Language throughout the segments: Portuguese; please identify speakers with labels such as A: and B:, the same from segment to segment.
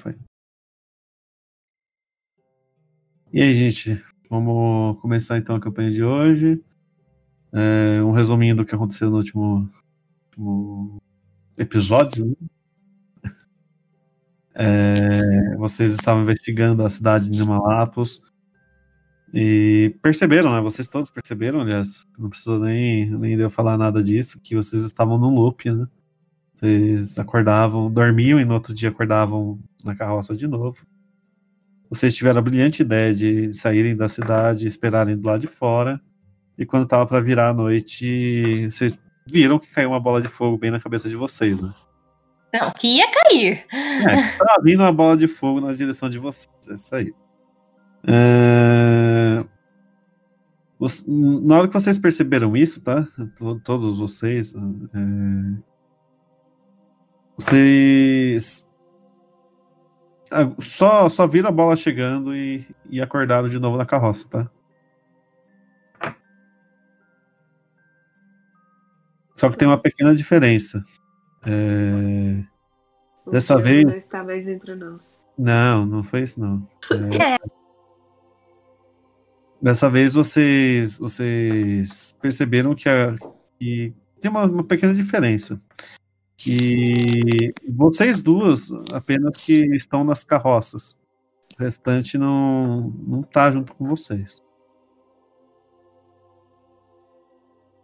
A: Foi. E aí, gente? Vamos começar então a campanha de hoje. É, um resuminho do que aconteceu no último, último episódio. né? É, vocês estavam investigando a cidade de Malapos e perceberam, né? Vocês todos perceberam, aliás, não precisa nem, nem de eu falar nada disso, que vocês estavam no loop, né? Vocês acordavam, dormiam e no outro dia acordavam na carroça de novo. Vocês tiveram a brilhante ideia de saírem da cidade, esperarem do lado de fora. E quando tava para virar a noite, vocês viram que caiu uma bola de fogo bem na cabeça de vocês, né?
B: Não, que ia cair.
A: É, tá vindo uma bola de fogo na direção de vocês. É isso aí. É, os- Na hora que vocês perceberam isso, tá? To- Todos vocês. é, Vocês. Ah, Só, só viram a bola chegando e, e acordaram de novo na carroça, tá? Só que tem uma pequena diferença. É, Dessa
C: Porque
A: vez-
C: Não estava isento, não.
A: Não, não foi isso não. É. Dessa vez vocês vocês perceberam que, a- que tem uma, uma pequena diferença. Que vocês duas apenas que estão nas carroças. O restante não não tá junto com vocês.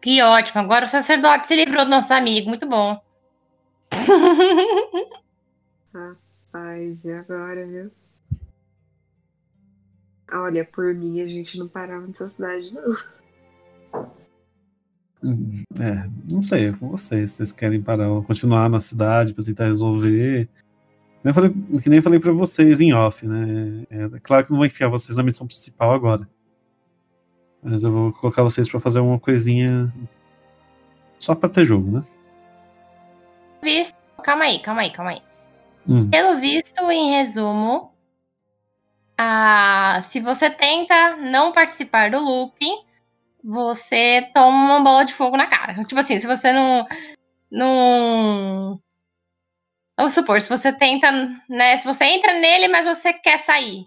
B: Que ótimo. Agora o sacerdote se livrou do nosso amigo. Muito bom.
C: Mas e agora, viu? Olha, por mim a gente não parava nessa cidade, não.
A: Hum, É, não sei, é com vocês. Vocês querem parar ou continuar na cidade para tentar resolver? Que nem falei, que nem falei para vocês em off, né? É, claro que eu não vou enfiar vocês na missão principal agora. Mas eu vou colocar vocês para fazer uma coisinha só para ter jogo, né?
B: Visto- Calma aí, calma aí, calma aí.
A: Hum.
B: Pelo visto, em resumo, ah, se você tenta não participar do loop, você toma uma bola de fogo na cara. Tipo assim, se você não. não... Vamos supor, se você tenta, né? Se você entra nele, mas você quer sair.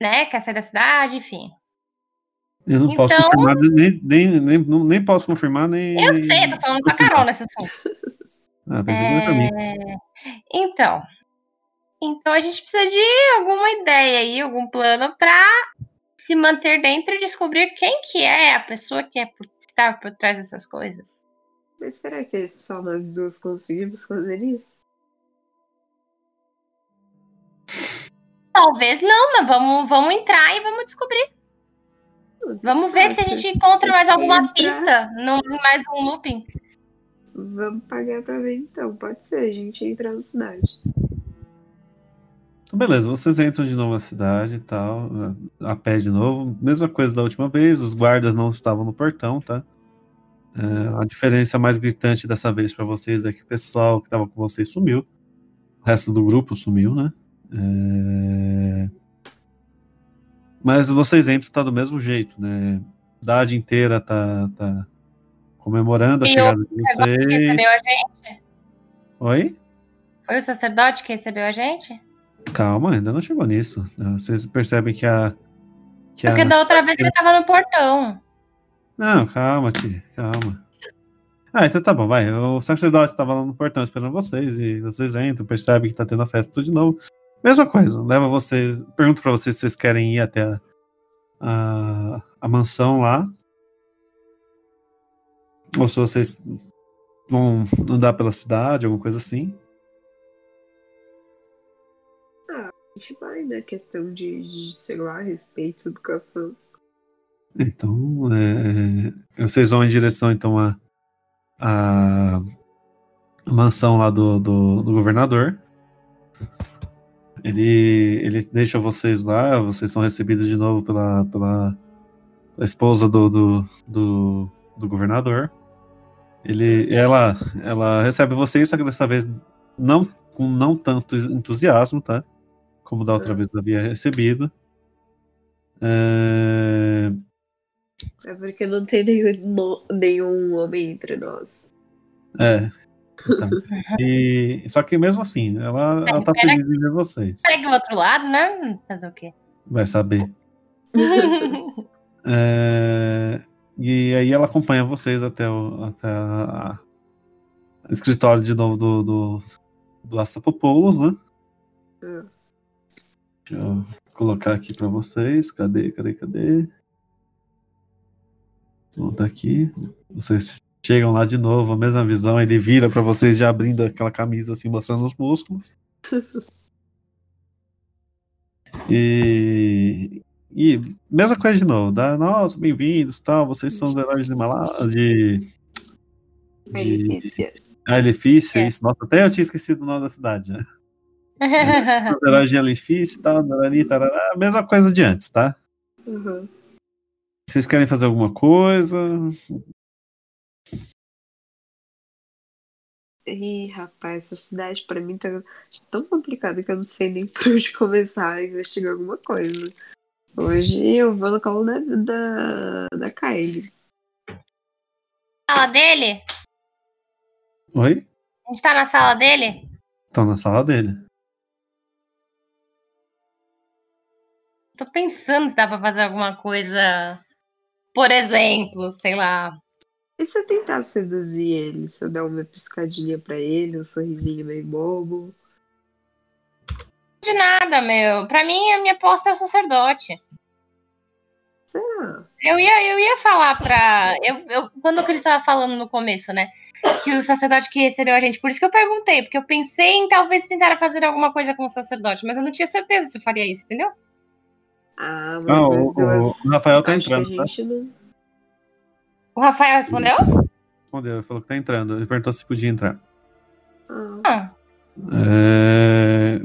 B: Né? Quer sair da cidade, enfim.
A: Eu não posso
B: Então-
A: confirmar, nem, nem, nem, não- nem posso confirmar, nem.
B: Eu sei, tô falando com a
A: então,
B: Carol nesse assunto.
A: Ah, pensei que era pra mim.
B: É, Então. Então a gente precisa de alguma ideia aí, algum plano para se manter dentro e descobrir quem que é a pessoa que é por, está por trás dessas coisas.
C: Mas será que é só nós duas conseguimos fazer isso?
B: Talvez não, mas vamos, vamos entrar e vamos descobrir. Vamos ver se a gente encontra mais alguma pista, num, mais um looping.
C: Vamos pagar pra ver então. Pode ser, a gente entra na cidade.
A: Então, beleza, vocês entram de novo na cidade e tal, a a pé de novo. Mesma coisa da última vez, os guardas não estavam no portão, tá? É, a diferença mais gritante dessa vez pra vocês é que o pessoal que tava com vocês sumiu. O resto do grupo sumiu, né? É, Mas vocês entram, tá do mesmo jeito, né? A cidade inteira tá, tá comemorando a
B: E o
A: chegada de
B: O sacerdote que é
A: vocês.
B: né? recebeu a gente?
A: Oi?
B: Foi o sacerdote que recebeu a gente?
A: Calma, ainda não chegou nisso. Vocês percebem que a. Que
B: É
A: é
B: Porque tá
A: a...
B: da outra vez ele tava no portão.
A: Não, calma, tia, calma. Ah, então tá bom, vai. O sacerdote tava lá no portão esperando vocês e vocês entram, percebem que tá tendo a festa tudo de novo. Mesma coisa, leva vocês, pergunto pra vocês se vocês querem ir até a, a, a mansão lá. Ou se vocês vão andar pela cidade, alguma coisa assim.
C: A gente vai, né? Questão de, de sei lá, respeito, educação.
A: Então, é, vocês vão em direção então à à mansão lá do, do, do governador. Ele, ele deixa vocês lá, vocês são recebidos de novo pela, pela pela esposa do, do, do, do governador. Ele, ela, ela recebe vocês, só que dessa vez não com não tanto entusiasmo, tá? Como da outra vez havia recebido. É,
C: É porque não tem nenhum, no- nenhum homem entre nós.
A: É. Então, e, só que mesmo assim, ela, ela tá
B: Espera
A: feliz de ver vocês.
B: Segue o outro lado, né? Fazer o quê?
A: Vai saber. É, e aí ela acompanha vocês até o até a- o escritório de novo do, do, do Astapopoulos, né?
C: É.
A: Deixa eu colocar aqui pra vocês. Cadê, cadê, cadê? Bom, tá aqui. Vocês chegam lá de novo, a mesma visão. Ele vira pra vocês já abrindo aquela camisa assim, mostrando os músculos. E, e mesma coisa de novo, dá, nossa, bem-vindos, tal, vocês são os heróis de Malá, de...
C: É
A: de
C: Delícia.
A: Alifícia,
B: É.
A: isso, nossa, até eu tinha esquecido o nome da cidade, né? Os heróis de Alifícia, tal, tarari, tarará, mesma coisa de antes, tá?
C: Uhum.
A: Vocês querem fazer alguma coisa?
C: Ih, rapaz, essa cidade pra mim tá tão complicada que eu não sei nem por onde começar a investigar alguma coisa. Hoje eu vou no colo da, da, da Kylie.
B: sala dele?
A: Oi?
B: A gente tá na sala dele?
A: Estão na sala dele.
B: Tô pensando se dá pra fazer alguma coisa. Por exemplo, sei lá.
C: E se eu tentar seduzir ele? Se eu dar uma piscadinha pra ele, um sorrisinho meio bobo?
B: De nada, meu. Pra mim, a minha aposta é o sacerdote.
C: Será?
B: Eu ia, eu ia falar pra. Eu, eu, quando que ele estava falando no começo, né? Que o sacerdote que recebeu a gente. Por isso que eu perguntei, porque eu pensei em talvez tentar fazer alguma coisa com o sacerdote, mas eu não tinha certeza se eu faria isso, entendeu?
C: Ah, mas
A: Ah,
C: as
A: o, o-
C: duas-
A: o Rafael tá
C: acho que a
A: entrando, tá?
C: gente não-
B: O Rafael respondeu?
A: Respondeu, ele falou que tá entrando, ele perguntou se podia entrar.
C: Ah,
B: Ah,
A: É,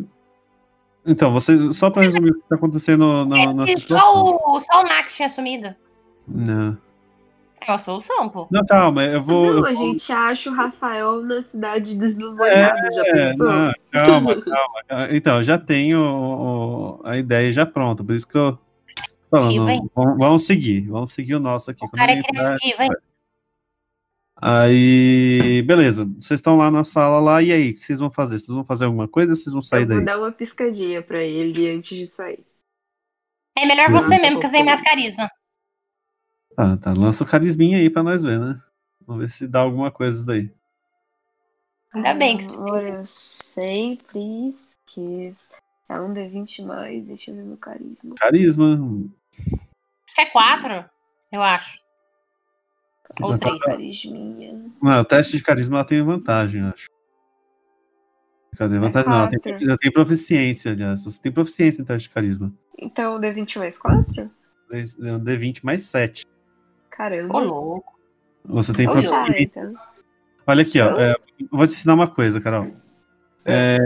A: Então, vocês, só pra resumir o que tá acontecendo na, na
B: que
A: situação.
B: É, só, o, só o Max tinha sumido.
A: Não.
B: É uma solução, pô.
A: Não, calma, eu vou. eu
C: não, a
A: vou-
C: gente acha o Rafael na cidade desmemoriada, já
A: É,
C: pensou?
A: não, calma, calma. Então, eu já tenho o- o- a ideia já pronta, por isso que eu. tô
B: Criativo, hein?
A: Falando, vamos, vamos seguir, vamos seguir o nosso aqui.
B: O
A: Quando
B: cara é
A: ele entrar-
B: criativo, hein?
A: Aí, beleza, vocês estão lá na sala lá, e aí, o que vocês vão fazer? Vocês vão fazer alguma coisa ou vocês vão sair
C: Eu vou
A: daí?
C: dar uma piscadinha pra ele antes de sair.
B: É melhor
A: Nossa,
B: você mesmo, que eu tenho
C: pô.
B: mais carisma.
A: Tá, tá, lança o carisminha aí pra nós ver, né? Vamos ver se dá alguma coisa isso aí.
B: Ainda bem que você
C: Agora eu sempre esqueço. É um D20 mais, deixa eu ver meu carisma.
A: Carisma.
B: É quatro, eu acho. Ou
A: Tá,
B: três.
C: Carisminha.
A: Não, o teste de carisma ela tem vantagem, eu acho. Cadê? Vantagem não, ela tem,
C: quatro.
A: ela tem proficiência, aliás. Você tem proficiência em teste de carisma.
C: Então, D20 mais 4?
A: Dois- é um D20 mais 7.
B: Ô,
C: Caramba. Então tá,
B: louco.
A: Você tem
B: Olha.
A: proficiência.
C: Quarenta.
A: Olha aqui, ó. é, vou te ensinar uma coisa, Carol. É,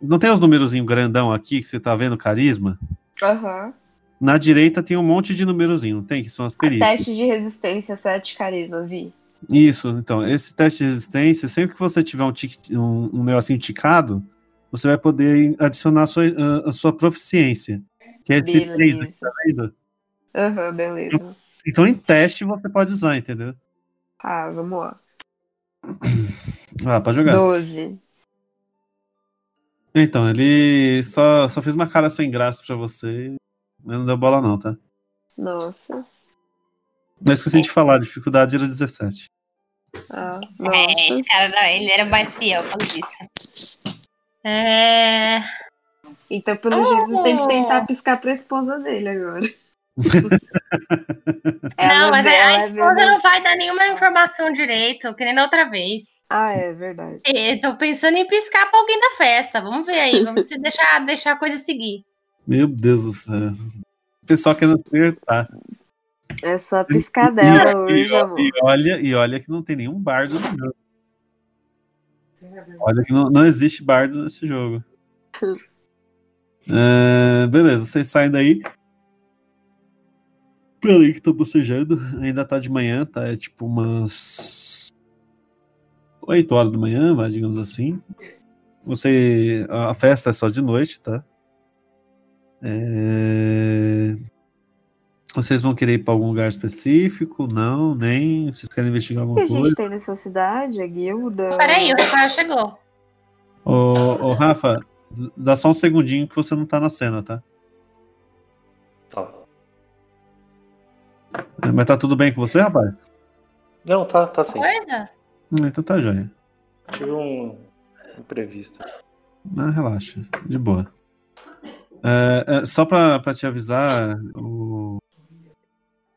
A: não tem os numerozinhos grandão aqui que você tá vendo, carisma?
C: Aham.
A: Na direita tem um monte de numerozinho, não tem? Que são as perícias.
C: Teste de resistência, 7 carisma, vi.
A: Isso, então, esse teste de resistência, sempre que você tiver um, tic- um, um negocinho ticado, você vai poder adicionar a sua, a- a sua proficiência, que é esse 3 aqui,
C: Beleza.
A: tá vendo?
C: Aham, beleza.
A: Então, em teste, você pode usar, entendeu?
C: Tá, vamos lá.
A: Ah, pra jogar.
C: 12.
A: Então, ele só, só fez uma cara sem graça pra você, mas não deu bola não, tá?
C: Nossa.
A: Não esqueci de falar, a dificuldade era 17.
C: Ah,
B: É,
C: nossa.
B: esse cara, não, ele era mais fiel, pelo visto. É...
C: Então, pelo jeito, tem que
B: Oh!
C: tentar piscar pra esposa dele agora. Ela
B: Não, mas
C: vê-
B: a- a
C: ela é vê
B: esposa
C: no-
B: não vai dar nenhuma informação direito, que nem da outra vez.
C: Ah, é verdade.
B: Eu tô pensando em piscar pra alguém da festa. Vamos ver aí, vamos se deixar, deixar a coisa seguir.
A: Meu Deus do céu. O pessoal querendo acertar.
C: É só a piscadela
A: E,
C: hoje, amor.
A: e olha, e olha que não tem nenhum bardo no jogo. Olha que não, não existe bardo nesse jogo. É, beleza, vocês saem daí. Peraí que tô bocejando. Ainda tá de manhã, tá? É tipo umas 8 horas da manhã, vai, digamos assim. Você. A a festa é só de noite, tá? É, Vocês vão querer ir pra algum lugar específico? Não, nem. Vocês querem investigar
C: O que
A: alguma
C: a
A: coisa?
C: gente tem nessa cidade? A guilda?
B: Peraí, o Rafael chegou.
A: Ô, ô, Rafa, dá só um segundinho que você não tá na cena, tá?
D: Tá.
A: É, Mas tá tudo bem com você, rapaz?
D: Não, tá, tá sim.
B: Coisa?
A: Hum, Então tá joia.
D: Tive um imprevisto.
A: Ah, relaxa, de boa. É, é, só pra, pra te avisar, o-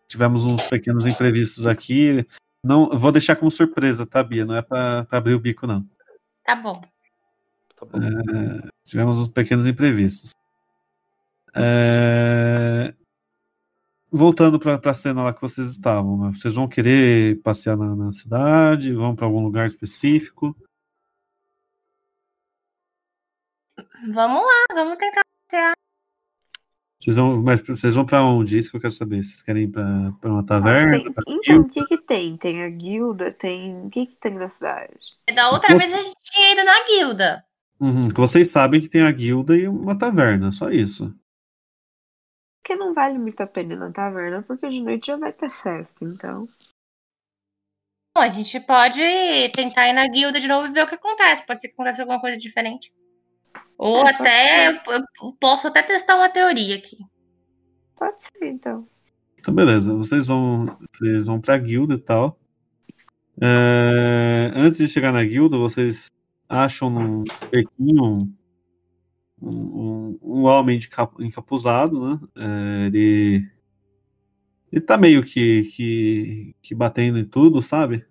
A: tivemos uns pequenos imprevistos aqui. Não, vou deixar como surpresa, tá, Bia? Não é pra, pra abrir o bico, não.
B: Tá bom.
D: Tá bom.
A: É, tivemos uns pequenos imprevistos. É, voltando pra, pra cena lá que vocês estavam, né? vocês vão querer passear na, na cidade? Vão pra algum lugar específico?
B: Vamos lá, vamos tentar.
A: Vocês vão, mas vocês vão pra onde? É Isso que eu quero saber. Vocês querem ir pra, pra uma taverna?
C: Tem-
A: pra
C: Então, o que que tem? Tem a guilda? Tem... O que que tem na cidade?
B: Da outra vez a gente tinha ido na guilda.
A: Uhum, que vocês sabem que tem a guilda e uma taverna, só isso.
C: Porque não vale muito a pena ir na taverna, porque de noite já vai ter festa, então...
B: Bom, a gente pode tentar ir na guilda de novo e ver o que acontece. Pode ser que aconteça alguma coisa diferente. Ou
C: É, pode
B: até. Eu posso até testar uma teoria aqui.
C: Pode ser, então.
A: Então, beleza, vocês vão, vocês vão pra guilda e tal. É, antes de chegar na guilda, vocês acham num bequinho um, um, um homem de cap- encapuzado, né? É, ele, ele tá meio que, que, que batendo em tudo, sabe?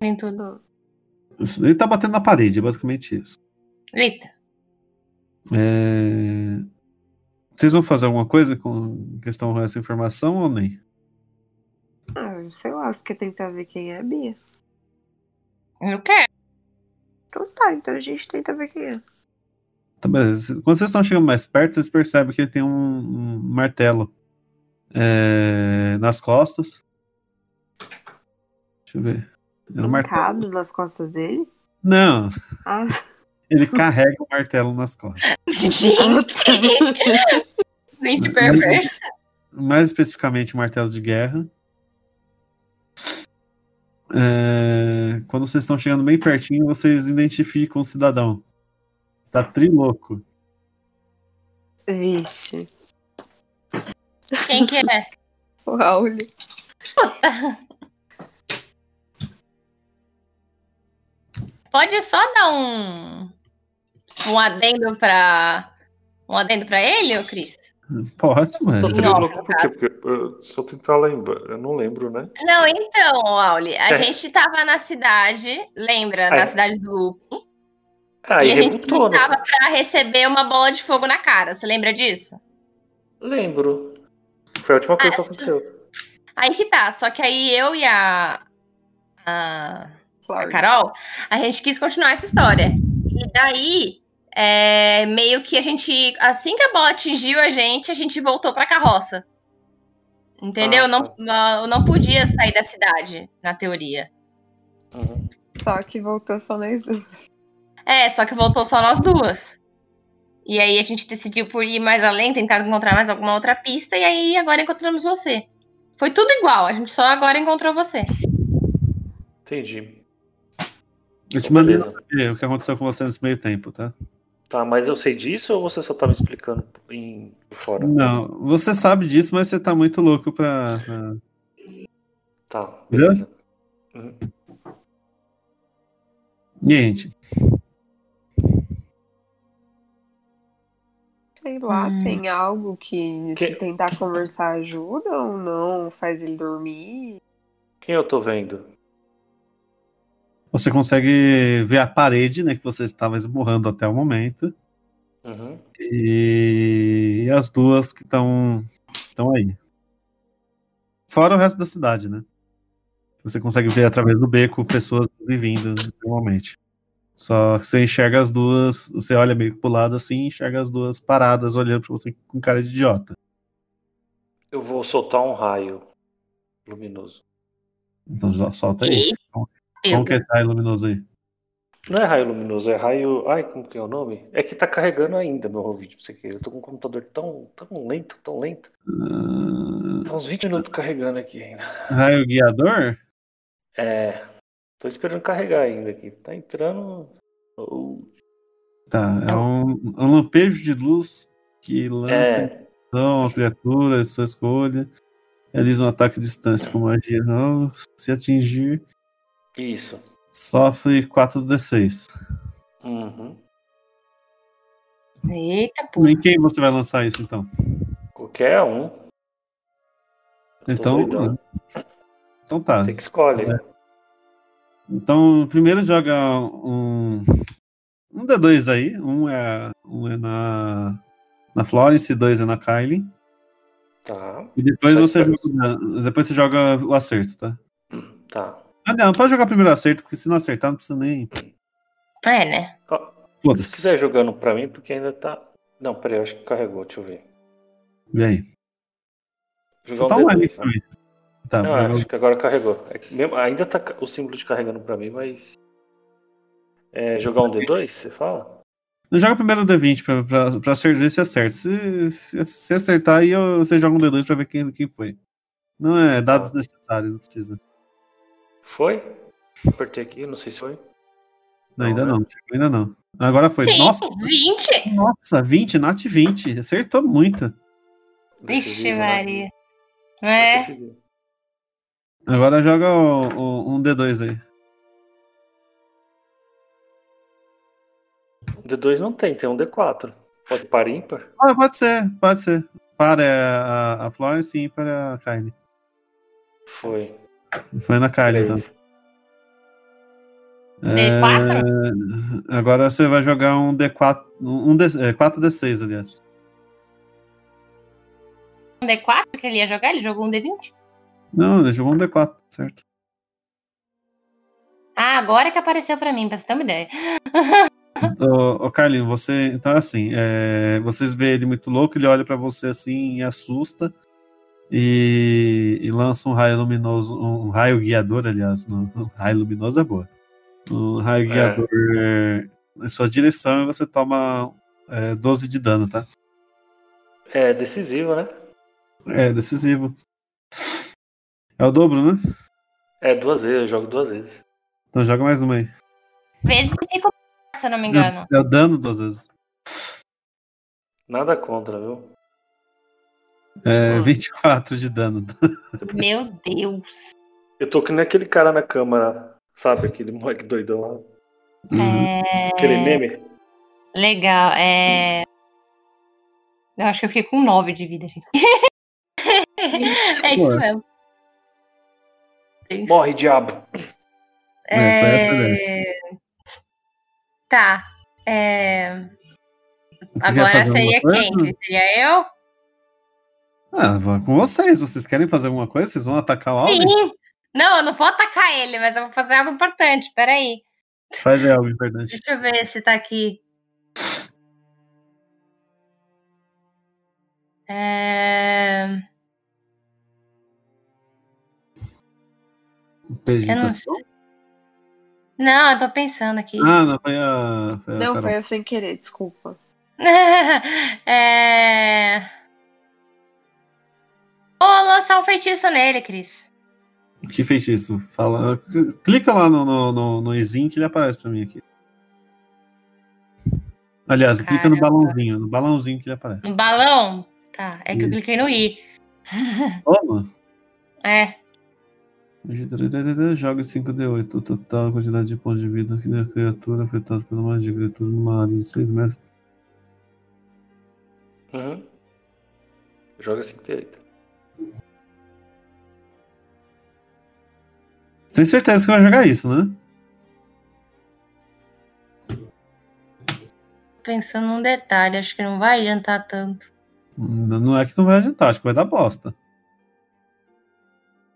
B: Em tudo.
A: Ele tá batendo na parede, é basicamente isso.
B: Eita.
A: É, Vocês vão fazer alguma coisa com questão com essa informação ou nem?
C: Ah, sei lá, você quer tentar ver quem é a Bia?
B: Eu quero.
C: Então tá, então a gente tenta ver quem é.
A: Tá, beleza. Quando vocês estão chegando mais perto, vocês percebem que ele tem um, um martelo é, nas costas. Deixa eu ver. É um martelo.
C: Trancado nas costas dele?
A: Não,
C: Ah,
A: ele carrega o martelo nas costas.
B: Gente,
D: Uhum.
B: gente perversa.
A: Mais especificamente, o martelo de guerra. É, quando vocês estão chegando bem pertinho, vocês identificam o cidadão. Tá triloco.
C: Vixe.
B: Quem que é?
C: O Raul.
B: Pode só dar um. Um adendo pra. Um adendo pra ele, ô Cris?
A: Pode, mano.
D: Tô
B: Não,
D: treinando
B: no
D: por quê? Porque eu, se eu tentar lembrar, eu não lembro, né?
B: Não, então, Auli, a
D: É.
B: gente tava na cidade, lembra? Na
D: É.
B: cidade do Lupin.
D: Ah,
B: e
D: e
B: a gente
D: rebutou, né?
B: tava pra receber uma bola de fogo na cara. Você lembra disso?
D: Lembro. Foi a última coisa
B: Ah,
D: que aconteceu.
B: Aí que tá. Só que aí eu e a. A, a Carol, a gente quis continuar essa história. E daí. é, meio que a gente. Assim que a bola atingiu a gente, a gente voltou pra carroça. Entendeu?
D: Ah,
A: tá.
B: não, não, não podia sair da cidade, na teoria.
D: Uhum.
C: Só que voltou só nós duas.
B: É, só que voltou só nós duas. E aí a gente decidiu por ir mais além, tentar encontrar mais alguma outra pista, e aí agora encontramos você. Foi tudo igual, a gente só agora encontrou você.
D: Entendi.
A: Eu te mandei
D: Beleza.
A: saber o que aconteceu com você nesse meio tempo, tá?
D: Tá, mas eu sei disso ou você só tá me explicando em fora?
A: Não, você sabe disso, mas você tá muito louco pra. pra-
D: Tá,
A: Beleza?
D: beleza. Uhum.
A: Gente,
C: Sei lá,
B: Hum.
C: tem algo que,
D: Que-
C: se tentar conversar ajuda ou não? Faz ele dormir?
D: Quem eu tô vendo?
A: você consegue ver a parede, né? Que você estava esmurrando até o momento.
D: Uhum.
A: E, e as duas que estão estão aí. Fora o resto da cidade, né? Você consegue ver através do beco pessoas indo e vindo normalmente. Só que você enxerga as duas, você olha meio que pro lado assim, e enxerga as duas paradas olhando pra você com cara de idiota.
D: Eu vou soltar um raio luminoso.
A: Então já solta aí.
B: E-
A: Como que é esse raio luminoso aí?
D: Não é raio luminoso, é raio. Ai, como que é o nome? É que tá carregando ainda meu vídeo pra você que. Eu tô com um computador tão, tão lento, tão lento.
A: Ah,
D: Tá uns 20 minutos carregando aqui ainda.
A: raio guiador?
D: É. Tô esperando carregar ainda aqui. Tá entrando. Oh,
A: Tá, é um, um lampejo de luz que lança
D: é.
A: Então, a criatura, sua escolha. Realiza um ataque à distância com magia. Não, se atingir,
D: Isso.
A: sofre 4d6.
D: Uhum.
B: Eita, porra.
A: Em quem você vai lançar isso, então?
D: Qualquer um.
A: Então,
D: doidão.
A: então tá.
D: Você que escolhe.
A: Então, primeiro joga um, um D2 aí. Um é, um é na, na Florence, dois é na Kylie.
D: Tá.
A: E depois
D: Só
A: você,
D: esperança.
A: joga, depois você joga o acerto, tá?
D: Tá.
A: Ah, não, pode jogar primeiro o acerto, porque se não acertar, não precisa nem.
B: É, né?
D: Ó, se
A: Foda-se.
D: quiser jogando pra mim, porque ainda tá. Não, peraí, eu acho que carregou, deixa eu ver.
A: Vem aí. Só
D: Jogar
A: tá
D: um
A: um
D: D2,
A: ali
D: né?
A: também. Tá,
D: Não,
A: vai-
D: acho que agora carregou. É que mesmo- ainda tá ca- o símbolo de carregando pra mim, mas. É, jogar um D2, você fala?
A: Não joga primeiro o D20 pra, pra, pra acertar, ver se acerta. Se, se, se acertar, aí eu- você joga um D2 pra ver quem, quem foi. Não é dados
D: Tá.
A: necessários, não precisa.
D: Foi? Apertei aqui, não sei se foi.
A: Não,
D: Não,
A: ainda
D: né?
A: não, chegou ainda não. Agora foi.
B: Sim,
A: Nossa,
B: 20.
A: nossa, 20, Nat 20. Acertou muito.
B: Vixe,
D: Decisivo, né?
B: Maria. É.
D: Decisivo.
A: Agora joga o- o- um D2 aí.
D: D2 não tem, tem um D4. Pode par ímpar?
A: Ah, pode ser, pode ser. Para é a, a Florence e para a Kylie.
D: Foi.
A: Foi na Kylie, então.
D: Três.
B: D4?
A: É, agora você vai jogar um D4. Um D, é, 4D6, aliás. É.
B: Um D4 que ele ia jogar, ele jogou um D20.
A: Não, ele jogou um D4, certo?
B: Ah, agora que apareceu pra mim, pra você ter uma ideia.
A: Ô, ô Carlinho, você. Então é assim, é, vocês veem ele muito louco, ele olha pra você assim e assusta. E, e lança um raio luminoso, um raio guiador, aliás. No, um raio luminoso é boa. Um raio
D: É.
A: guiador é, em sua direção e você toma é, 12 de dano, tá?
D: É decisivo, né?
A: É decisivo. É o dobro, né?
D: É duas vezes, eu jogo duas vezes.
A: Então joga mais uma aí.
B: Vezes que fica, se eu não me engano.
A: É o dano duas vezes.
D: Nada contra, viu?
A: É
B: Hum. É,
A: 24 de dano. é.
B: Meu Deus.
D: Eu tô que nem aquele cara na câmara, sabe? Aquele moleque doidão lá.
A: Uhum.
B: É...
D: Aquele meme.
B: Legal, é. Eu acho que eu fiquei com 9 de vida, gente. é isso
A: Ué.
B: mesmo.
D: Morre, diabo.
A: É, foi essa
B: É, Tá. é,
A: Você quer
B: Agora
A: fazer
B: seria
A: alguma
B: quem?
A: coisa?
B: Cris? Seria eu?
A: Ah, vou com vocês. Vocês querem fazer alguma coisa? Vocês vão atacar o Alvin?
B: Sim! Não, eu não vou atacar ele, mas eu vou fazer algo importante. Peraí.
A: Faz aí, Alvin, verdade.
B: Deixa eu ver se tá aqui. É, Eu não sei. Não, eu tô pensando aqui.
A: Ah, não, foi a. Foi a
C: Não,
A: Carol.
C: foi eu sem querer, desculpa.
A: Ah.
B: é... Vou lançar um feitiço nele, Cris.
A: Que feitiço? Fala... Clica lá no, no, no, no izinho que ele aparece pra mim aqui. Aliás, clica no
B: Caramba.
A: balãozinho, no balãozinho que ele aparece.
B: Um balão? Tá, é que eu
A: Isso.
B: cliquei no I.
A: Toma!
B: É.
A: Joga 5D8, o total quantidade de pontos de vida que a criatura afetada pela magia, criatura numa área de 6 metros.
D: Uhum. Joga assim 58.
A: Tem certeza que vai jogar isso, né?
B: Pensando num detalhe, acho que não vai adiantar tanto.
A: N- Não é que não vai adiantar, acho que vai dar bosta.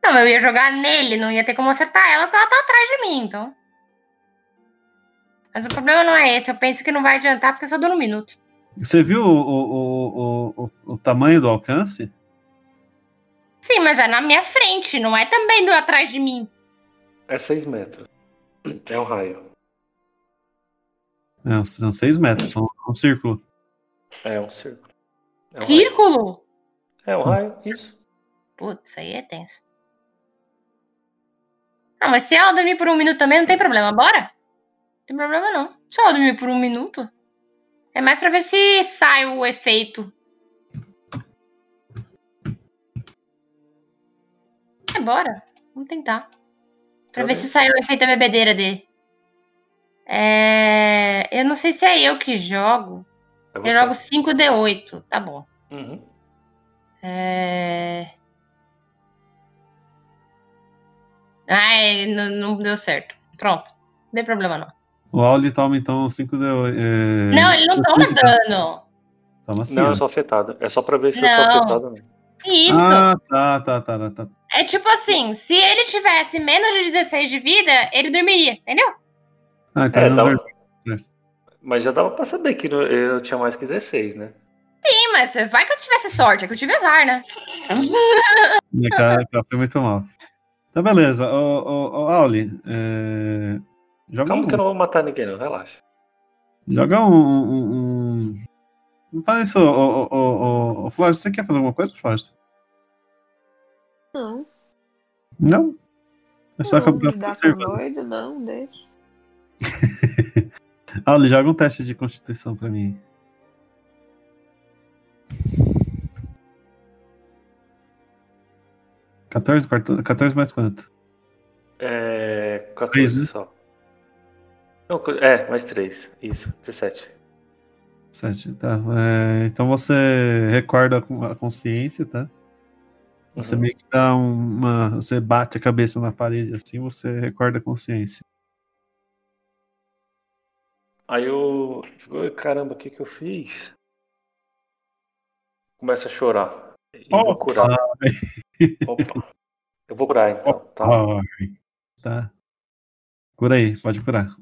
B: Não, eu ia jogar nele, não ia ter como acertar ela, porque ela tá atrás de mim, então. Mas o problema não é esse, eu penso que não vai adiantar porque eu só dou um minuto.
A: Você viu o, o, o, o, o tamanho do alcance?
B: Sim, mas é na minha frente, não é também do atrás de mim.
D: É 6 metros. É um raio.
A: Não, são É, seis metros, são um círculo.
D: É um círculo. É um raio.
B: Círculo?
D: É um raio, isso.
B: Putz, aí é tenso. Ah, mas se ela dormir por um minuto também, não tem problema. Bora? Não tem problema, não. Se ela dormir por um minuto, é mais pra ver se sai o efeito. É, bora. Vamos tentar. Pra
D: Tá
B: ver
D: bem.
B: se saiu o efeito da bebedeira dele. É... Eu não sei se é eu que jogo. Eu jogo 5D8. Tá bom.
D: Uhum.
B: É... Ai, não, não deu certo. Pronto. Não tem problema, não.
A: O Auli toma então 5 de. É...
B: Não, ele não toma dano.
A: Toma sim.
D: Não,
A: ó.
D: é só afetada. É só pra ver se eu sou
B: Não.
D: afetada mesmo.
B: Que Isso.
A: Ah, tá, tá, tá, tá. tá.
B: É tipo assim, se ele tivesse menos de 16 de vida, ele dormiria, entendeu?
A: Ah, então
D: É,
A: ele não
D: dava-
A: dorme.
D: Mas já dava pra saber que não- eu tinha mais que 16, né?
B: Sim, mas vai que eu tivesse sorte, é que eu tive azar, né?
A: Né, cara, cara, foi muito mal. Então, beleza. Ô, ô, ô, Auli, é... joga,
D: Calma
A: um,
D: que eu não vou matar ninguém, não. Relaxa.
A: joga um, um- um- Não fala isso, ô, ô, ô, ô, ô, Flores. Você quer fazer alguma coisa, Flores?
C: Não,
A: Não? É só que
C: não,
A: eu-
C: me dá com
A: observando.
C: doido, não, deixa.
A: Auli, joga um teste de constituição pra mim. Quatorze, 14, 14 mais quanto?
D: É. 14
A: Três, né?
D: só. Não, co- é, mais 3. Isso, 17.
A: Sete, tá. É, então você recorda a con- a consciência, tá? Você
D: Uhum.
A: meio que dá uma. Você bate a cabeça na parede assim, você recorda a consciência.
D: Aí eu. fico, "Ai, Caramba, o que que eu fiz? Começa a chorar. E vou
A: Opa!
D: curar. Opa. Eu vou curar então, tá?
A: Ai, Tá. Cura aí, pode curar.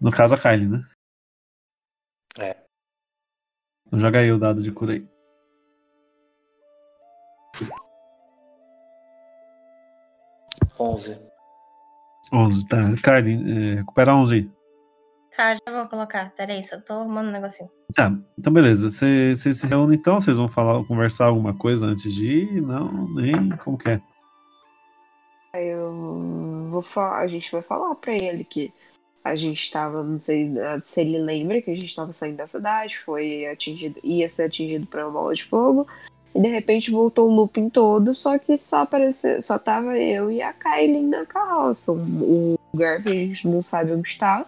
A: No caso, a Kylie, né?
D: É.
A: Então joga aí o dado de cura aí.
D: Onze. 11.
A: 11, tá. Kylie, é, recupera 11 aí.
B: Tá, já vou colocar. Peraí, só tô arrumando um negocinho.
A: Tá, então beleza. Vocês vocês se reúnem então, vocês vão falar, conversar alguma coisa antes de ir? Não, nem como que é.
C: Aí eu vou falar, a gente vai falar pra ele que a gente tava, não sei eh, se ele lembra que a gente tava saindo da cidade, foi atingido, ia ser atingido por uma bola de fogo, e de repente voltou o looping todo, só que só apareceu, só tava eu e a Kailin na carroça, um, um lugar que a gente não sabe onde está,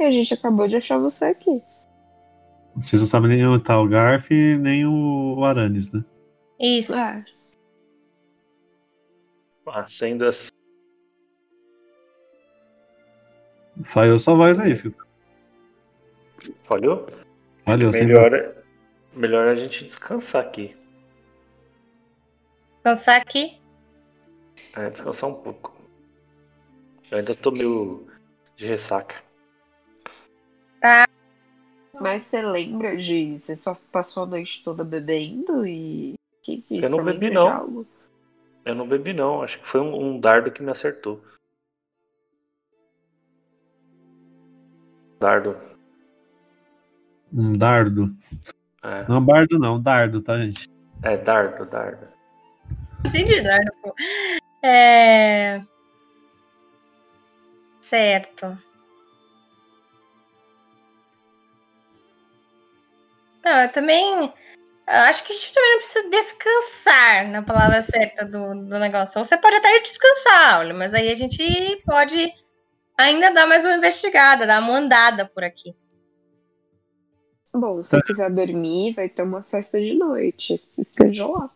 C: e a gente acabou de achar você aqui.
A: Vocês não sabem nem onde tá o Garf nem o o Aranis, né?
B: Isso.
C: É,
D: Ah, sendo assim.
A: Falhou sua voz aí, filho.
D: Falhou?
A: Valeu, sem
D: Melhor, melhor a gente descansar aqui.
B: Então sai aqui.
D: É, descansar um pouco. Eu ainda tô meio de ressaca.
C: mas você lembra de, você só passou a noite toda bebendo e... Que, que,
D: Eu não
C: você lembra
D: bebi,
C: de
D: não.
C: algo?
D: Eu não bebi não, acho que foi um, um dardo que me acertou. Dardo.
A: Um dardo.
D: É,
A: Não, bardo não, dardo, tá, gente?
D: é dardo, dardo.
B: Entendi, Eduardo. pô. É... Certo. Não, eu também... eu acho que a gente também não precisa descansar na palavra certa do, do negócio. Ou Você pode até ir descansar, Aulio, mas aí a gente pode ainda dar mais uma investigada, dar uma andada por aqui.
C: Bom,
A: Tá.
C: se quiser dormir, vai ter uma festa de noite. Esteja lá.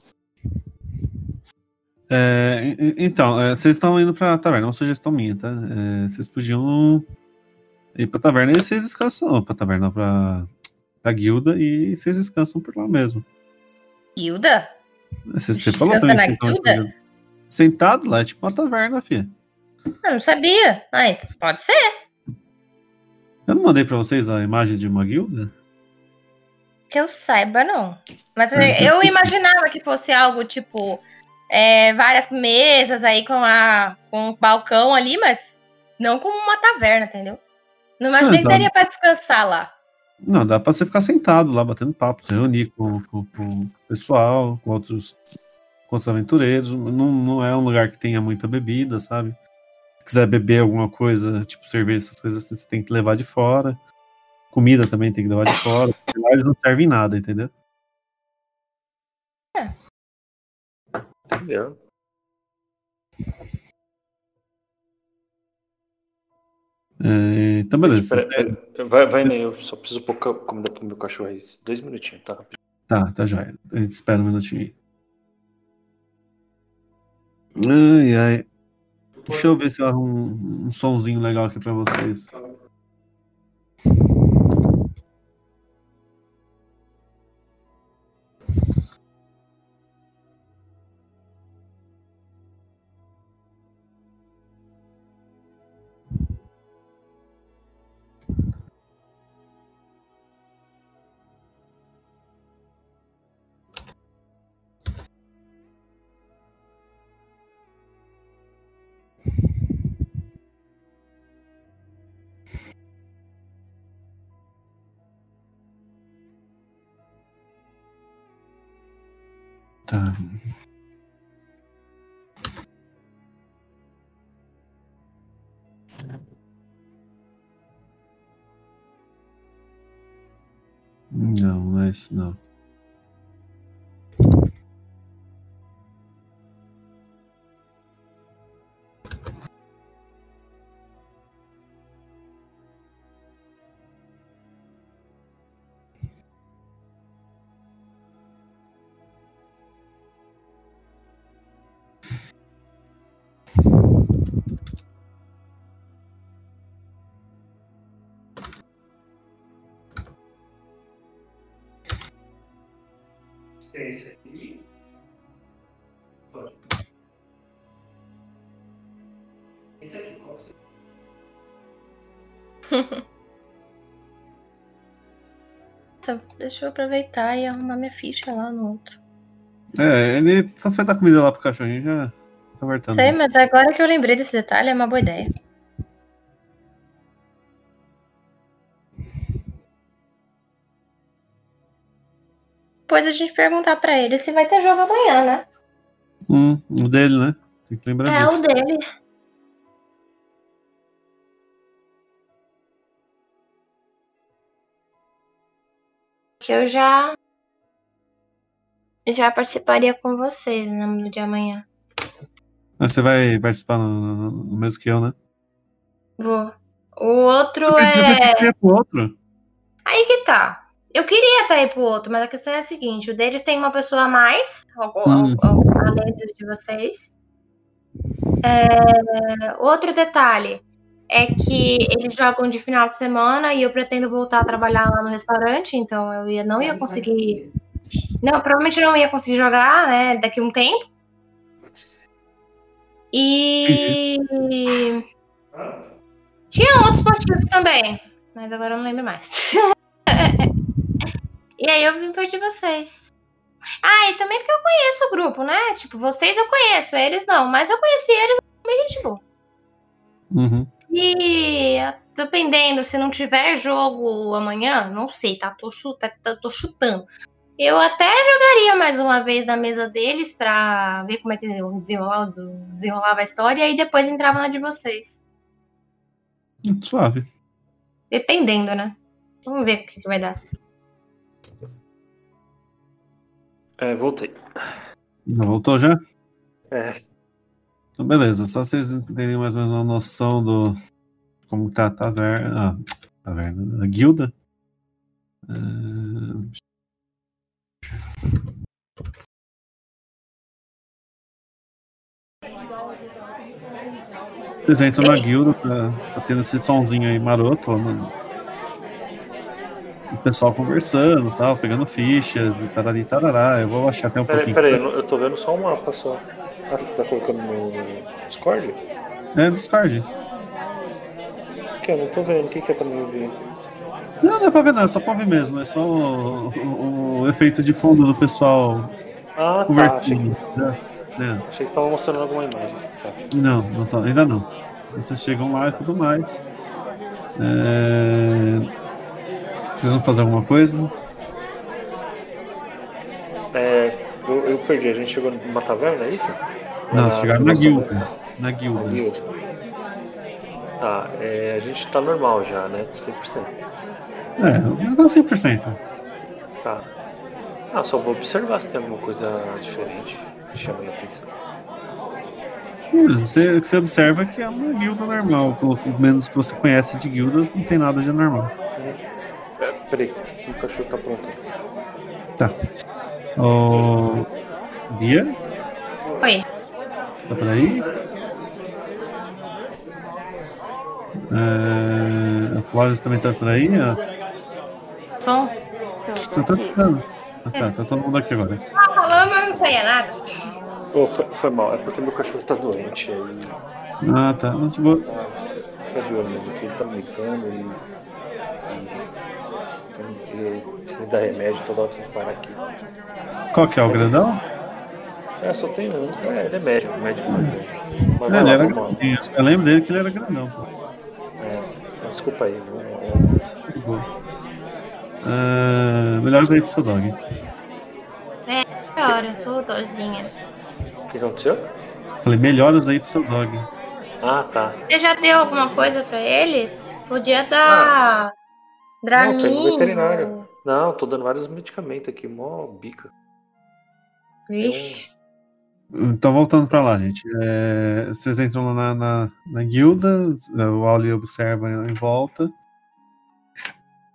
A: É, e- e- então, é, vocês estão indo pra taverna, é uma sugestão minha, tá? É, vocês podiam ir pra taverna e vocês descansam. Ou pra taverna, não, pra, pra guilda e vocês descansam por lá mesmo. É,
B: Guilda?
A: Você, você
B: Descansa
A: falou também
B: na
A: que vocês estão
B: guilda?
A: indo pra guilda. Sentado lá, é tipo uma taverna, filha.
B: Eu não sabia. Ah, então pode ser.
A: Eu não mandei pra vocês a imagem de uma guilda?
B: Que eu saiba, não. Mas
A: É,
B: eh, eu imaginava que fosse algo é, tipo eh, várias mesas aí com, a, com o balcão ali, mas Não como uma taverna, entendeu? Não imaginei
A: Ah,
B: que
A: tá.
B: daria pra descansar lá.
A: Não, dá pra você ficar sentado lá, batendo papo, se reunir com, com- com o pessoal, com outros, com outros aventureiros. Não, não é um lugar que tenha muita bebida, sabe? Se quiser beber alguma coisa, tipo cerveja, essas coisas assim, você tem que levar de fora. Comida também tem que levar de fora. porque Lá eles não servem nada, entendeu?
D: Entendeu?
A: É, então, beleza. vocês-
D: Pera- Vai, vai né? Eu só preciso pôr co- comida pro meu cachorro aí. Dois minutinhos, tá?
A: Tá, tá joia. A gente espera um minutinho aí. Ai, ai. Deixa eu ver se eu arrumo um, um sonzinho legal aqui pra vocês. Tá. Não, não é isso não.
B: Nossa, Deixa eu aproveitar e arrumar minha ficha lá no outro.
A: É, ele só foi dar comida lá pro cachorrinho já tá voltando.
B: Sei, mas agora que eu lembrei desse detalhe, é uma boa ideia. Depois a gente perguntar pra ele se vai ter jogo amanhã, né?
A: Hum, o dele, né? Tem que lembrar
B: É
A: disso.
B: o dele. Que eu já. Já participaria com vocês né, no de amanhã.
A: Ah, Você vai participar no, no- no mesmo que eu, né?
B: Vou. O outro
A: Eu pensei
B: é.
A: que ia pro outro.
B: Aí que tá. Eu queria estar aí pro outro, mas a questão é a seguinte: o deles tem uma pessoa a mais, al- al-
A: Hum.
B: al- além do de vocês. É, outro detalhe é que eles jogam de final de semana e eu pretendo voltar a trabalhar lá no restaurante, então eu ia- não ia conseguir. Não, provavelmente não ia conseguir jogar, né, daqui a um tempo. E. Tinha outros motivos também, mas agora eu não lembro mais. e aí eu vim perto de vocês. Ah, e também porque eu conheço o grupo, né? Tipo, vocês eu conheço, eles não, mas eu conheci eles também, gente boa.
A: Uhum.
B: E ah, dependendo, se não tiver jogo amanhã, não sei, tá? Tô, chuta, tá- tô chutando. Eu até jogaria mais uma vez na mesa deles pra ver como é que desenrolar- desenrolava a história e depois entrava na de vocês.
A: Suave.
B: Dependendo, né? Vamos ver o que, que vai dar.
D: É, voltei.
A: Já voltou já?
D: É,
A: Então, beleza, só vocês entenderem mais ou menos uma noção do como tá a taverna, a, taverna, a guilda. Ah, Vocês entram na guilda, tá, tá tendo esse somzinho aí maroto. ó, no- O pessoal conversando, tal, pegando fichas, e tarari, e tarará. Eu vou achar até um
D: peraí,
A: pouquinho.
D: peraí, eu não- eu tô vendo só um mapa só. Ah, você tá colocando no Discord?
A: É, Discord.
D: Que eu não tô vendo, o que, que é pra mim ver?
A: Não, não é pra ver nada, é só pra ver mesmo. É só o, o- o efeito de fundo do pessoal
D: Ah, tá, achei,
A: convertindo. né?
D: achei que você tava mostrando alguma imagem. Tá.
A: Não, não tá- ainda não. Vocês chegam lá e tudo mais. É... Vocês vão fazer alguma coisa?
D: É, eu, eu perdi, a gente chegou numa taverna, é isso?
A: Não, vocês
D: Ah,
A: chegaram na
D: nossa,
A: guilda. Na guilda.
D: Guilda. Tá, é, a gente tá normal já, né? 100%.
A: É, mas não 100%.
D: Tá. Ah, só vou observar se tem alguma coisa diferente que chame a atenção.
A: Hum, Você, você observa que é uma guilda normal. Pelo menos que você conhece de guildas, não tem nada de anormal.
D: É, peraí, o cachorro tá pronto.
A: Tá. Ô, Bia,
B: Oi.
A: tá por aí? É, a Flores também tá por aí? ó.
B: Som.
A: Tá, tá, tá. Tá, tá todo mundo aqui agora.
B: Tá falando, mas não saía nada.
D: Ô, foi, foi mal, é porque meu cachorro tá doente aí.
A: Ah, tá. Não, tipo,
D: Fica de olho, nele, porque ele tá me ligando e. e- tem que- tem que Me dá remédio toda hora tem que parar aqui.
A: qual que é o grandão?
D: É, só tem um. É, ele é médico, médico. Mas vai
A: É, ele
D: lá,
A: era
D: vamos lá.
A: grandinho. Eu lembro dele que ele era grandão. Pô.
D: É, desculpa aí. vamos lá.
A: De boa. Ah, melhores aí pro seu dog.
B: Pior, eu sou dozinha.
D: O que aconteceu?
A: Falei, melhoras aí pro seu dog.
D: Ah, tá.
B: Você já deu alguma coisa pra ele? Podia dar.
D: Ah. Não, tô
B: Dramin.
D: indo no veterinário. Não, tô dando vários medicamentos aqui, mó bica. um-
B: Vixe.
A: Então, voltando pra lá, gente. É, vocês entram lá na, na, na guilda, é, o Ali observa em volta.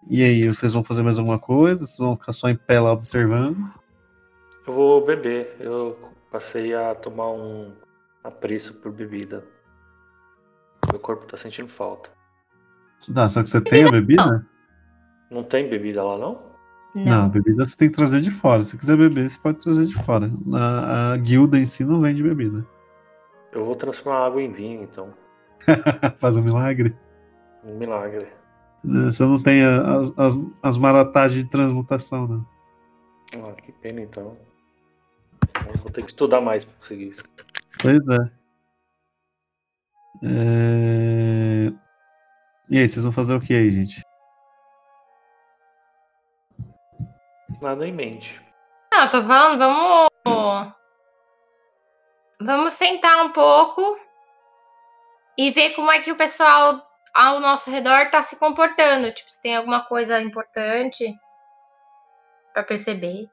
A: E aí, vocês vão fazer mais alguma coisa? Vocês vão ficar só em pé lá observando?
D: Eu vou beber. Eu passei a tomar um apreço por bebida. Meu corpo tá sentindo falta.
A: Dá, só que você tem a bebida?
D: Não tem bebida lá, não?
A: Não, a bebida você tem que trazer de fora. Se quiser beber, você pode trazer de fora. Na, a guilda em si não vende bebida.
D: Eu vou transformar água em vinho, então.
A: Faz um milagre.
D: Um milagre.
A: Né, Você não tem a- as, as, as maratagens de transmutação, né?
D: Ah, que pena, então. Eu vou ter que estudar mais pra conseguir isso.
A: Pois é. É, E aí, vocês vão fazer o que aí, gente?
D: Nada em mente.
B: Não, eu tô falando, vamos. Vamos sentar um pouco e ver como é que o pessoal ao nosso redor tá se comportando. Tipo, se tem alguma coisa importante pra perceber.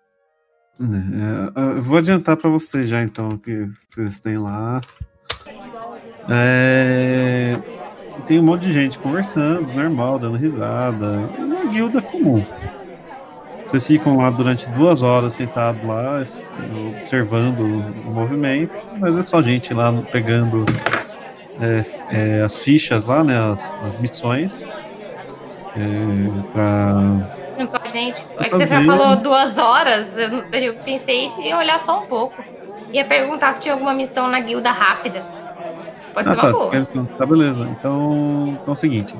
A: Né, é, Eu vou adiantar pra vocês já, então, o que vocês têm lá. É, Tem um monte de gente conversando, normal, dando risada. É Uma guilda comum. Vocês ficam lá durante duas horas sentado lá, es- observando o movimento, mas é só gente lá no- pegando é, é, as fichas lá, né? As, as missões. É, pra
B: Não pode, gente. É que
A: tô
B: você já
A: vendo.
B: falou duas horas, eu não- eu pensei em olhar só um pouco. Ia perguntar se tinha alguma missão na guilda rápida. Pode
A: Ah,
B: ser uma
A: tá,
B: boa.
A: quer- então, tá, beleza. Então, então é o seguinte.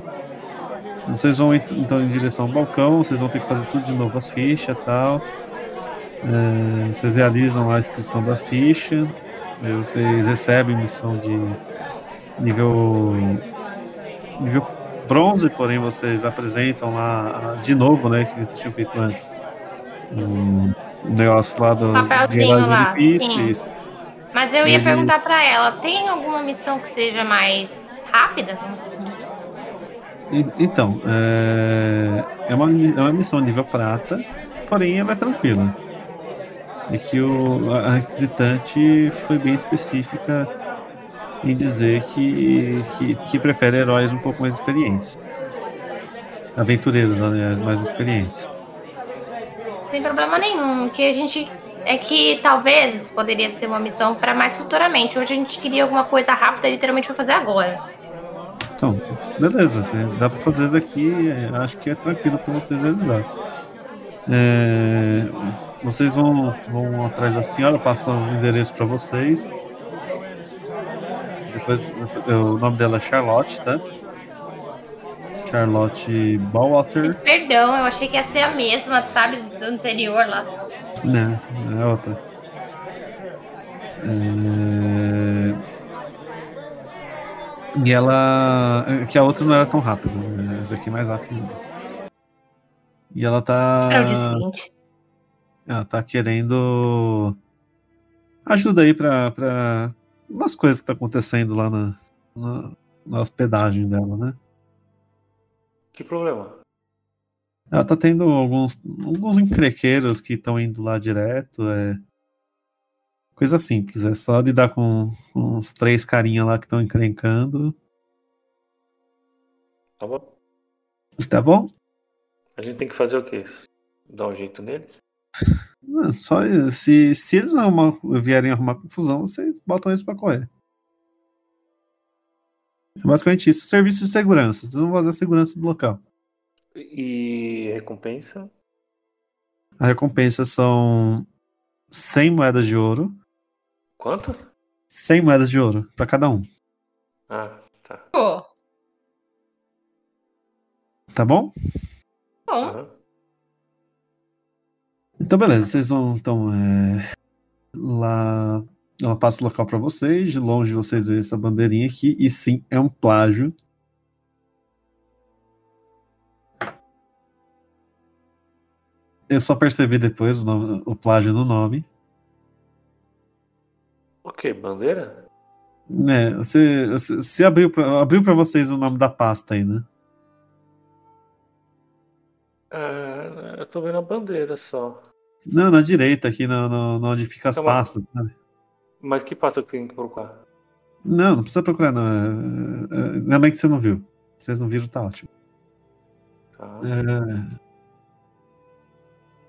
A: Vocês vão ent- então em direção ao balcão, vocês vão ter que fazer tudo de novo as fichas e tal. É, vocês realizam lá a inscrição da ficha. é, Vocês recebem missão de nível. nível bronze, porém vocês apresentam lá a- de novo, né? Que vocês tinham feito antes. O o negócio lá do
B: Um Papelzinho
A: hierarquia
B: lá,
A: de
B: sim.
A: isso.
B: Mas eu ia
A: Ele-
B: perguntar pra ela, tem alguma missão que seja mais rápida? Vamos assim dizer.
A: En- Então, é, é, uma, mi- é uma missão nível prata, porém ela é tranquila. É que o, a a requisitante foi bem específica em dizer que, que, que prefere heróis um pouco mais experientes. Aventureiros, aliás, mais experientes.
B: Sem problema nenhum, que a gente é que talvez poderia ser uma missão pra mais futuramente. Hoje a gente queria alguma coisa rápida, literalmente pra fazer agora.
A: Então, beleza, né? dá pra fazer isso aqui, é, acho que é tranquilo pra vocês realizar. É, vocês vão, vão atrás da senhora, passam o endereço pra vocês. Depois, eu- o nome dela é Charlotte, tá? Charlotte Ballwater,
B: Perdão, eu achei que ia ser a mesma, sabe, do anterior lá.
A: né? É outra. É, E ela. Que a outra não era tão rápida, né? essa aqui é mais rápida. E ela tá.
B: Era É o dia seguinte.
A: Ela tá querendo ajuda aí pra, pra umas coisas que tá acontecendo lá na, na, na hospedagem dela, né?
D: Que problema?
A: Ela tá tendo alguns, alguns encrequeiros que estão indo lá direto, é. Coisa simples, é só lidar com, com uns três carinha lá que estão encrencando.
D: Tá bom.
A: Tá bom?
D: A gente tem que fazer o quê? Dar um jeito neles?
A: Não, Só se, se eles arrumar- vierem arrumar confusão, vocês botam eles pra correr. É Basicamente isso, serviço de segurança. Vocês vão fazer a segurança do local.
D: E recompensa?
A: A recompensa são 100 moedas de ouro.
D: Quanto?
A: 100 moedas de ouro pra cada um,
D: Ah, tá.
B: Pô,
A: tá bom?
B: bom.
D: Aham.
A: Então, beleza, vocês vão então é, lá. Ela passa o local pra vocês. De longe vocês veem essa bandeirinha aqui. E sim, é um plágio. Eu só percebi depois o, nome- o plágio no nome.
D: Ok, bandeira?
A: Né, você, você, você abriu pra, abriu pra vocês o nome da pasta aí, né?
D: Ah, eu tô vendo a bandeira só.
A: Não, na direita aqui, no, no- no onde fica as
D: Tá bom.
A: pastas. Sabe?
D: Mas que pasta que tem que procurar?
A: Não, não precisa procurar, não. É- é- é- Ainda bem que você não viu. Vocês não viram, tá ótimo.
D: Tá.
A: É.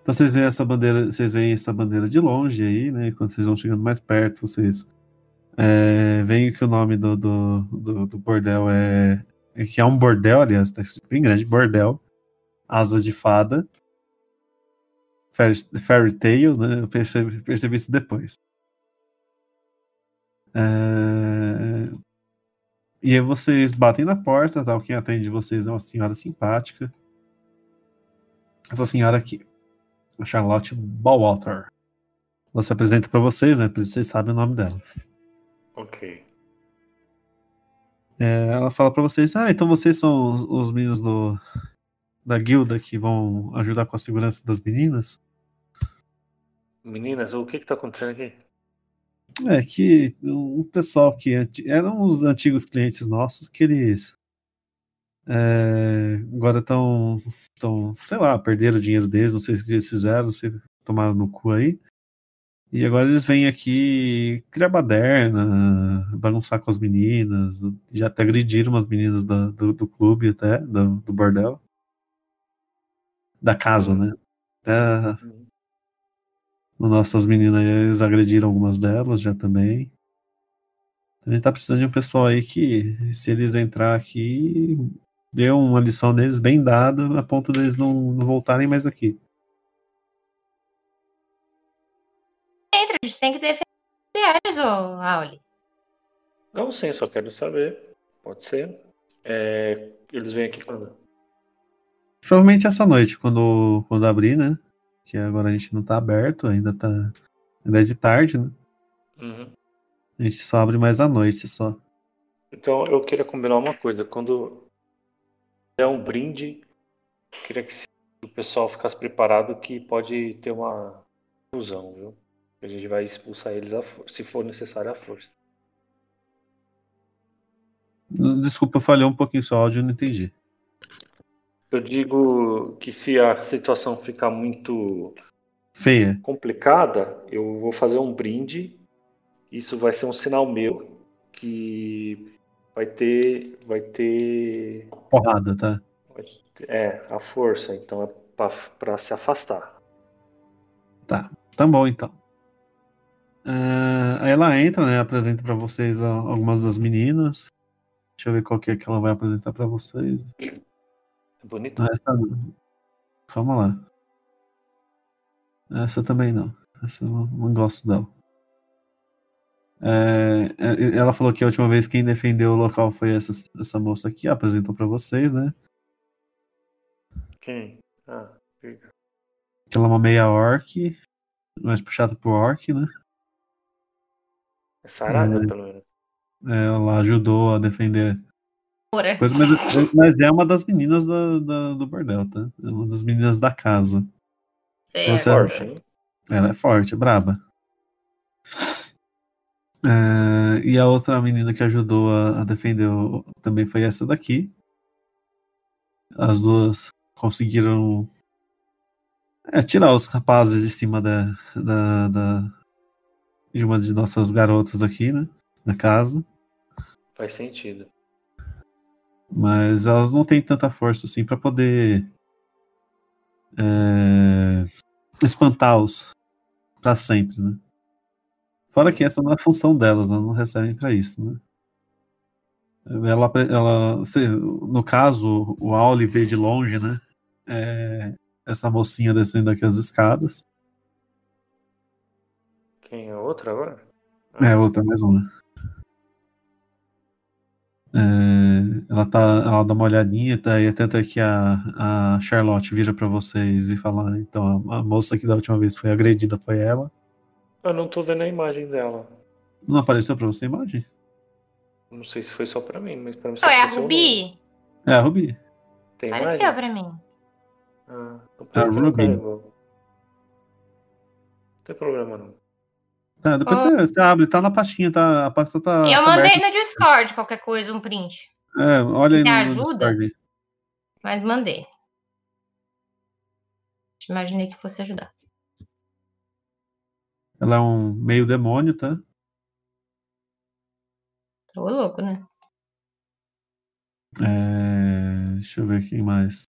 A: Então vocês veem essa bandeira, vocês veem essa bandeira de longe aí, né? Quando vocês vão chegando mais perto, vocês é, veem que o nome do, do, do, do bordel é, é que é um bordel, aliás, tá escrito bem grande, bordel, asas de fada, fairy, fairy tale, né? Eu percebi, percebi isso depois. É, E aí vocês batem na porta, tal. Quem atende vocês é uma senhora simpática. Essa senhora aqui, a Charlotte Ballwater. Ela se apresenta pra vocês, né? Por isso vocês sabem o nome dela.
D: Ok.
A: É, ela fala pra vocês: Ah, então vocês são os, os meninos do, da guilda que vão ajudar com a segurança das meninas?
D: Meninas, o que que tá acontecendo aqui?
A: É que o pessoal que é anti- eram os antigos clientes nossos que eles é, agora estão, tão, sei lá, perderam o dinheiro deles, não sei o que eles fizeram, não sei, tomaram no cu aí. E agora eles vêm aqui criar baderna, bagunçar com as meninas, já até agrediram umas meninas da- do, do clube até, do, do bordel. Da casa, né? Até nossas meninas, aí, eles agrediram algumas delas já também. A gente tá precisando de um pessoal aí que, se eles entrar aqui, dê uma lição deles bem dada, a ponto deles não, não voltarem mais aqui.
B: Entra, a gente tem que defender eles, ô Auli.
D: Não, sim, só quero saber. Pode ser. É, eles vêm aqui quando?
A: Provavelmente essa noite, quando, quando abrir, né? Que agora a gente não tá aberto, ainda tá. Ainda é de tarde, né?
D: Uhum.
A: A gente só abre mais à noite só.
D: Então eu queria combinar uma coisa. Quando der um brinde, eu queria que se- o pessoal ficasse preparado que pode ter uma fusão, viu? A gente vai expulsar eles à força, se for necessário à força.
A: Desculpa, eu falhei um pouquinho seu áudio, eu não entendi.
D: Eu digo que se a situação ficar muito
A: Feia.
D: complicada, eu vou fazer um brinde. Isso vai ser um sinal meu que vai ter, vai ter,
A: Porrada, tá?
D: vai ter- é, a força. Então é para se afastar.
A: Tá bom, então. Ah, aí ela entra, né? Apresenta pra vocês a- algumas das meninas. Deixa eu ver qual que é que ela vai apresentar pra vocês.
D: É bonito.
A: Não, essa não. Calma lá. Essa também não. Essa eu não, não gosto dela. É, é, ela falou que a última vez quem defendeu o local foi essa, essa moça aqui. Apresentou pra vocês, né?
D: Quem? Ah,
A: Que ela é uma meia orc. Mais puxada pro orc, né? Hum.
D: é sarada pelo menos.
A: ela ajudou a defender.
B: Ora.
A: Coisa, mas, mas é uma das meninas da- da- do bordel, tá? É uma das meninas da casa.
B: Certo.
A: Você-
D: Forte, hein?
A: Ela é forte, é braba. É, e a outra menina que ajudou a, a defender o- também foi essa daqui. As duas conseguiram é, tirar os rapazes de cima da, da- da- de uma de nossas garotas aqui, né? Da casa.
D: Faz sentido.
A: Mas elas não têm tanta força assim pra poder é, espantá-los pra sempre, né? Fora que essa não é a função delas, elas não recebem pra isso, né? Ela, pre- ela, se- no caso, o Auli vê de longe, né? É, essa mocinha descendo aqui as escadas.
D: Quem é outra agora?
A: É, outra, mais uma. É, ela, tá, ela dá uma olhadinha, tá, e tanto é que a, a Charlotte vira pra vocês e fala: então, a, a moça que da última vez foi agredida foi ela.
D: Eu não tô vendo a imagem dela.
A: Não apareceu pra você a imagem?
D: Não sei se foi só pra mim, mas pra mim só
B: Não, é a
D: apareceu o nome.
B: Rubi?
A: É a Ruby.
D: Tem
B: Apareceu né?
D: imagem?
B: pra mim.
D: Ah, então
A: É a
D: por que não
A: Ruby.
D: carregou? Não tem problema não.
A: Tá, depois
B: Ah. é
A: você, você abre, tá na pastinha, tá, a pasta tá.
B: eu
A: tá
B: mandei
A: aberta.
B: no Discord qualquer coisa, um print.
A: É, olha aí
B: Me
A: no- no
B: ajuda?
A: Discord.
B: Mas mandei. Imaginei que fosse ajudar.
A: Ela é um meio demônio, tá?
B: Tô louco, né?
A: É, deixa eu ver quem mais.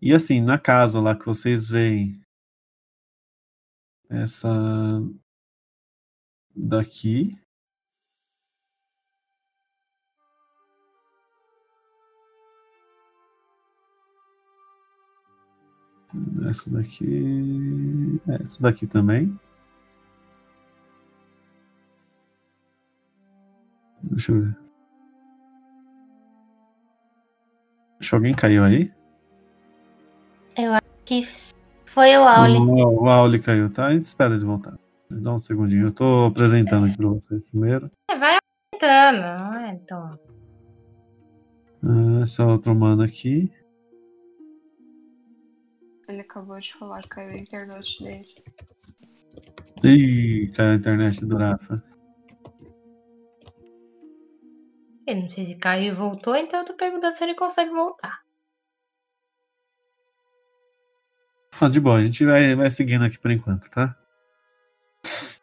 A: E assim, na casa lá que vocês veem essa daqui. Essa daqui. É, Essa daqui também. Deixa eu ver. Deixa alguém caiu aí?
B: Que foi o Auli.
A: O, o Auli caiu, tá? A gente espera ele voltar. Dá um segundinho. Eu tô apresentando aqui pra vocês primeiro.
B: É, vai aumentando. não é? Então,
A: Ah, essa outra humana aqui.
C: Ele acabou de falar que caiu a internet dele.
A: Ih, caiu a internet do Rafa.
B: eu não sei se caiu e voltou, então eu tô perguntando se ele consegue voltar.
A: Ah, de boa, a gente vai, vai seguindo aqui por enquanto, tá?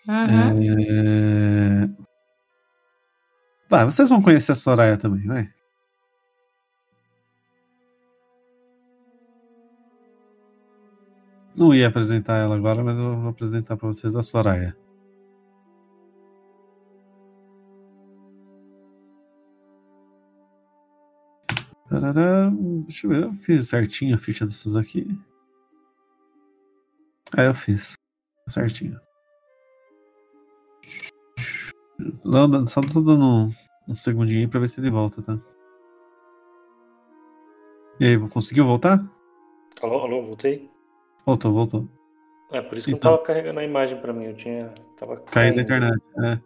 B: Uhum.
A: É... Tá, vocês vão conhecer a Soraya também, vai? Não ia apresentar ela agora, mas eu vou apresentar pra vocês a Soraya. Tarará, deixa eu ver, eu fiz certinho a ficha dessas aqui. Aí eu fiz. Certinho. Não, não, só tô dando um, um segundinho aí pra ver se ele volta, tá? E aí, vo- conseguiu voltar?
D: Alô, alô, voltei?
A: Voltou, voltou.
D: É, por isso que
A: Então.
D: não tava carregando a imagem pra mim, eu tinha. Tava
A: Caiu da
D: caindo.
A: internet, é.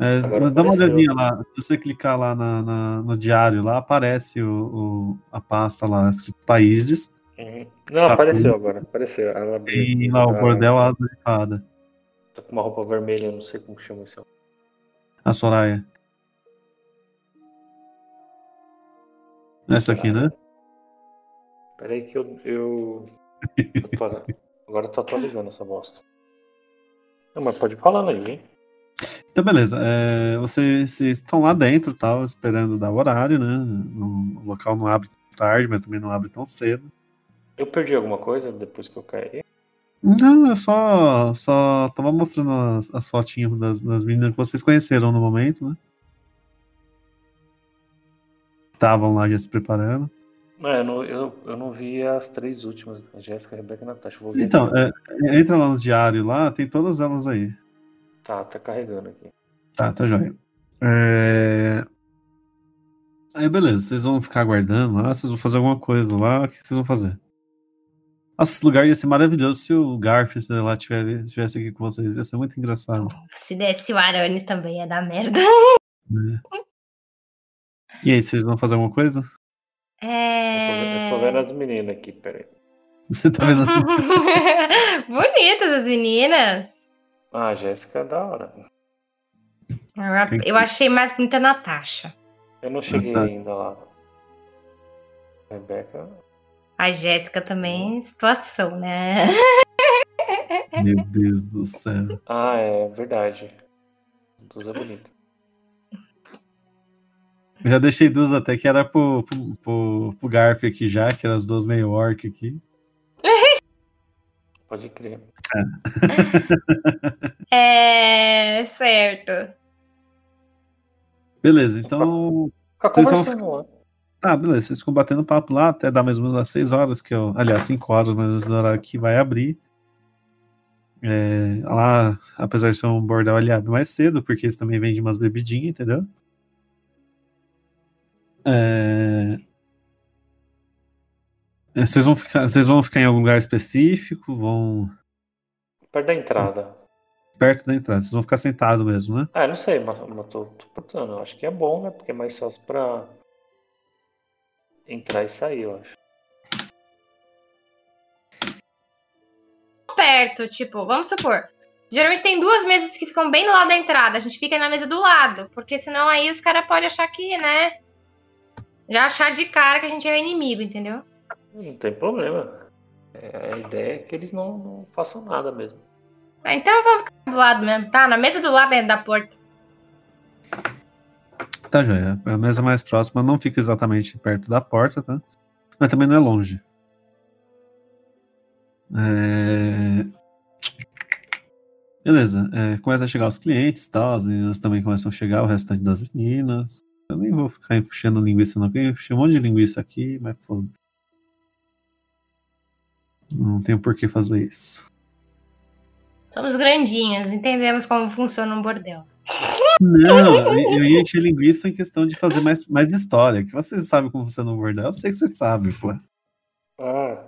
A: É,
D: Agora
A: mas dá uma
D: apareceu.
A: olhadinha lá. Se você clicar lá na- na- no diário, lá aparece o, o- a pasta lá, escrito países.
D: Uhum. Não,
A: Tá
D: apareceu
A: bom.
D: agora, apareceu. Ela abriu
A: E
D: aqui,
A: lá o
D: tá-
A: bordel asa de fada.
D: Tá com uma roupa vermelha, não sei como que chama isso.
A: A Soraya. Essa aqui, né?
D: Peraí que eu. eu... atual- Agora tá atualizando essa bosta. Não, mas pode né, ir falando aí, hein?
A: Então, beleza. é, vocês, vocês estão lá dentro, tal, esperando dar o horário, né? No- O local não abre tarde, mas também não abre tão cedo.
D: Eu perdi alguma coisa depois que eu caí?
A: Não, eu só, só tava mostrando as, as fotinhas das, das meninas que vocês conheceram no momento, né? Estavam lá já se preparando.
D: Não, eu não, eu, eu não vi as três últimas, a Jéssica, a Rebeca e a Natasha. Vou ver
A: Então,
D: aqui.
A: é, entra lá no diário lá, tem todas elas aí.
D: Tá, tá carregando aqui.
A: Tá, tá joia. É... Aí beleza, vocês vão ficar aguardando lá, vocês vão fazer alguma coisa lá, o que vocês vão fazer? Nossa, esse lugar ia ser maravilhoso se o Garfield sei lá tiver- estivesse aqui com vocês. Ia ser muito engraçado.
B: Uhum. Se desse o Aranis também ia dar merda.
A: né? E aí, vocês vão fazer alguma coisa?
B: É...
D: Eu tô vendo as meninas aqui, peraí.
A: Você tá vendo?
B: Bonitas as meninas.
D: Ah, a Jéssica é da hora.
A: Tem que-
B: Eu achei mais bonita a Natasha.
D: Eu não cheguei
A: tá.
D: ainda lá. Rebeca.
B: A Jéssica também, situação, né?
A: Meu Deus do céu.
D: Ah, é verdade. Duas é bonita.
A: Eu já deixei duas até que era pro, pro, pro, pro Garf aqui já, que eram as duas meio orc aqui.
D: Pode crer.
B: É, certo.
A: Beleza, então.
D: Fica
A: Vocês vão
D: conversando né? lá.
A: Tá, beleza. Vocês ficam batendo papo lá até dar mais ou menos às 6 horas, que eu. Aliás, 5 horas, mais ou menos no horário que vai abrir. É, lá, apesar de ser um bordel, ele abre mais cedo, porque eles também vendem umas bebidinhas, entendeu? É, é, Vocês vão, ficar, vocês vão ficar em algum lugar específico, vão
D: Perto da entrada.
A: perto da entrada, vocês vão ficar sentados mesmo, né?
D: Ah, eu não sei, mas, mas tô, tô perguntando. Eu acho que é bom, né? Porque é mais fácil pra entrar e sair, eu acho.
B: Perto, tipo, vamos supor. Geralmente tem duas mesas que ficam bem do lado da entrada. A gente fica na mesa do lado, porque senão aí os caras podem achar que, né? Já achar de cara que a gente é inimigo, entendeu?
D: Não tem problema. É, a ideia é que eles não, não façam nada mesmo.
B: Ah, Então vamos ficar do lado mesmo, tá? Na mesa do lado da- da porta.
A: Tá, joia. A mesa mais próxima não fica exatamente perto da porta, tá? Mas também não é longe. É, Beleza. é, começa a chegar os clientes e tal. As meninas também começam a chegar, o restante das meninas. Eu nem vou ficar enfuchando linguiça, não. porque Eu enfuchei um monte de linguiça aqui, mas foda Não tenho por que fazer isso.
B: Somos grandinhos, entendemos como funciona um bordel.
A: Não, eu eu ia encher linguiça em questão de fazer mais, mais história. Que vocês sabem como funciona o bordel, eu sei que vocês sabem, pô.
D: Ah.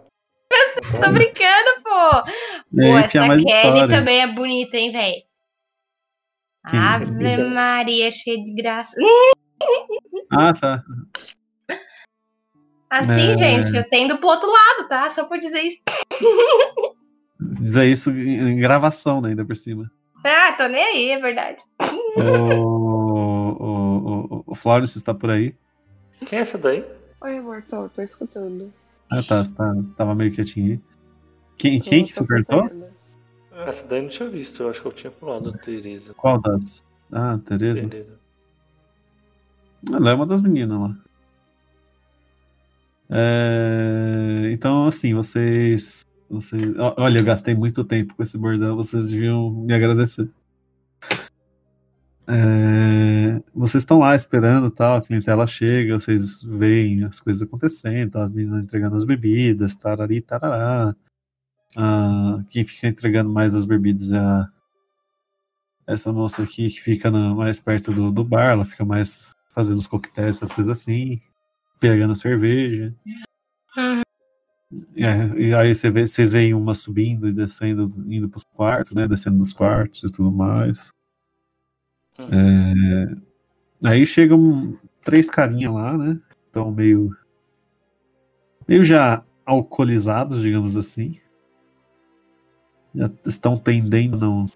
D: Então,
B: Tô brincando, pô!
A: É,
B: Pô,
A: enfiar
B: essa
A: mais
B: Kelly
A: história.
B: também é bonita, hein, velho?
A: Quem é
B: Ave
D: bonita?
B: Maria, cheia de graça. Hum,
A: Ah, tá.
B: Assim,
A: É.
B: gente, eu tendo pro outro lado, tá? Só por dizer isso.
A: Diz aí isso em em gravação, né, ainda por cima.
B: Ah, tô nem aí, é verdade.
A: O, o, o, o Flores está por aí.
D: Quem é essa daí?
C: Oi, amor, tô, tô escutando.
A: Ah, tá. Você tá- tava meio quietinho aí. Quem, quem que se perguntou?
D: Essa daí eu não tinha visto. Eu acho que eu tinha pulado. Tereza.
A: Qual das? Ah, Tereza.
D: Tereza.
A: Ela é uma das meninas lá. É, então, assim, vocês, vocês. ó, Olha, eu gastei muito tempo com esse bordão, vocês deviam me agradecer. É, vocês estão lá esperando tal, a clientela chega, vocês veem as coisas acontecendo, tá, as meninas entregando as bebidas, tarari, tarará. Ah, quem fica entregando mais as bebidas é a- essa moça aqui que fica na- mais perto do, do bar, ela fica mais fazendo os coquetéis, essas coisas assim, pegando a cerveja.
B: Uhum.
A: E aí- E aí você vê- vocês veem uma subindo e descendo, indo pros quartos, né? Descendo dos quartos e tudo mais. É, Aí chegam três carinha lá, né? Estão meio. meio já alcoolizados, digamos assim. Já estão tendendo não-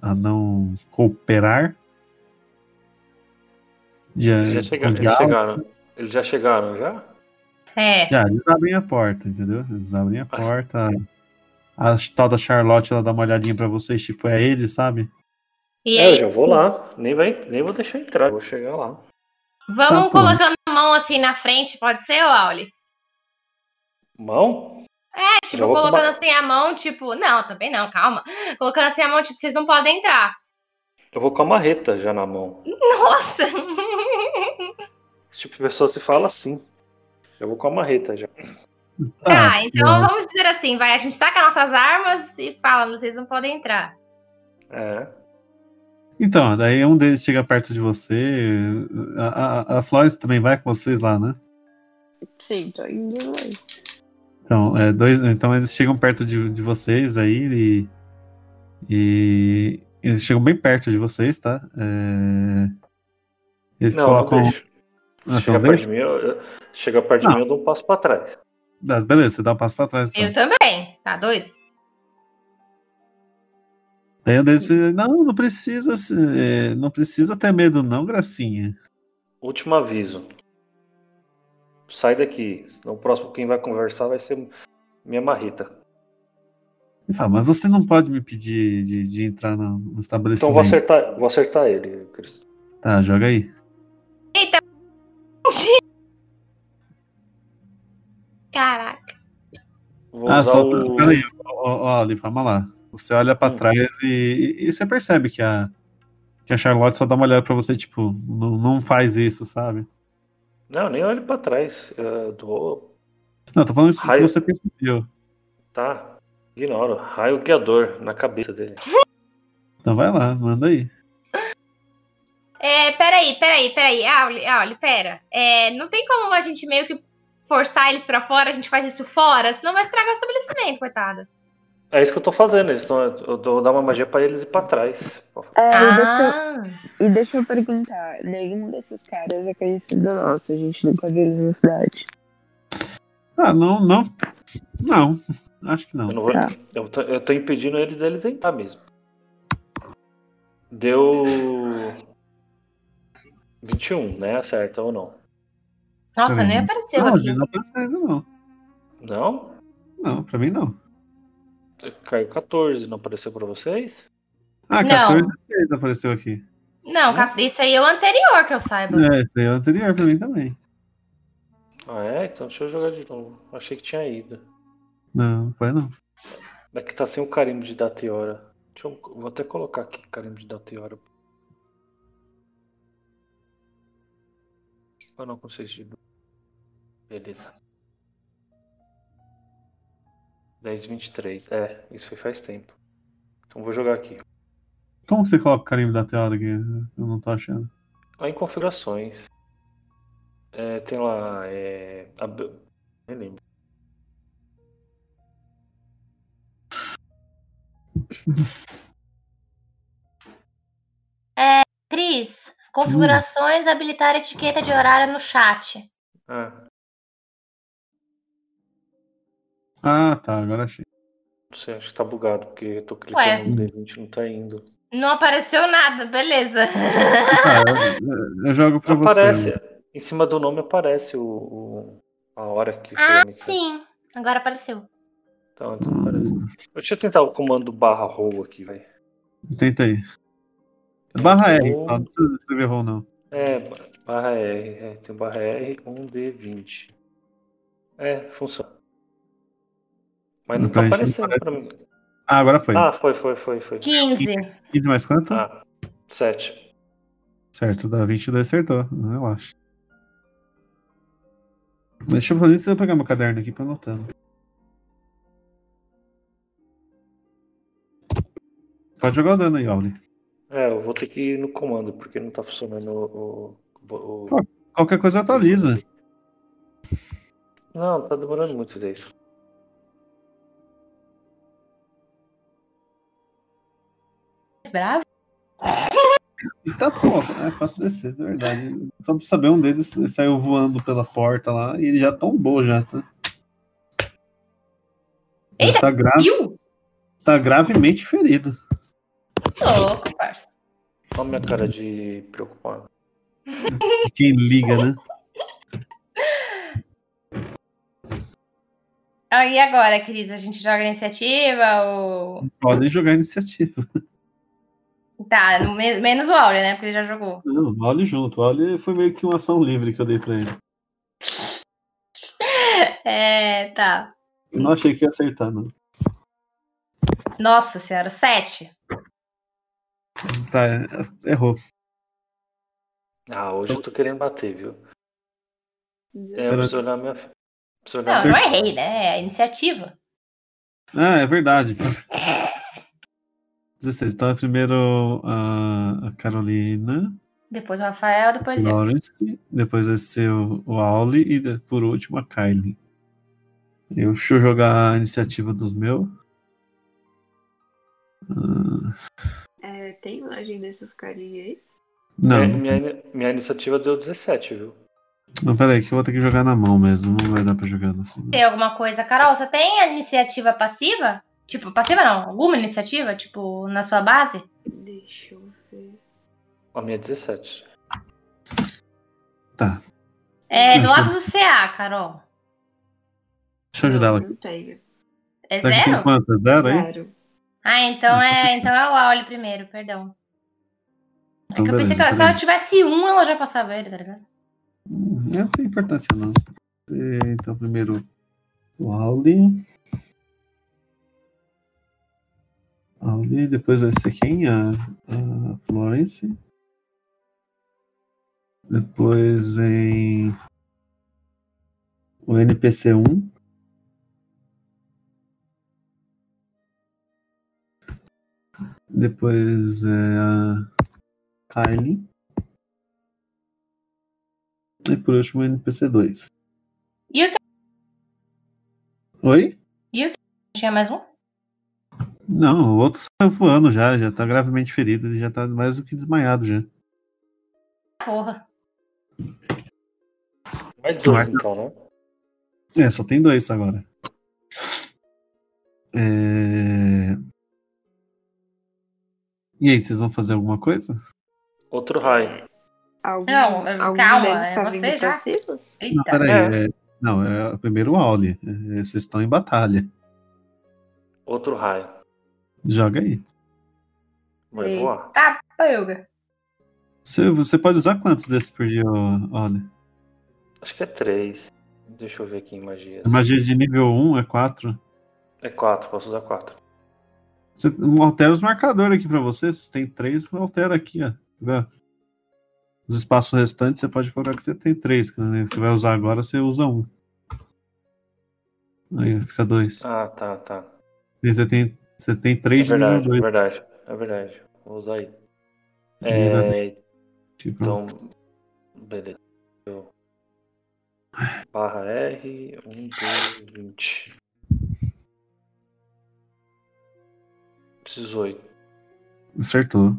A: a, a não cooperar. Já,
D: Eles já chegaram.
A: já-
D: Eles chegaram. Eles já chegaram já?
B: É.
A: já, eles abrem a porta, entendeu? Eles abrem a porta. A, a tal da Charlotte, ela dá uma olhadinha pra vocês, tipo, é ele, sabe?
B: E
D: É, eu
B: aí,
D: já vou lá. Nem, vai, nem vou deixar entrar. Vou chegar lá.
B: vamos
A: Tá, pô.
B: colocando a mão assim na frente, pode ser, ô, Auli?
D: Mão?
B: É, tipo,
D: Já vou com
B: colocando
D: ba-
B: assim a mão, tipo, não, também não, calma. Colocando assim a mão, tipo, vocês não podem entrar.
D: Eu vou com a marreta já na mão.
B: Nossa!
D: Esse tipo de pessoa se fala assim. Eu vou com a marreta já.
B: Tá, então
A: bom.
B: vamos dizer assim, vai, a gente taca nossas armas e fala, vocês não podem entrar.
D: É.
A: Então, daí um deles chega perto de você. A, a, a Florence também vai com vocês lá, né?
C: Sim, tô indo lá.
A: Então, é, dois, então eles chegam perto de, de vocês aí e, e Eles chegam bem perto de vocês, tá? É, eles
D: não,
A: colocam.
D: não deixo. Se
A: Ah, você
D: chegar
A: não
D: perto
A: deixa?
D: de mim, eu, eu- se chegar perto
A: Não.
D: de mim, eu dou um passo pra trás.
A: Ah, beleza, você dá um passo pra trás. Então.
B: Eu também. Tá doido?
A: Daí eu deixo, não, não precisa, se- é, não precisa ter medo, não, gracinha.
D: Último aviso. Sai daqui. Senão o próximo quem vai conversar vai ser minha marrita.
A: Ele fala, mas você não pode me pedir de, de entrar no, no
D: Então eu vou
A: estabelecimento.
D: acertar, vou acertar ele, Cris.
A: Tá, joga aí.
B: Caraca.
D: Vou
A: ah,
D: usar
A: só.
D: o.
A: Peraí, ó, ó, Ali, calma lá. Você olha pra
D: Hum.
A: trás e, e você percebe que a, que a Charlotte só dá uma olhada pra você, tipo, não, não faz isso, sabe?
D: Não, nem olhe pra trás. É, Eu dou-
A: Não, tô falando isso que
D: Raio.
A: você percebeu.
D: Tá. Ignoro. Raio guiador na cabeça dele.
A: Então vai lá, manda aí.
B: É, peraí, peraí, peraí. Ah, Auli, Auli, pera. É, não tem como a gente meio que forçar eles pra fora, a gente faz isso fora, senão vai estragar o estabelecimento, coitada.
D: É isso que eu tô fazendo. Eles tão- eu dou dar uma magia pra eles ir pra trás.
C: É, e, deixa,
B: Ah,
C: eu- e deixa eu perguntar, nenhum desses caras é conhecido nosso, a gente nunca viu eles na cidade.
A: Ah, não, não. Não, acho que não.
D: Eu, não vou-
C: Tá.
D: eu tô, eu tô impedindo eles deles entrar mesmo. Deu. 21, né? Acerta ou não?
B: nossa,
A: Peraí.
B: nem apareceu
A: Não,
B: aqui.
A: gente, não aparece ainda, não.
D: Não?
A: Não, pra mim não.
D: Caiu 14, não apareceu pra vocês?
A: Ah,
B: Não.
A: 14 e 6 apareceu aqui.
B: Não, cap- isso aí é o anterior que eu saiba.
A: É, esse aí é o anterior pra mim também.
D: Ah, é? Então deixa eu jogar de novo. Achei que tinha ido.
A: Não, foi não.
D: Aqui tá sem o carimbo de Dateora. Deixa eu, vou até colocar aqui carimbo de Dateora. Eu não consegui. Beleza. 10, 23. É, isso foi faz tempo. Então vou jogar aqui.
A: Como que você coloca o carimbo da teoria aqui? Eu não tô achando.
D: Lá em configurações. É, tem lá. É, ab- Nem lembro.
B: Cris, configurações, habilitar etiqueta de horário no chat.
D: Ah,
A: Ah, tá, agora achei.
D: não sei, acho que tá bugado, porque eu tô clicando no D20 e não tá indo.
B: Não apareceu nada, beleza.
A: Ah, eu, eu jogo pra você. né?
D: aparece. Em cima do nome aparece o, o- a hora que foi a
B: ah,
D: mensagem.
B: sim. Agora apareceu.
D: Então, então aparece. Deixa eu tentar o comando barra roll aqui, vai.
A: Tenta aí. Barra R,
D: Ou-
A: só, não precisa escrever roll, não.
D: É, barra R. É, tem o barra R, 1D20. É, funciona. Mas não
A: Não
D: tá
A: aparece, não
D: aparecendo pra mim.
A: Ah, agora foi.
D: Ah, foi, foi, foi, foi.
B: 15.
A: 15 mais quanto?
D: Ah, 7.
A: Certo, dá 22 acertou. Relaxa. Deixa eu fazer isso, eu vou pegar meu caderno aqui pra anotar. Pode jogar o dano aí, Auli.
D: É, eu vou ter que ir no comando, porque não tá funcionando o. o- o-
A: Pô. Qualquer coisa atualiza.
D: Não, tá demorando muito fazer isso.
B: Bravo?
A: Eita porra, é fácil descer, é verdade. Só pra saber, um deles saiu voando pela porta lá e ele já tombou já, tá? Ele
B: Eita,
A: tá, gra-
B: Viu?
A: tá gravemente ferido.
B: Louco, parça.
D: Olha a minha cara de preocupado.
A: Quem liga, né?
B: Ah, e agora, Cris? A gente joga a iniciativa ou.
A: Podem jogar a iniciativa.
B: Tá, no me- menos o Aureo, né? Porque ele já jogou.
A: Não, olhe junto. Olhe foi meio que uma ação livre que eu dei pra ele.
B: É, tá.
A: Eu não achei que ia acertar, não.
B: Nossa senhora, 7.
A: Tá, é- errou.
D: Ah, hoje eu tô querendo bater, viu? É, eu
A: Pera-
D: preciso olhar minha. Preciso olhar
B: Não,
D: minha-
B: não errei, né? É a iniciativa.
A: Ah, é verdade. 16. Então é primeiro a a Carolina,
B: Depois o Rafael, depois eu.
A: Lawrence, depois vai ser o, o Auli e de- por último a Kylie. Eu, deixa eu jogar a iniciativa dos meus. Ah,
C: É, tem imagem desses carinha aí?
A: não,
D: Minha-
A: não
D: Minha, minha iniciativa deu 17, viu?
A: Não, peraí, que eu vou ter que jogar na mão mesmo. Não vai dar pra jogar assim.
B: Tem alguma coisa, Carol? Você tem a iniciativa passiva? Tipo, passiva não, alguma iniciativa, tipo, na sua base?
C: Deixa eu ver.
D: A minha é 17.
A: Tá.
B: É do
A: Mas
B: lado do CA, Carol.
A: Deixa eu ajudar ela
C: não,
A: aqui.
C: não tenho.
B: É
A: Tá aqui tem
B: zero?
A: quanto? É Zero aí?
C: Zero.
B: Ah, então
A: Não, tá
B: é,
A: pensando.
B: então é o Auli primeiro, perdão. É
A: Então,
B: que eu
A: beleza,
B: pensei que ela- se
A: peraí.
B: ela tivesse um, ela já passava ele, tá ligado?
A: Hum, Não tem importância, não. Eh, Então, primeiro o Auli. Auli, depois vai ser quem? A, a Florence. Depois vem o NPC1. Depois é a Kylie. E por último, NPC2.
B: E o teu?
A: Oi?
B: Tinha mais um?
A: Não, o outro saiu voando já, já tá gravemente ferido, ele já tá mais do que desmaiado já.
B: Porra.
D: Mais dois,
A: Claro.
D: então, né?
A: É, só tem dois agora. É... E aí, vocês vão fazer alguma coisa?
D: Outro raio.
C: Algum,
B: Não,
C: algum
B: calma,
C: deles
B: é
C: tá
B: você
C: vindo
B: já.
C: pra cima?
A: Não,
B: Eita.
A: peraí.
D: É.
A: É... Não, é o primeiro Auli. É, Vocês estão em batalha.
D: Outro raio.
A: Joga aí.
D: Vai
C: Ei.
D: voar.
B: Tá, Yoga.
A: Você, você pode usar quantos desses por dia, ô- Auli?
D: Acho que é três. Deixa eu ver aqui em magias.
A: A magia de nível 1 é 4.
D: É quatro, posso usar quatro.
A: Você altera os marcadores aqui pra você. Se tem três, você altera aqui, ó. Tá vendo? Os espaços restantes você pode colocar que você tem três. Que né, você vai usar agora, você usa um. Aí fica dois.
D: Ah, tá, tá.
A: E você tem, você tem
D: É
A: três de nível
D: verdade, é
A: dois.
D: verdade. É verdade. Vou usar aí.
A: Verdade.
D: É,
A: Tipo,
D: Então, beleza. Eu- Barra R, 1, 2, 20. 18. Então.
A: acertou.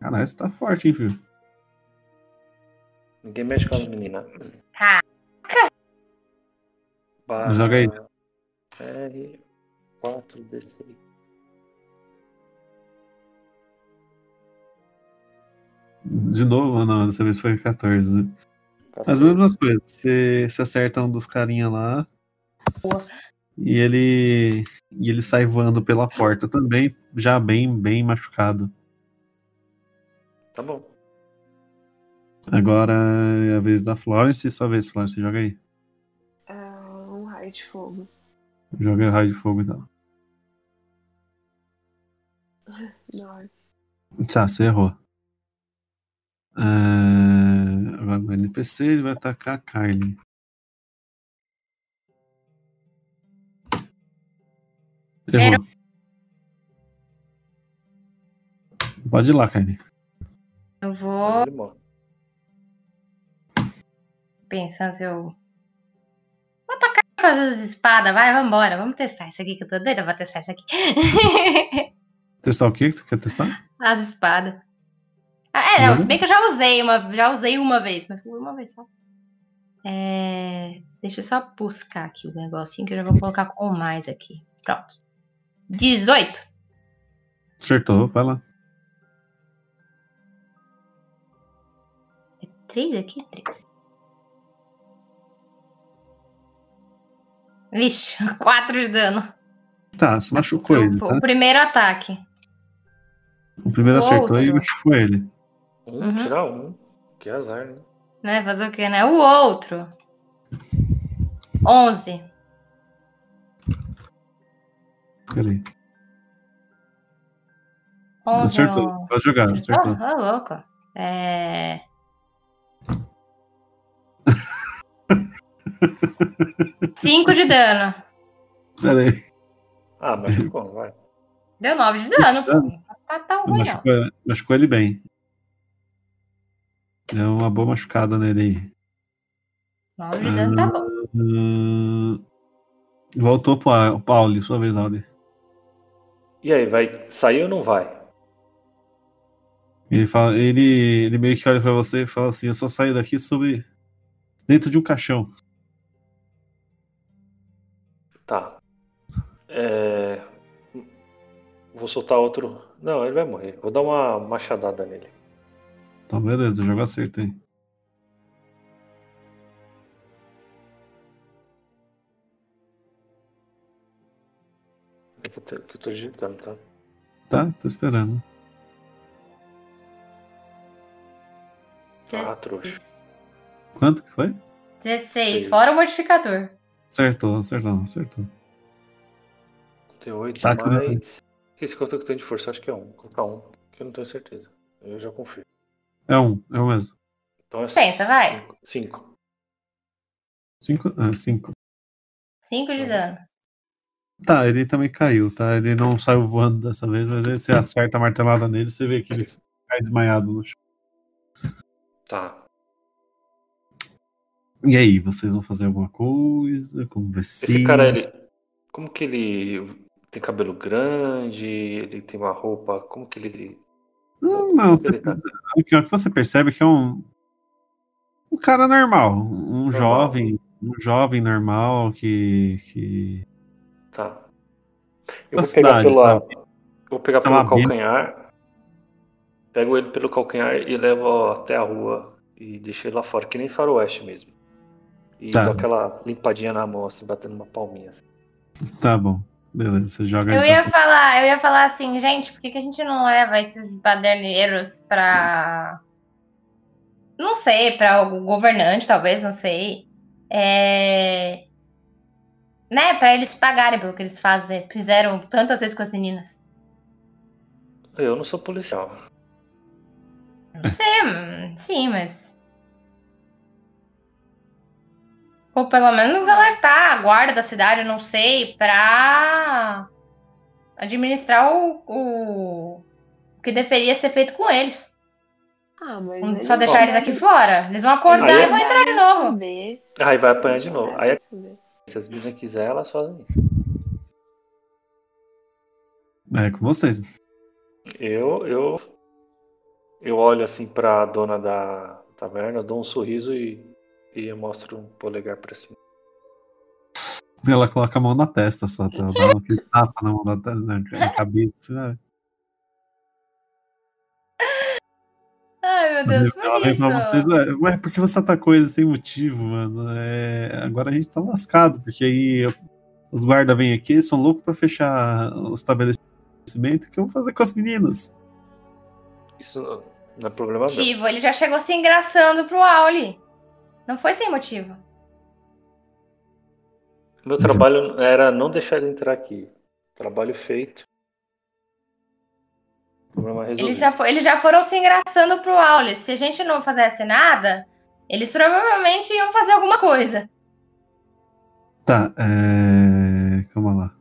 A: Caralho, você tá forte, hein, filho?
D: Ninguém mexe com a menina.
B: Caraca!
D: Barra
A: Joga aí.
D: R, 4, D6.
A: De novo, não, dessa vez foi 14. né? As
D: 14.
A: mesmas coisas. Você, você acerta um dos carinha lá.
B: Boa.
A: E ele. E ele sai voando pela porta também, já bem, bem machucado.
D: Tá bom.
A: Agora é a vez da Florence, sua vez, Florence, joga aí.
C: Ah, um raio de fogo.
A: Joga o raio de fogo então.
C: Nove.
A: Tá, você errou. Ah, Agora no NPC ele vai atacar a Kylie. Errou. Pode ir lá, Kylie.
B: Eu vou
D: Ele morre.
B: pensando se eu. Vou atacar com as espadas, vai, vambora. Vamos testar isso aqui que eu tô doida pra testar isso aqui.
A: Testar o que? Você quer testar?
B: as espadas. Ah, é, não,
A: Joga.
B: se bem que eu já usei uma, já usei uma vez, mas foi uma vez só. É, deixa eu só buscar aqui o negocinho que eu já vou colocar com mais aqui. Pronto. 18.
A: Acertou, vai lá.
B: 3 aqui? 3. Vixe, 4 de dano.
A: Tá, você machucou ele,
B: o, o
A: tá?
B: primeiro ataque.
A: O primeiro acertou e
B: Outro.
A: machucou ele.
D: Um,
B: Uhum.
D: tirar um. Que azar, né?
B: Né? Fazer o quê, né? O outro. 11.
A: Peraí.
B: 11
A: Acertou.
B: no...
A: Pode jogar,
B: Acertou?
A: acertou.
B: Ô, louco. É... Cinco de dano.
A: Peraí.
D: Ah, mas ficou, vai.
B: Deu nove de dano, pô. Tá tão ruim, não.
A: Machucou, machucou ele bem. Deu uma boa machucada nele aí.
B: Nove de dano tá bom.
A: Ahn, Voltou para o Pauli, sua vez, Aldi.
D: E aí, vai sair ou não vai?
A: Ele, fala, ele, ele meio que olha pra você e fala assim: Eu só saio daqui sobre. dentro de um caixão.
D: Tá. É, Vou soltar outro. Não, ele vai morrer. Vou dar uma machadada nele.
A: Então, beleza, jogo acerto aí.
D: É que eu tô- que eu tô digitando, tá?
A: Tá, tô esperando.
B: Tá,
D: Ah, trouxa.
A: Quanto que foi?
B: 16,
D: Seis.
B: fora o modificador.
A: Acertou, acertou, acertou.
D: 58
A: Tá aqui, né?
D: mais. Esse quanto que eu tenho de força? Acho que é um. Vou colocar um, que eu não tenho certeza. Eu já confio.
A: É um, é um mesmo.
D: Então é
B: Pensa, vai.
D: 5.
A: Cinco? Ah, cinco.
B: 5 de
D: Uhum.
B: dano.
A: Tá, ele também caiu, tá? Ele não saiu voando dessa vez, mas aí você acerta a martelada nele você vê que ele cai desmaiado no chão.
D: Tá.
A: E aí, vocês vão fazer alguma coisa? Como vai ser?
D: Esse cara, é ele. Como que ele tem cabelo grande? Ele tem uma roupa. Como que ele.
A: Não, não, você-
D: Ele tá-
A: o que o que você percebe é que é um, um cara normal, um jovem, um jovem normal que, que
D: Tá.
A: Da
D: Eu vou pegar
A: cidade,
D: pela.
A: sabe?
D: Eu vou pegar
A: Tá
D: pelo
A: lá bem-
D: calcanhar. Pego ele pelo calcanhar e levo até a rua e deixo ele lá fora, que nem faroeste mesmo. E
A: Tá.
D: dou aquela limpadinha na mão, assim, batendo uma palminha. assim.
A: tá bom, beleza, você joga
B: Eu
A: ele pra
B: ia falar, eu ia falar assim, gente, por que, que a gente não leva esses baderneiros pra. Não sei, pra algum governante, talvez, não sei. É. Né, pra eles pagarem pelo que eles fazem, fizeram tantas vezes com as meninas.
D: Eu não sou policial.
B: Não sei, hum, sim, mas. Ou pelo menos alertar a guarda da cidade, eu não sei, pra administrar o, o o que deveria ser feito com eles.
C: Ah, mas
B: Não
C: ele
B: Só deixar
C: não
B: eles aqui
C: deve-
B: fora. Eles vão acordar
D: Aí
B: e vão
C: ele
B: entrar de
C: deve
B: novo.
C: saber.
D: Aí vai apanhar de novo. Aí é
C: Deve saber.
D: se as meninas quiserem, elas fazem isso.
A: É com vocês.
D: Eu, eu, eu olho assim pra dona da taverna, dou um sorriso e, e eu mostro um polegar pra cima.
A: Ela coloca a mão na testa só, tá? Ela dá um aquele tapa na mão da te- na, na cabeça. né?
B: Ai, meu Deus,
A: Ela
B: foi
A: vem
B: isso.
A: pra vocês, ué, ué, por que você atacou ele sem motivo, mano? É, agora a gente tá lascado, porque aí eu- os guardas vêm aqui, eles são loucos pra fechar o estabelecimento. O que eu vou fazer com as meninas?
D: Isso não- não é problema meu.
B: Motivo, Ele já chegou se engraçando pro Auli. Não foi sem motivo.
D: Meu trabalho era não deixar eles entrar aqui. Trabalho feito. Problema resolvido.
B: Eles já, fo- eles já foram se engraçando pro Aulis. Se a gente não fizesse nada, eles provavelmente iam fazer alguma coisa.
A: Tá, é. Calma lá.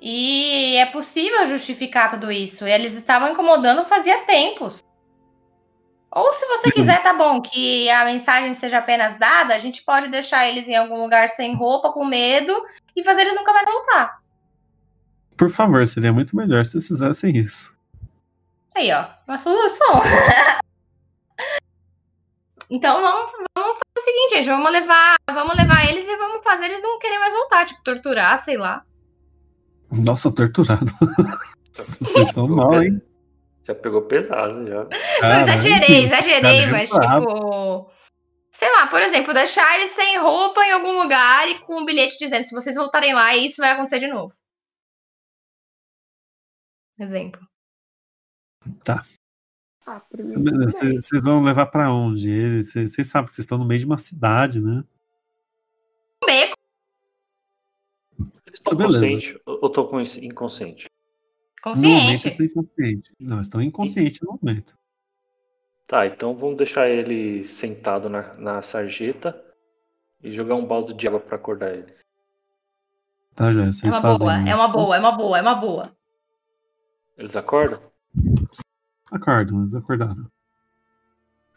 B: E é possível justificar tudo isso. Eles estavam incomodando fazia tempos. Ou se você quiser, tá bom, que a mensagem seja apenas dada, a gente pode deixar eles em algum lugar sem roupa, com medo, e fazer eles nunca mais voltar.
A: Por favor, seria muito melhor se vocês fizessem isso.
B: Aí, ó, uma solução. então vamos, vamos fazer o seguinte, gente, vamos levar, vamos levar eles e vamos fazer eles não querem mais voltar, tipo, torturar, sei lá.
A: Nossa, torturado. vocês são mal, hein?
D: Já pegou pesado, já.
B: Não,
A: Caralho.
B: exagerei, exagerei,
A: Cara,
B: mas
A: é brabo.
B: tipo. Sei lá, por exemplo, deixar eles sem roupa em algum lugar e com um bilhete dizendo se vocês voltarem lá, isso vai acontecer de novo. Exemplo.
C: Ah, por mim, tudo
A: Beleza,
C: bem.
A: Vocês vão levar pra onde? Ele- Vocês vocês sabem que vocês estão no meio de uma cidade, né?
B: Um beco
D: Eles estão
A: Beleza.
D: conscientes ou estão inconsciente?
A: No momento
B: consciente. É
A: eles estão inconscientes. Não, eles estão inconscientes no momento.
D: Tá, então vamos deixar ele sentado na, na sarjeta e jogar um balde de água pra acordar ele.
A: Tá, Joia? Vocês
B: É uma
A: fazem
B: boa,
A: isso.
B: é uma boa, é uma boa, é uma boa.
D: Eles acordam?
A: Acordam, eles acordaram.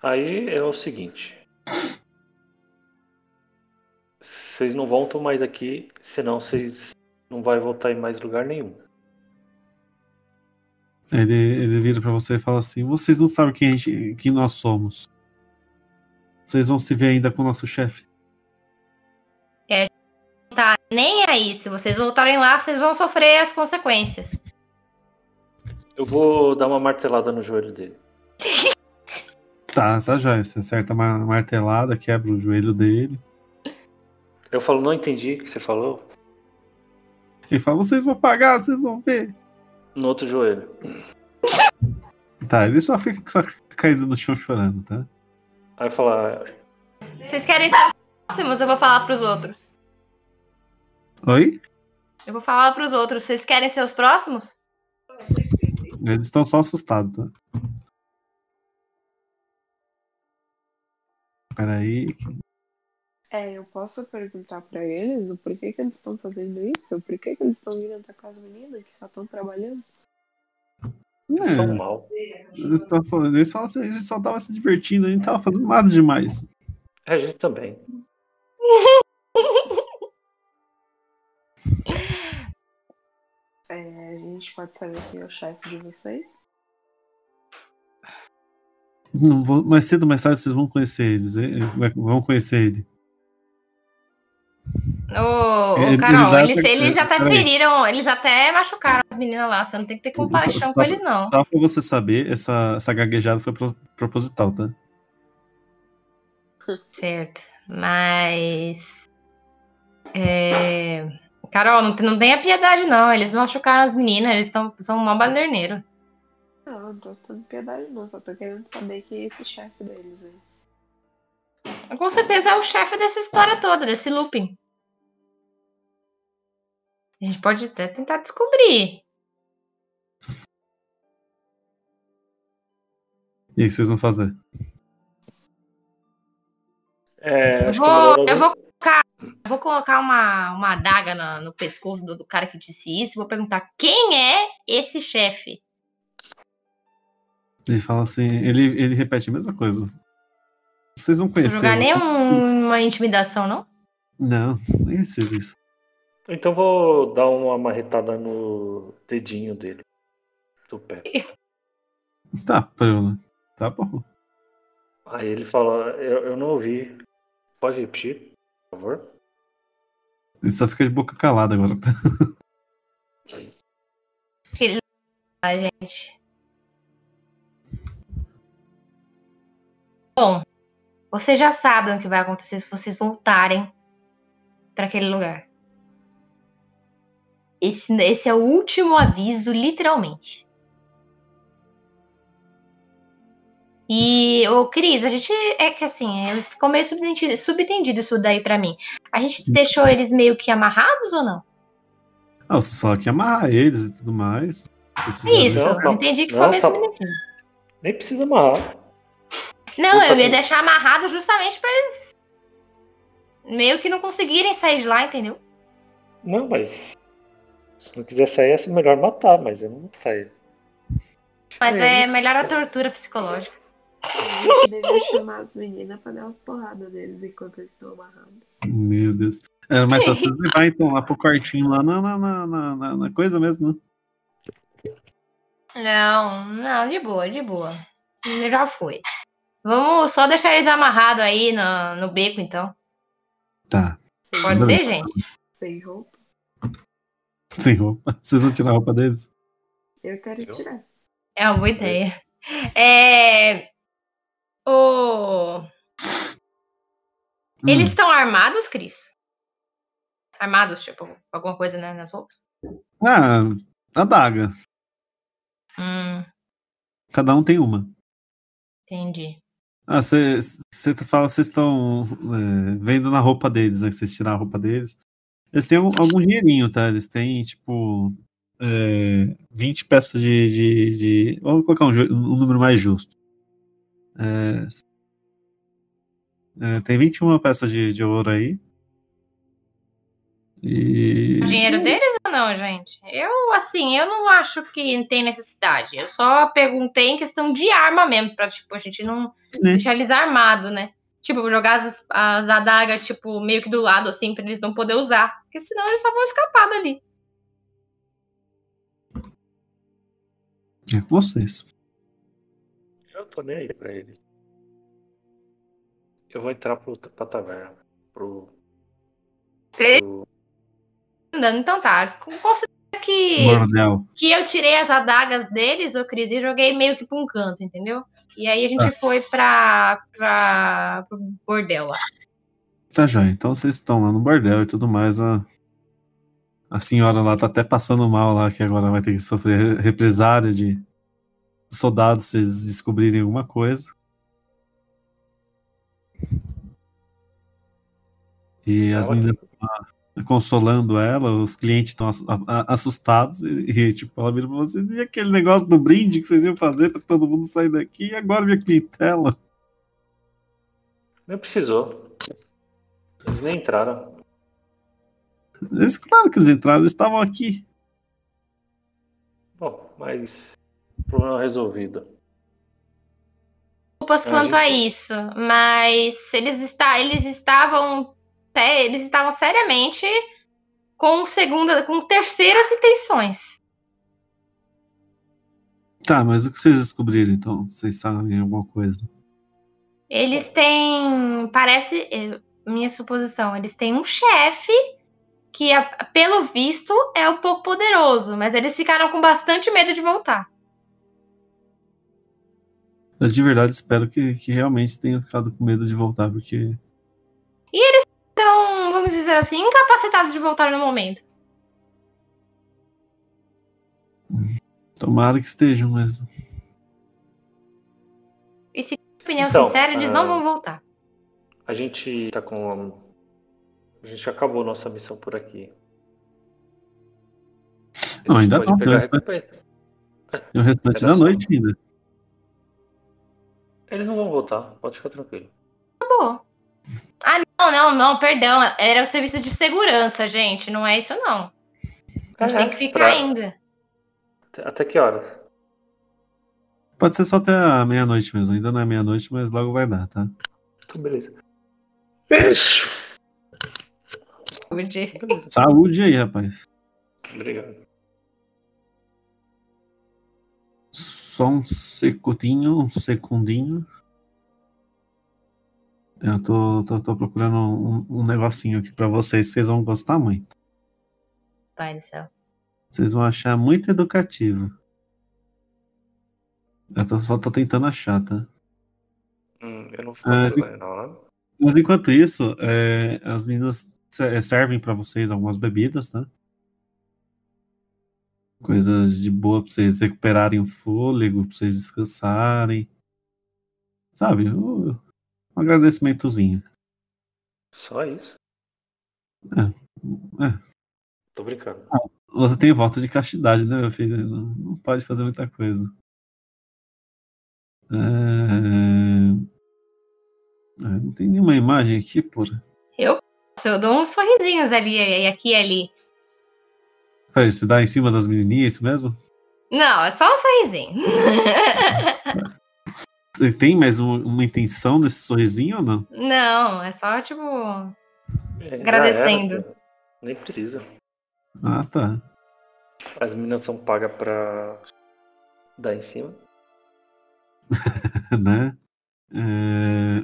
D: Aí é o seguinte. Vocês não voltam mais aqui, senão vocês não vai voltar em mais lugar nenhum.
A: Ele, ele vira pra você e fala assim: Vocês não sabem quem, a gente- quem nós somos. Vocês vão se ver ainda com o nosso chefe.
B: Tá nem aí. Se vocês voltarem lá, vocês vão sofrer as consequências.
D: Eu vou dar uma martelada no joelho dele.
A: Tá, tá joia. Você acerta uma martelada, quebra o joelho dele.
D: Eu falo, não entendi o que você falou.
A: Ele fala: Vocês vão pagar, vocês vão ver.
D: No outro joelho.
A: Tá, ele só fica, só fica caído no chão chorando, tá?
D: Aí eu falo, "Ah,
B: Vocês querem ser próximos? Eu vou falar pros outros.
A: Oi?
B: Eu vou falar pros outros. Vocês querem ser os próximos?
A: Eles estão só assustados, tá? Peraí.
C: É, eu posso perguntar pra eles o porquê que eles estão fazendo isso? Por que que eles estão vindo atacar as meninas que só estão trabalhando?
D: eles
B: Hum.
D: são
A: É,
D: mal.
A: eles tão falando, eles só, eles só tava se divertindo, ele não tava fazendo nada demais.
D: É, a gente também.
C: É, a gente pode saber quem é o chefe de vocês?
A: Não vou- mais cedo ou mais tarde vocês vão conhecer eles. eh, vai- Vão conhecer ele.
B: Ô, ô,
A: Ele- ele
B: Carol,
A: já
B: eles,
A: tá-
B: eles até
A: peraí.
B: feriram, eles até machucaram as meninas lá. Você não tem que ter compaixão
A: Só-
B: com
A: só-
B: eles, não.
A: Só pra você saber, essa, essa gaguejada foi pro- proposital, tá?
B: Certo. Mas. é, Carol, não, não tenha piedade, não. Eles machucaram as meninas, eles tão, são mó banderneiro.
C: Não, não tô tendo piedade não, só tô querendo saber quem é esse chefe deles aí.
B: Com certeza é o chefe dessa história toda, desse looping. A gente pode até tentar descobrir.
A: E aí, o que vocês vão fazer?
D: É,
B: Eu
D: acho que é melhor
B: vou,
D: alguém-
B: eu vou colocar, eu vou colocar uma, uma adaga na- no, pescoço do, do cara que disse isso e vou perguntar quem é esse chefe.
A: Ele fala assim, ele, ele repete a mesma coisa. Vocês vão
B: Não precisa
A: conhecer.
B: jogar
A: ele.
B: nenhuma intimidação, não?
A: Não, nem precisa isso.
D: Então vou dar uma marretada no dedinho dele. Do pé.
A: Tá, Bruno. Tá bom.
D: Aí ele fala, eu, eu não ouvi. Pode repetir, por favor?
A: Ele só fica de boca calada agora. tá?
B: Ah, gente. Bom, vocês já sabem o que vai acontecer se vocês voltarem para aquele lugar. Esse, esse é o último aviso, literalmente. E, ô, Cris, a gente é que assim, é, ficou meio subtendido, subtendido isso daí pra mim. A gente deixou eles meio que amarrados ou não?
A: Ah, vocês falam que amarrar eles e tudo mais. Vocês
B: É
A: fizeram-
B: isso,
D: Não, tá-
B: eu entendi que foi
D: não,
B: meio
D: tá-
B: subtendido.
D: Nem precisa amarrar.
B: Não,
D: Puta
B: eu ia
D: que-
B: deixar amarrado justamente pra eles meio que não conseguirem sair de lá, entendeu?
D: Não, mas. Se não quiser sair, é melhor matar, mas eu não vou matar ele.
B: Mas é,
C: É.
B: melhor a tortura psicológica.
C: A gente devia chamar as meninas pra dar umas porradas neles enquanto eles estão amarrados.
A: Meu Deus. Era mais fácil vocês levar então lá pro quartinho lá na, na, na, na- na- na coisa mesmo, né?
B: Não, não, de boa, de boa. Já foi. Vamos só deixar eles amarrados aí no, no beco, então.
A: Tá.
C: Sem,
B: Pode
A: Beleza.
B: ser, gente?
C: sem roupa?
A: Sem roupa. Vocês vão tirar a roupa deles?
C: Eu quero
D: Eu?
C: tirar.
B: É uma boa ideia. É. O... Eles estão armados, Cris? Armados, tipo, alguma coisa né, nas roupas?
A: Hum. Ah, a daga.
B: Hum,
A: Cada um tem uma.
B: entendi.
A: Ah, você fala que vocês estão é, vendo na roupa deles, né? Que vocês tiraram a roupa deles. Eles têm algum, algum dinheirinho, tá? Eles têm, tipo, é, 20 peças de, de, de- Vamos colocar um, ju- um número mais justo. É, é, tem 21 peças de, de ouro aí. E.
B: O dinheiro deles ou não, gente? Eu, assim, eu não acho que tem necessidade. Eu só perguntei em questão de arma mesmo, pra, tipo, a gente não
A: Né?
B: deixar eles armados, né? Tipo, jogar as, as adagas, tipo, meio que do lado, assim, pra eles não poder usar. Porque senão eles só vão escapar dali.
A: É com vocês.
D: Eu tô nem aí pra ele. Eu vou entrar pro, pra taverna. Pro.
B: Três.
D: pro-
B: Andando, então tá. Considera que.
A: Bordel.
B: que eu tirei as adagas deles, o Cris, e joguei meio que pra um canto, entendeu? E aí a gente foi pra, pra, pro bordel lá.
A: Tá joia. Então vocês estão lá no bordel e tudo mais. A, a senhora lá tá até passando mal lá, que agora vai ter que sofrer re- represália de soldados se eles descobrirem alguma coisa. E
D: Tá
A: as meninas consolando ela, os clientes estão ass- a- a- assustados e, e, tipo, ela vira pra você e aquele negócio do brinde que vocês iam fazer pra todo mundo sair daqui e agora minha clientela.
D: Nem precisou. Eles nem entraram.
A: Eles, claro que eles entraram, eles estavam aqui.
D: Bom, mas. Problema resolvido.
B: Desculpas
D: É, a
B: quanto a
D: gente-
B: isso, mas eles, está, eles estavam sé- eles estavam seriamente com segunda, com terceiras intenções.
A: Tá, mas o que vocês descobriram então? Vocês sabem alguma coisa?
D: Tá.
B: Eles têm, parece, eh, minha suposição, eles têm um chefe que, a- pelo visto, é um pouco poderoso, mas eles ficaram com bastante medo de voltar.
A: Eu de verdade espero que, que realmente tenham ficado com medo de voltar, porque.
B: Então, vamos dizer assim, incapacitados de voltar no momento.
A: Tomara que estejam mesmo.
B: Opinião
D: Então,
B: sincera, eles não
D: ah,
B: vão voltar.
D: A gente tá com. A gente acabou nossa missão por aqui. A
A: Não,
D: gente
A: ainda
D: pode
A: não,
D: pegar
A: né?
D: a recompensa.
A: Tem o restante
D: Era
A: da
D: só.
A: noite ainda.
D: Eles não vão voltar, pode ficar tranquilo.
B: Acabou. Ah, não, não, não, perdão. Era o serviço de segurança, gente. Não é isso, não. A gente
D: É,
B: tem que ficar
D: pra-
B: ainda.
D: Até que horas?
A: Pode ser só até a meia-noite mesmo. Ainda não é meia-noite, mas logo vai dar, tá?
D: Então, beleza. Beijo!
B: De-
D: Beleza.
A: Saúde aí, rapaz.
D: Obrigado.
A: Só um secundinho, um secundinho. Eu tô, tô, tô procurando um, um negocinho aqui pra vocês. Vocês vão gostar muito.
B: Pai do céu.
A: Vocês vão achar muito educativo. Eu tô- só tô tentando achar, tá?
D: Hum, eu não fui
A: Ah,
D: fazer, não, né?
A: Mas enquanto isso, é, as meninas se- é, servem pra vocês algumas bebidas, né? Coisas de boa pra vocês recuperarem o fôlego, pra vocês descansarem. Sabe? Um um agradecimentozinho.
D: Só isso?
A: É,
D: Tô brincando.
A: você tem voto de castidade, né, meu filho? Não, não pode fazer muita coisa. É, é, não tem nenhuma imagem aqui, porra.
B: Eu dou uns sorrisinhos ali, e aqui e ali.
A: Peraí, você dá em cima das menininhas, é isso mesmo?
B: Não, é só um sorrisinho.
A: Você tem mais um- uma intenção desse sorrisinho ou não?
B: Não, é só tipo.
D: É, já era,
B: Agradecendo.
D: cara. Nem precisa.
A: Ah, tá.
D: As meninas são pagas pra dar em cima.
A: né? É,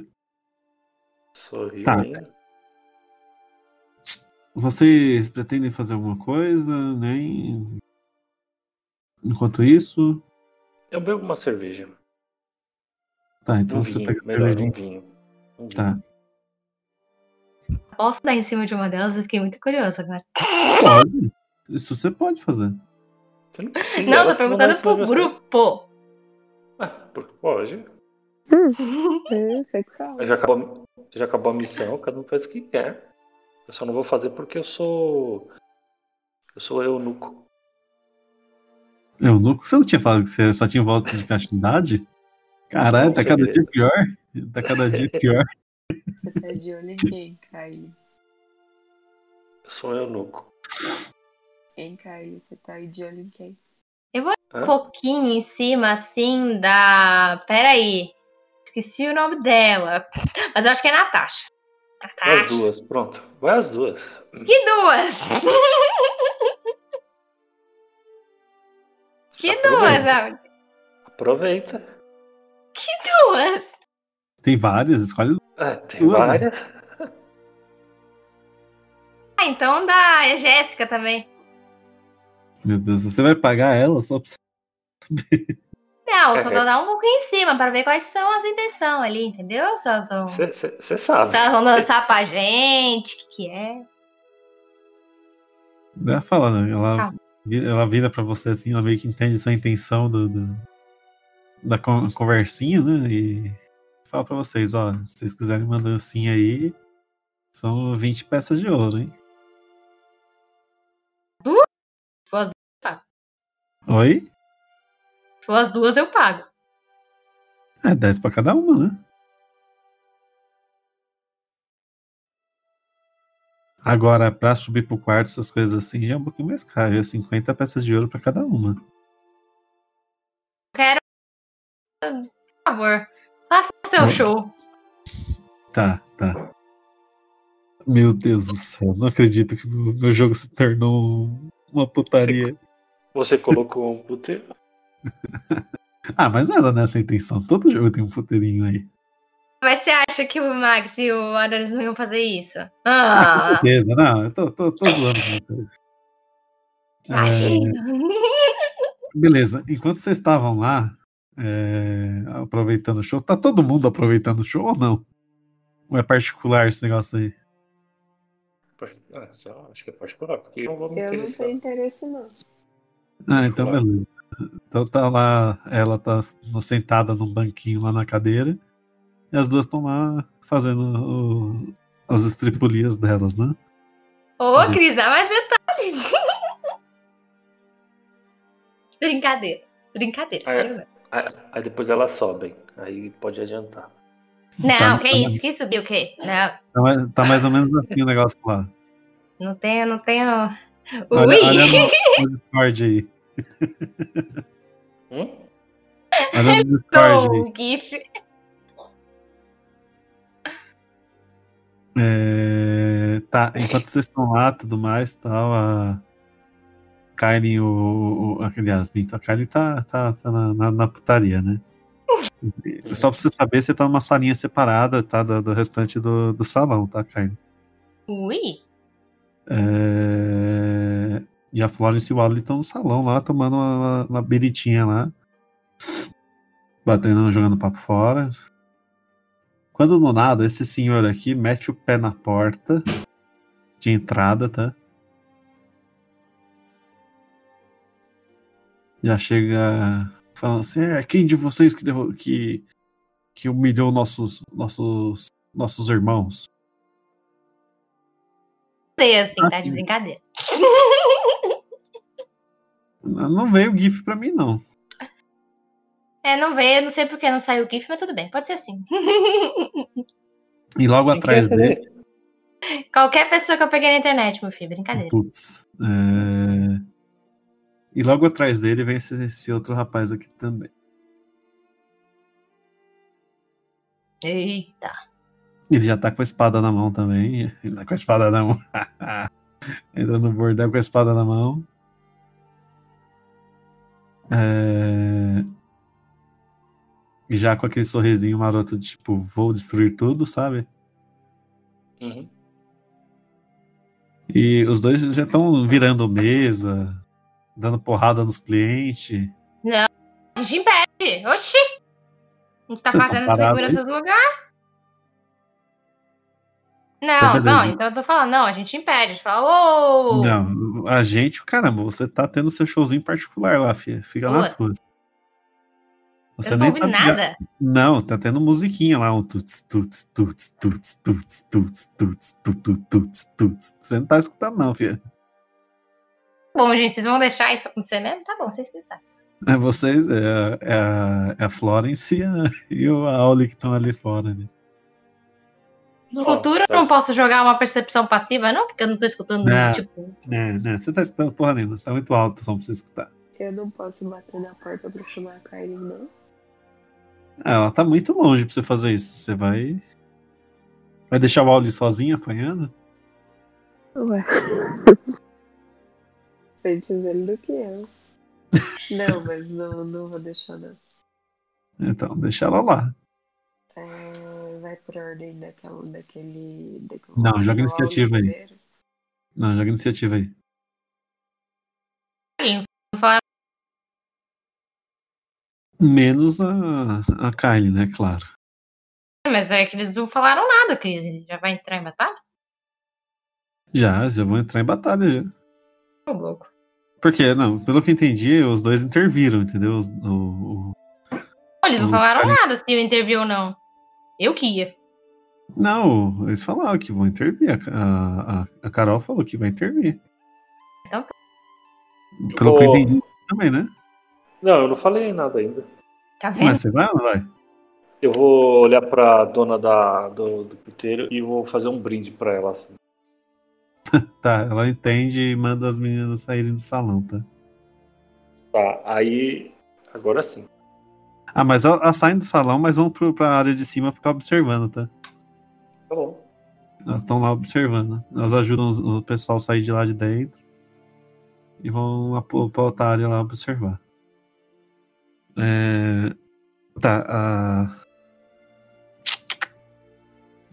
D: Sorriu
A: Tá.
D: ainda.
A: Vocês pretendem fazer alguma coisa, nem? Enquanto isso.
D: Eu bebo uma cerveja.
A: Tá, então
D: Um
A: você
D: vinho,
A: pega a
D: melhor, um
A: cervejinha.
D: vinho. Um vinho.
A: Tá.
B: Posso dar em cima de uma delas? Eu fiquei muito curiosa agora.
A: Pode. Isso você pode fazer.
D: Você não precisa.
B: Não,
D: elas
B: tô
D: que
B: perguntando
D: mandaram em cima
B: pro
D: de você.
B: grupo.
D: Ah, por- pode.
C: É, você que sabe.
D: Já acabou, já acabou a missão, cada um faz o que quer. Eu só não vou fazer porque eu sou. Eu sou eunuco.
A: Eu nunca. Você não tinha falado que você só tinha voto de castidade? Caralho,
D: Não,
A: tá cada dia
D: segredo.
A: pior. Tá cada dia pior.
C: Você tá de olho em quem, Kylie?
D: Eu sou um eunuco.
C: Hein, Kylie? Você tá aí de olho em quem?
D: Hã?
B: pouquinho em cima, assim, da. Peraí. esqueci o nome dela. Mas eu acho que é Natasha.
D: Vai as
B: Natasha.
D: duas, pronto. Vai as duas.
B: que duas! que duas,
D: Aproveita.
B: Aldi?
D: Aproveita.
B: Duas!
A: Tem várias, escolhe.
D: Ah, tem
A: Duas, né?
D: várias.
B: Ah, então dá é Jéssica também.
A: Meu Deus, você vai pagar ela só pra.
B: Não, só
D: É.
B: vou dar um pouquinho em cima para ver quais são as intenções ali, entendeu? Se elas vão, se
D: Você sabe.
B: elas vão dançar pra gente, o que, que é.
A: Ela fala, né? Ela,
B: Ah.
A: vi- ela vira pra você assim, ela meio que entende sua intenção do, do- da con- conversinha, né? E fala pra vocês, ó, se vocês quiserem uma dancinha aí, são 20 peças de ouro, hein?
B: Duas? Duas, tá.
A: Oi?
B: Se for as duas, eu pago.
A: É 10 pra cada uma, né? Agora, pra subir pro quarto, essas coisas assim, já é um pouquinho mais caro. É 50 peças de ouro pra cada uma.
B: Quero. Por favor, faça o seu
A: Hum.
B: show.
A: Tá, tá. Meu Deus do céu, não acredito que o meu jogo se tornou uma putaria.
D: Você colocou um puteiro.
A: Ah, mas não era nessa a intenção. Todo jogo tem um puteirinho aí.
B: Mas você acha que o Max e o Adonis não iam fazer isso?
A: Ah, com
B: Ah,
A: certeza. Não, eu tô, tô, tô zoando com vocês. É,
B: imagina.
A: beleza, enquanto vocês estavam lá, é, aproveitando o show, tá todo mundo aproveitando o show ou não? Ou é particular esse negócio aí?
D: Ah, só- acho que é particular, porque eu não vou me
C: Eu não
D: interessar.
C: tenho interesse, não.
A: Ah, então
D: Particular.
A: beleza. Então tá lá, ela tá sentada num banquinho lá na cadeira, e as duas estão lá fazendo o- as estripulias delas, né? Uhum.
B: Ô, Cris, dá mais detalhes. Brincadeira. Brincadeira,
D: Ah, é.
B: sério
A: Tá
B: mesmo.
D: Aí, aí depois elas sobem. Aí pode adiantar.
B: Não,
A: Tá.
B: que isso? Quem subiu o quê? Não,
A: Tá mais, tá mais ou menos assim o negócio lá.
B: não tenho, não tenho.
A: Olha,
B: Ui!
A: olha no, no Discord aí.
D: Hum?
A: Olha no Discord aí.
B: Tô, um GIF.
A: É, tá, enquanto vocês estão lá, tudo mais, tal, a Kylie, o, o, a- aliás, minto, a Kylie tá, tá, tá na, na- na putaria, né? Só pra você saber, você tá numa salinha separada, tá, do, do restante do, do salão, tá, Kylie?
B: Ui!
A: É, e a Florence e o Wally estão no salão lá, tomando uma, uma, uma biritinha lá, batendo, jogando papo fora. Quando do nada, esse senhor aqui mete o pé na porta de entrada, tá? Já chega falando assim, é quem de vocês que, derru- que, que humilhou nossos, nossos, nossos irmãos?
B: Sei assim, tá de brincadeira.
A: Não não veio o GIF pra mim, não.
B: É, não veio, não sei porque não saiu o GIF, mas tudo bem, pode ser assim.
A: E logo
D: Quem que é
A: atrás
D: essa
A: dele.
D: daí?
B: Qualquer pessoa que eu peguei na internet, meu filho, brincadeira.
A: Putz. é. E logo atrás dele vem esse, esse outro rapaz aqui também.
B: Eita!
A: Ele já tá com a espada na mão também. Ele tá com a espada na mão. Entra no bordel com a espada na mão. É, E já com aquele sorrisinho maroto de tipo, vou destruir tudo, sabe?
D: Uhum.
A: E os dois já estão virando mesa, dando porrada nos clientes.
B: A gente impede! Oxi! A gente tá
A: Você tá
B: fazendo
A: parado
B: segurança do lugar? Não,
A: Então,
B: não,
A: beleza.
B: então eu tô falando, não, a gente impede. A gente fala, ô!
A: Não, a gente, caramba, você tá tendo seu showzinho particular lá, filha. Fica na
B: Putz.
A: tua. tá
B: eu não tô ouvindo
A: ligado-
B: nada.
A: Não, tá tendo musiquinha lá, um tuts, tuts, tuts, tuts, tuts, tuts, tuts, tuts, tuts, tuts. Você não tá escutando, não, filha.
B: Bom, gente, vocês vão deixar isso acontecer mesmo? Tá bom, vocês pensam.
A: É vocês, é, a- é, a- é a Florence e a, e o Auli que estão ali fora. Né?
B: No futuro eu não posso jogar uma percepção passiva, não? Porque eu não tô escutando,
A: tá Não.
B: tipo.
A: Não, não, você tá escutando porra nenhuma, tá muito alto o som pra você escutar.
C: Eu não posso bater na porta pra chamar a Kylie, não.
A: Ah, Ela tá muito longe pra você fazer isso. Você vai. Vai deixar o Auli sozinho apanhando?
C: Ué. Antes ele do que eu. Não, mas não, não vou deixar, não.
A: Então, deixa ela lá.
C: É, vai por ordem daquela, daquele, daquele.
A: Não, joga
C: daquela
A: iniciativa aí.
C: primeiro.
A: Não, joga iniciativa aí. Menos a, a Kylie, né? Claro.
B: Mas é que eles não falaram nada, Cris. Ele já vai entrar em batalha?
A: Já, já vão entrar em batalha já.
B: Ô, louco.
A: Porque, não, pelo que eu entendi, os dois interviram, entendeu? Os- o- o-
B: Pô, Eles não
A: Hum,
B: falaram
A: aí.
B: nada se eu interviu ou não. Eu que ia.
A: Não, eles falaram que vão intervir. A, a, a- a Carol falou que vai intervir.
B: Então tá.
A: Pelo que eu
D: Ô.
A: entendi também, né?
D: Não, eu não falei nada ainda.
B: Tá vendo?
A: Mas você vai ou não vai?
D: Eu vou olhar pra dona da, do, do puteiro e vou fazer um brinde pra ela. Assim.
A: Tá, ela entende e manda as meninas saírem do salão, tá?
D: Tá, aí. Agora sim.
A: Ah, mas elas elas saem do salão, mas vão pro, pra área de cima ficar observando, tá?
D: Tá bom.
A: Elas estão lá observando. né? Elas ajudam os- o pessoal a sair de lá de dentro. E vão lá pro- pra outra área lá observar. É... Tá, a.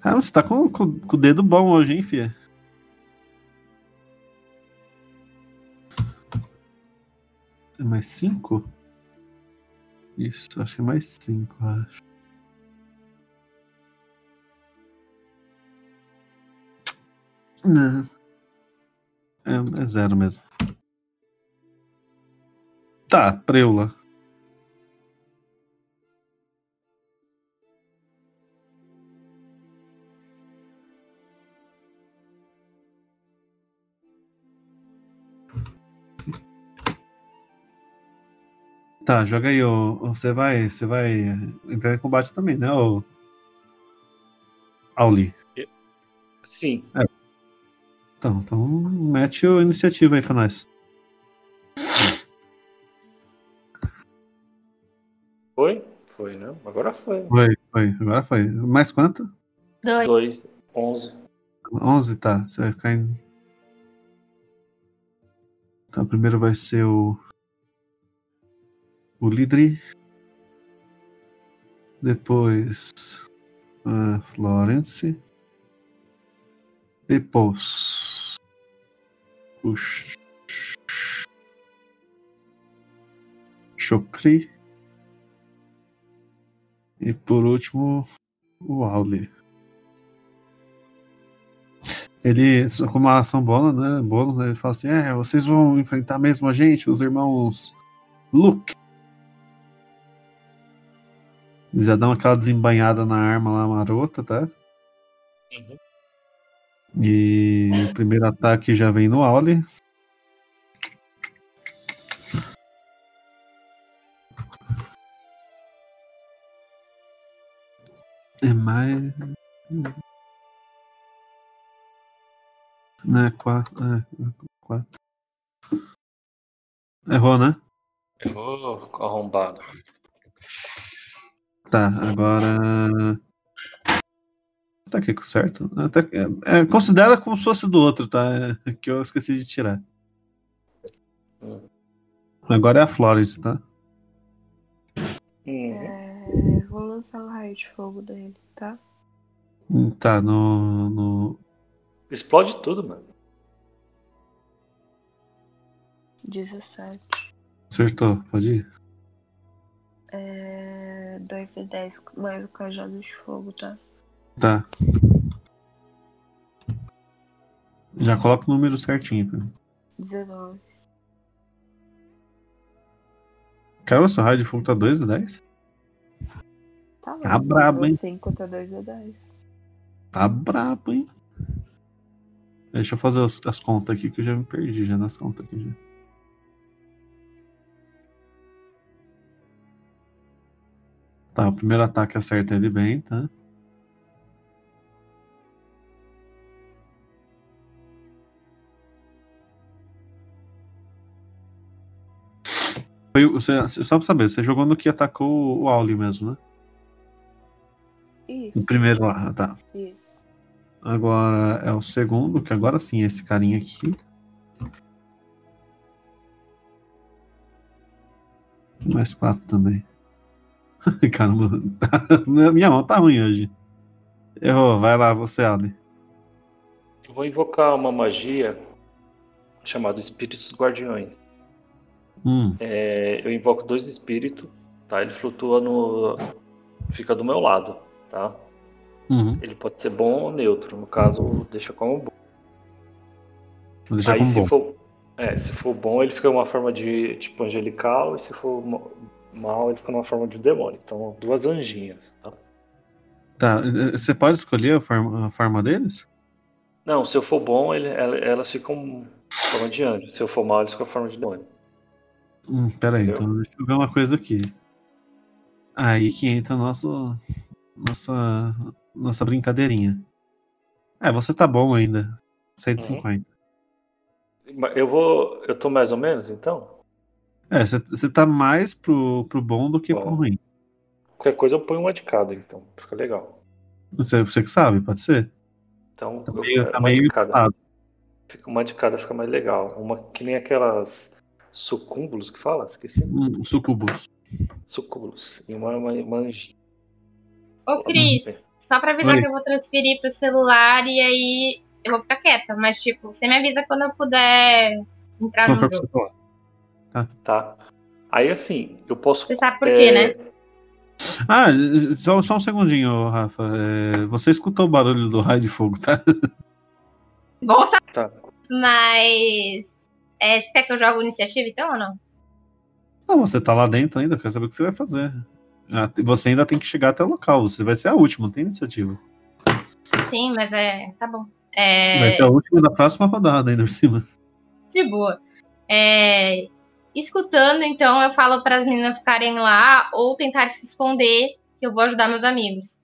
A: Ah, você tá com, com- com o dedo bom hoje, hein, fia? É mais cinco? Isso, acho que é mais cinco, acho. Não. É, é zero mesmo. Tá, preula. Tá, joga aí, ô, ô, você vai, você vai entrar em combate também, né, ô Auli?
D: Sim.
A: Então, então mete a iniciativa aí pra nós.
D: Foi? Foi, né? Agora foi.
A: Foi, foi. Agora foi. Mais quanto?
B: Dois.
D: 2, 11.
A: 11, tá. Você vai ficar em. Tá, primeiro vai ser o. O Lidri. Depois. A Florence. Depois. O. Ch- Chocri. E por último, o Auli. Ele, só como a ação bônus, né? Bônus, né, Ele fala assim: é, vocês vão enfrentar mesmo a gente, os irmãos Luke. Eles já dão aquela desembanhada na arma lá marota, tá?
D: Uhum.
A: E o primeiro ataque já vem no Auli. É mais. Né, quatro. É, quatro. Errou, né?
D: Errou, arrombado.
A: Tá, agora. Tá aqui com certo? Ah, tá- é, é, considera como se fosse do outro, tá? É, Que eu esqueci de tirar.
D: Hum.
A: Agora é a Florence, tá?
D: Uhum.
C: É, vou lançar o raio de fogo nele, tá?
A: Hum, Tá, no. no...
D: Explode tudo, mano.
C: 17.
A: Acertou, pode ir?
C: É, 2 e 10 mais o cajado de fogo, tá?
A: Tá. Já coloca o número certinho. Cara.
C: 19.
A: Caramba, seu raio de fogo tá 2 e 10?
C: Tá,
A: Tá brabo, hein?
C: 5 tá 2 e 10.
A: Tá brabo, hein? Deixa eu fazer os- as contas aqui que eu já me perdi já nas contas aqui já. Tá, o primeiro ataque acerta ele bem, tá? Foi, o- você, só pra saber, você jogou no que atacou o Auli mesmo, né? O
C: Isso,
A: primeiro lá, tá.
C: isso.
A: Agora é o segundo, que agora sim é esse carinha aqui. Mais quatro também. Caramba, tá- minha mão tá ruim hoje. Errou, vai lá, você, Ale.
D: Eu vou invocar uma magia chamada Espíritos Guardiões.
A: Hum,
D: É, eu invoco dois espíritos, tá? Ele flutua no. fica do meu lado, tá?
A: uhum.
D: Ele pode ser bom ou neutro, no caso, deixa como bom.
A: Vou deixar
D: Aí
A: como
D: se
A: bom.
D: for. É, se for bom, ele fica uma forma de tipo angelical, e se for ma- mal, ele fica numa forma de demônio. Então, duas anjinhas, tá?
A: Tá, eh, você pode escolher a forma, a forma deles?
D: Não, se eu for bom, ele- ela- elas ficam forma de anjo. Se eu for mal, eles ficam forma de demônio.
A: Hum, pera aí,
D: Eu.
A: então deixa eu ver uma coisa aqui. Aí que entra nosso, nossa, nossa brincadeirinha. É, você tá bom ainda. 150.
D: Mas Eu vou. Eu tô mais ou menos, então?
A: É, você- você tá mais pro, pro bom do que pro
D: Bom.
A: ruim.
D: Qualquer coisa eu ponho uma de cada, então. Fica legal.
A: Você, você que sabe, pode ser?
D: Então,
A: Tá
D: eu-
A: meio, tá
D: uma
A: meio
D: de cada.
A: empatado.
D: Fica uma de cada, fica mais legal. Uma que nem aquelas sucúmbulos que fala? Esqueci.
A: Hum, sucubus.
D: Sucúmbulos. E uma, uma, uma anjinha.
B: Ô, Cris, só pra avisar
A: Oi.
B: que eu vou transferir pro celular e aí eu vou ficar quieta. Mas, tipo, você me avisa quando eu puder entrar no
A: Conforme
B: jogo.
A: você falar.
D: tá? Aí assim, eu posso. é,
B: Você sabe por quê, né?
A: Ah, só, só um segundinho, Rafa. É, você escutou o barulho do raio de fogo, tá?
B: Bom saber.
D: Tá.
B: Mas. É, você quer que eu jogue o iniciativa então ou não?
A: Não, você tá lá dentro ainda, eu quero saber o que você vai fazer. Ah, te- Você ainda tem que chegar até o local, você vai ser a última, não tem iniciativa.
B: Sim, mas é. Tá bom.
A: Vai um
B: É.
A: ser a última da próxima rodada ainda por cima.
B: De boa. É, escutando, então, eu falo para as meninas ficarem lá ou tentar se esconder, que eu vou ajudar meus amigos.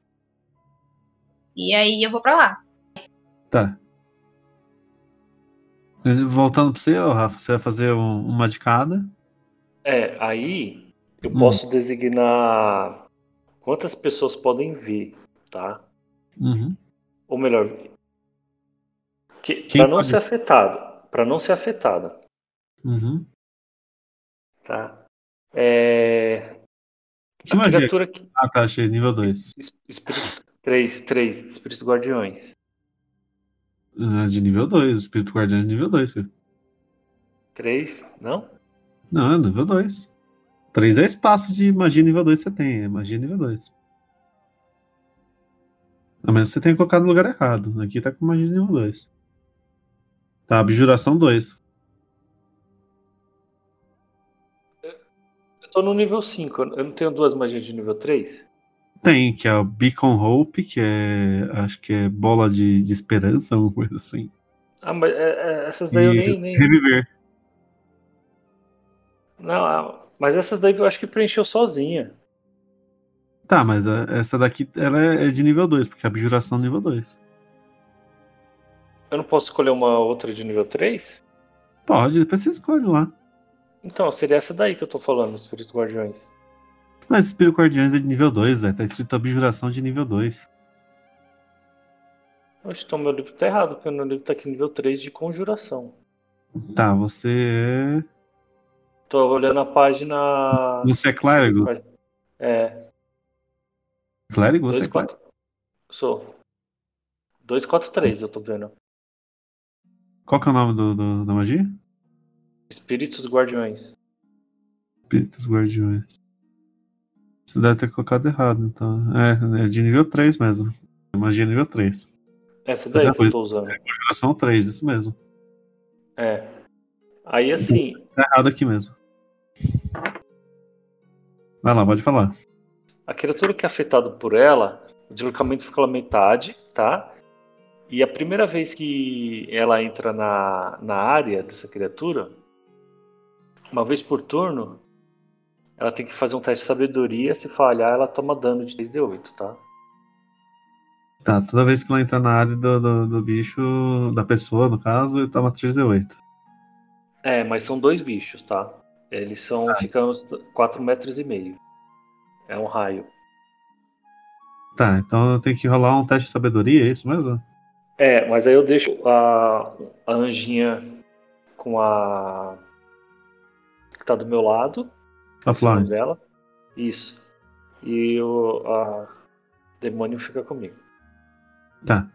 B: E aí eu vou pra lá.
A: Tá. Mas Voltando pra você, ô, Rafa, você vai fazer um- uma de cada.
D: É, aí eu
A: Hum.
D: posso designar quantas pessoas podem ver, tá?
A: Uhum.
D: Ou melhor, que,
A: Quem
D: para não
A: pode?
D: ser afetado, para não ser afetada,
A: Uhum.
D: tá? É,
A: Que magia?
D: criatura que
A: Ah, tá, achei, nível 2.
D: es- espírito três, três espíritos guardiões,
A: De nível 2, Espírito Guardião é de nível 2.
D: três, não?
A: Não, é nível 2. 3 é espaço de magia nível 2 você tem, é magia nível 2. A menos que você tenha colocado no lugar errado. Aqui tá com magia nível 2. Tá, abjuração 2.
D: Eu tô no nível 5, eu não tenho duas magias de nível 3?
A: Tem, que é o Beacon Hope, que é. Acho que é bola de, de esperança, alguma coisa assim.
D: Ah, mas é, é, essas daí eu
A: E
D: nem, nem-
A: Reviver.
D: Não, ah, mas essas daí eu acho que preencheu sozinha.
A: Tá, mas a- essa daqui ela é é de nível 2, porque é abjuração nível 2.
D: Eu não posso escolher uma outra de nível 3?
A: Pode, depois você escolhe lá.
D: Então, seria essa daí que eu tô falando, espírito guardiões.
A: Mas Espírito Guardiões é de nível 2, Zé. Tá escrito abjuração de nível 2.
D: Oxe, então meu livro tá errado, porque meu livro tá aqui nível 3 de conjuração.
A: Tá, você é.
D: Tô olhando a página.
A: Você é clérigo?
D: É,
A: Clérigo? Você é clérigo?
D: 243. Sou. 243, eu tô vendo.
A: Qual que é o nome do, do- da magia?
D: Espíritos guardiões.
A: Espíritos Guardiões. Você deve ter colocado errado, então. É, é de nível 3 mesmo. É Magia nível 3.
D: Essa
A: Mas
D: daí
A: é
D: que eu tô usando.
A: Abjuração 3, isso mesmo.
D: É. Aí assim,
A: Tá errado aqui mesmo. Vai lá, pode falar.
D: a criatura que é afetada por ela, o deslocamento fica pela metade, tá? E a primeira vez que ela entra na, na área dessa criatura, uma vez por turno, ela tem que fazer um teste de sabedoria. Se falhar, ela toma dano de 3d8, tá?
A: Tá, toda vez que ela entrar na área do, do, do bicho, da pessoa, no caso, ele toma 3D8.
D: É, mas são dois bichos, tá? Eles são, ficam uns 4 metros e meio. É um raio.
A: Tá, então eu tenho que rolar um teste de sabedoria, é isso mesmo?
D: É, mas aí eu deixo a, a anjinha com a. que tá do meu lado.
A: Tá
D: em cima
A: Flávio.
D: dela. Isso. E o a demônio fica comigo.
A: Tá.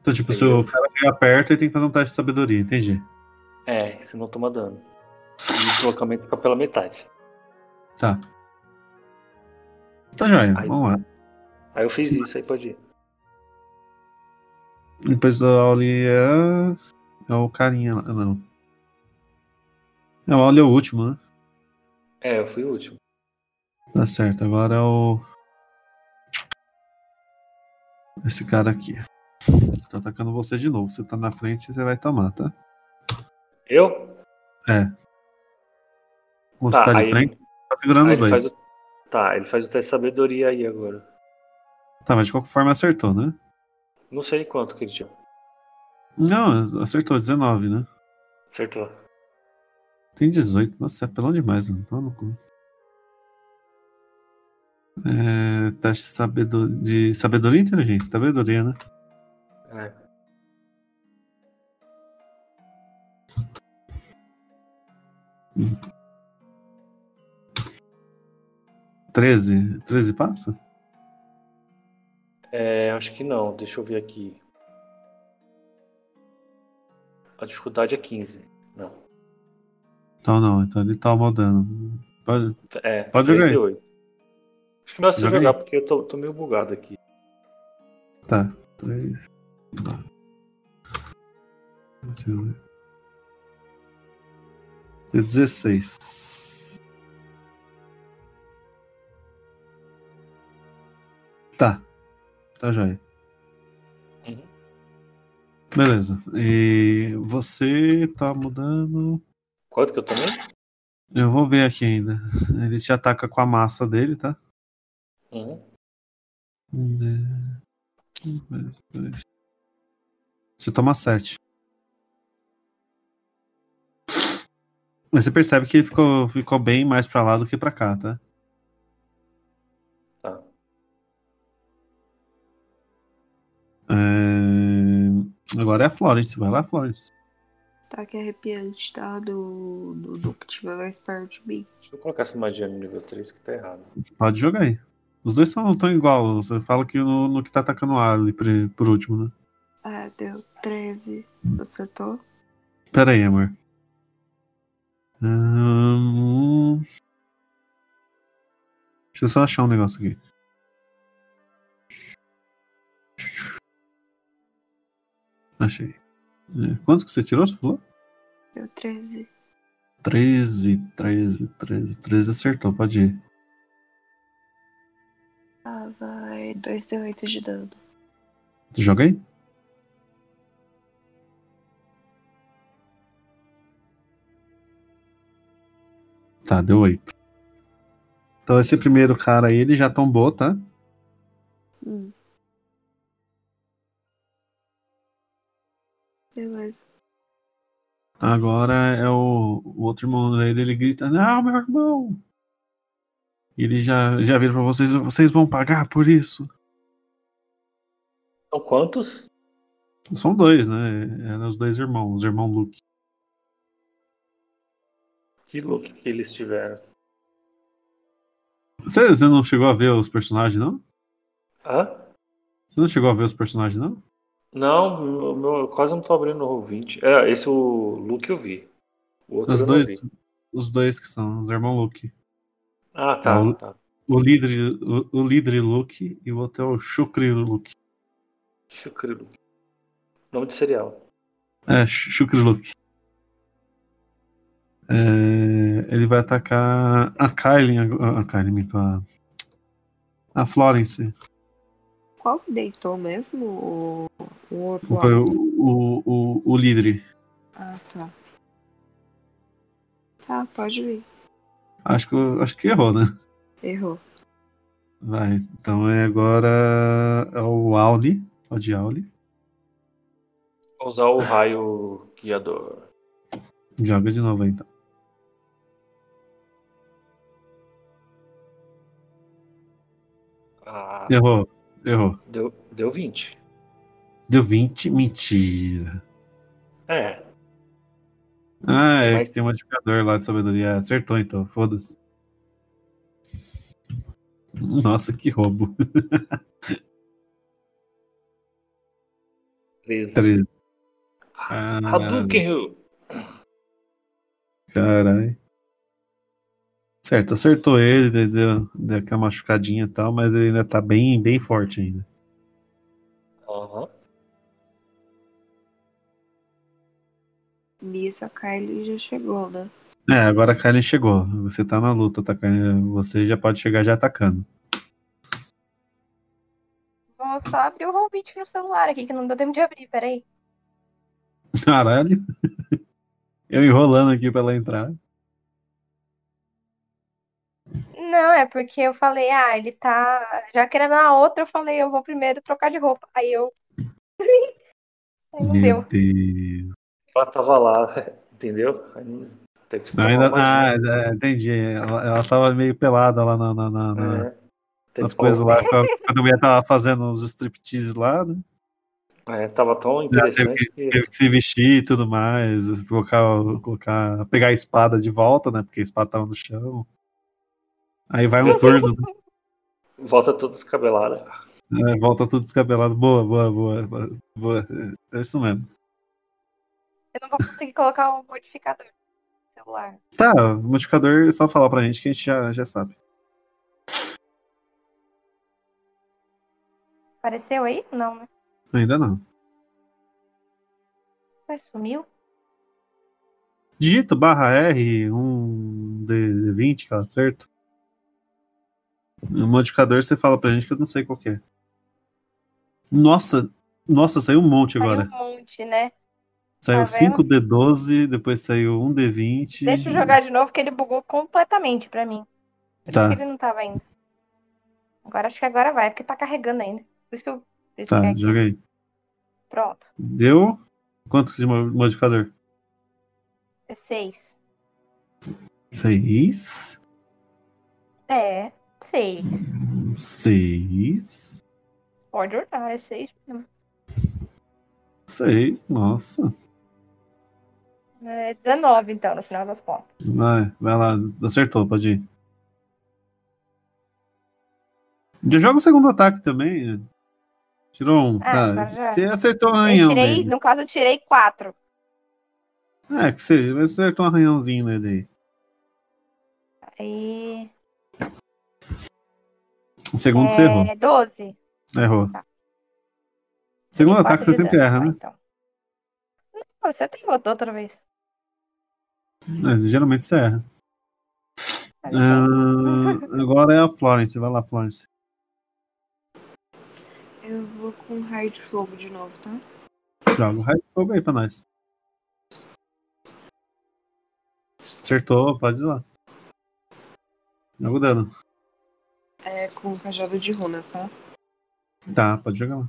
A: Então, tipo, se o cara chegar perto, ele tem que fazer um teste de sabedoria, entendi.
D: É, se não toma dano. E o deslocamento fica pela metade.
A: Tá. Tá joia,
D: Aí-
A: vamos lá.
D: Aí eu fiz isso, aí pode ir.
A: Depois da Auli é. É o carinha lá, não. Não, o Auli é o último, né?
D: É, eu fui o último.
A: Tá certo, agora é o. Esse cara aqui. Tá atacando você de novo. Você tá na frente, você vai tomar, tá?
D: Eu?
A: Ou Você tá, de
D: aí,
A: frente, tá
D: aí
A: segurando os
D: ele
A: dois.
D: faz o, Tá, ele faz o teste de sabedoria aí agora.
A: Tá, mas de qualquer forma acertou, né?
D: Não sei quanto que ele tinha.
A: Não, acertou 19, né?
D: Acertou.
A: Tem 18. Nossa, é pelão demais, mano. Toma no cu. É, teste de sabedo- de sabedoria e inteligência. Sabedoria, né?
D: É.
A: Hum. 13. 13 passa?
D: É, acho que não. Deixa eu ver aqui. A dificuldade é 15. Não.
A: Então não, então ele toma o dano. Pode-
D: É,
A: Pode jogar aí.
D: 38. Acho que é melhor você
A: Joga aí.
D: jogar, porque eu tô, tô meio bugado aqui.
A: Tá. Três. tá. Deixa eu ver. Tem 16. Tá. Tá joia.
D: Uhum.
A: Beleza. E você tá mudando.
D: Quanto que eu tomei?
A: Eu vou ver aqui ainda. Ele te ataca com a massa dele, tá?
D: Uhum.
A: Um, de- um, dois, três. Você toma 7. Mas você percebe que ele ficou, ficou bem mais pra lá do que pra cá, tá?
D: Tá.
A: É, Agora é a Florence. Vai lá, Florence.
C: Tá que arrepiante, tá? Do, do, do que tiver mais perto de mim.
D: Deixa eu colocar essa magia no nível 3 que tá errado.
A: Pode jogar aí. Os dois são tão igual. Você fala que no, no que tá atacando o Ali por, por último, né?
C: Ah, deu 13. Acertou?
A: Pera aí, amor. Ahn, Deixa eu só achar um negócio aqui. Achei. É, Quantos que você tirou? Você falou?
C: Deu 13.
A: 13, 13, 13, 13 acertou, pode ir.
C: Ah, vai. 2d8 de dano.
A: Joga aí? Tá, deu 8. Então esse primeiro cara aí, ele já tombou, tá?
C: Hum. Beleza.
A: Agora é o, o outro irmão dele, ele grita, não, meu irmão! E ele já, já vira pra vocês, vocês vão pagar por isso.
D: São quantos?
A: São dois, né? Eram os dois irmãos, os irmãos Luke.
D: Que look que eles tiveram?
A: Você, você não chegou a ver os personagens, não?
D: Hã?
A: Você não chegou a ver os personagens, não?
D: Não, meu, meu- eu quase não tô abrindo o ouvinte. É, esse o look eu vi. O outro
A: Os
D: eu não
A: dois,
D: vi.
A: os dois que são os irmãos Luke.
D: Ah,
A: É
D: tá,
A: o-
D: tá.
A: O líder, o, o líder Luke e o outro é o Shukri Luke.
D: Deixa eu criar o look. Nome de cereal.
A: É, Sh- Shukri Luke. É, ele vai atacar a Kylie, a, a Kylie, minto, a, a Florence.
C: Qual que deitou mesmo? O, o outro
A: O,
C: lado?
A: o, o, o líder.
C: Ah, tá. Tá, pode vir.
A: Acho que, eu- acho que errou, né?
C: Errou.
A: Vai, então é agora é o Auli. Pode ir, Auli.
D: Vou usar o raio guiador.
A: Joga de novo aí, então.
D: Ah, Ah,
A: Errou, errou.
D: deu, deu 20.
A: Deu 20, mentira.
D: É,
A: Ah, é
D: Mas-
A: que tem um modificador lá de sabedoria. Acertou então, foda-se. Nossa, que roubo.
D: 13.
A: 13. Ah, né?
D: Hadouken, Ryu.
A: Caralho. Certo, acertou ele, ele deu, deu aquela machucadinha e tal, mas ele ainda tá bem, bem forte ainda.
D: Aham.
C: Nisso a Kylie já chegou, né?
A: É, agora a Kylie chegou. Você tá na luta, tá, Kylie? Você já pode chegar já atacando.
B: Vou só abrir o roll 20 no celular aqui, que não deu tempo de abrir, peraí.
A: Caralho. Eu enrolando aqui pra ela entrar.
B: Não, é porque eu falei, ah, ele tá. Já querendo a outra, eu falei, eu vou primeiro trocar de roupa. Aí eu. Aí não
A: Meu
B: deu.
A: Deus.
D: Ela tava lá, entendeu? Aí não- Teve que se
A: Não,
D: dar
A: ainda,
D: uma
A: ah,
D: arrumadinha.
A: é, entendi. Ela, ela tava meio pelada lá na, na- na- na-
D: É, teve
A: nas ah,
D: que-
A: coisas lá. Quando quando a mulher tava fazendo uns striptease lá, né?
D: É, tava tão
A: Já teve
D: interessante que
A: Teve que se vestir e tudo mais, colocar, colocar, pegar a espada de volta, né? Porque a espada tava no chão. Aí vai um turno,
D: volta toda descabelada.
A: né, volta tudo descabelado. Boa, boa, boa, boa, boa. É isso mesmo.
B: Eu não vou conseguir colocar o modificador no celular.
A: Tá, o modificador é só falar pra gente que a gente já, já sabe.
B: Apareceu aí? Não, né?
A: Ainda não.
B: Ué, Sumiu?
A: Digito barra R, um D20, cara, certo? O modificador você fala pra gente que eu não sei qual que é. Nossa, nossa, saiu um monte agora.
B: Saiu um monte, né?
A: Saiu
B: Tá vendo?
A: 5D12, depois saiu 1D20.
B: Deixa eu jogar de novo, que ele bugou completamente pra mim. Por isso
A: Tá.
B: que ele não tava ainda. Agora acho que agora vai, porque tá carregando ainda. Por isso que eu. por isso que é
A: Tá,
B: aqui.
A: joguei.
B: Pronto.
A: Deu. Quantos de mo- modificador?
B: É seis.
A: 6.
B: É, seis.
A: 6.
B: Pode olhar, é seis mesmo.
A: 6. Nossa.
B: É 19, então, no final das contas.
A: Vai, vai lá, acertou, pode ir. Já joga o segundo ataque também. é. Tirou um.
B: Ah,
A: tá.
B: agora já.
A: Você acertou um
B: Eu
A: arranhão
B: tirei,
A: dele.
B: no caso, eu tirei quatro.
A: É, que você você acertou um arranhãozinho nele aí.
B: Aí.
A: O segundo você errou.
B: É 12.
A: Errou.
B: Tá.
A: Segundo
B: Tirei
A: ataque
B: quatro
A: você
B: de
A: sempre
B: dano
A: erra,
B: só,
A: né?
B: Então. Não, você tem outro outra vez.
A: Mas geralmente você erra.
B: Mas enfim.
A: Ah, agora é a Florence, vai lá, Florence.
C: Eu vou com raio de fogo de novo, tá?
A: Joga o raio de fogo aí pra nós. Acertou, pode ir lá. Joga o dano.
C: É com o cajado de runas, tá?
A: Tá, pode jogar lá.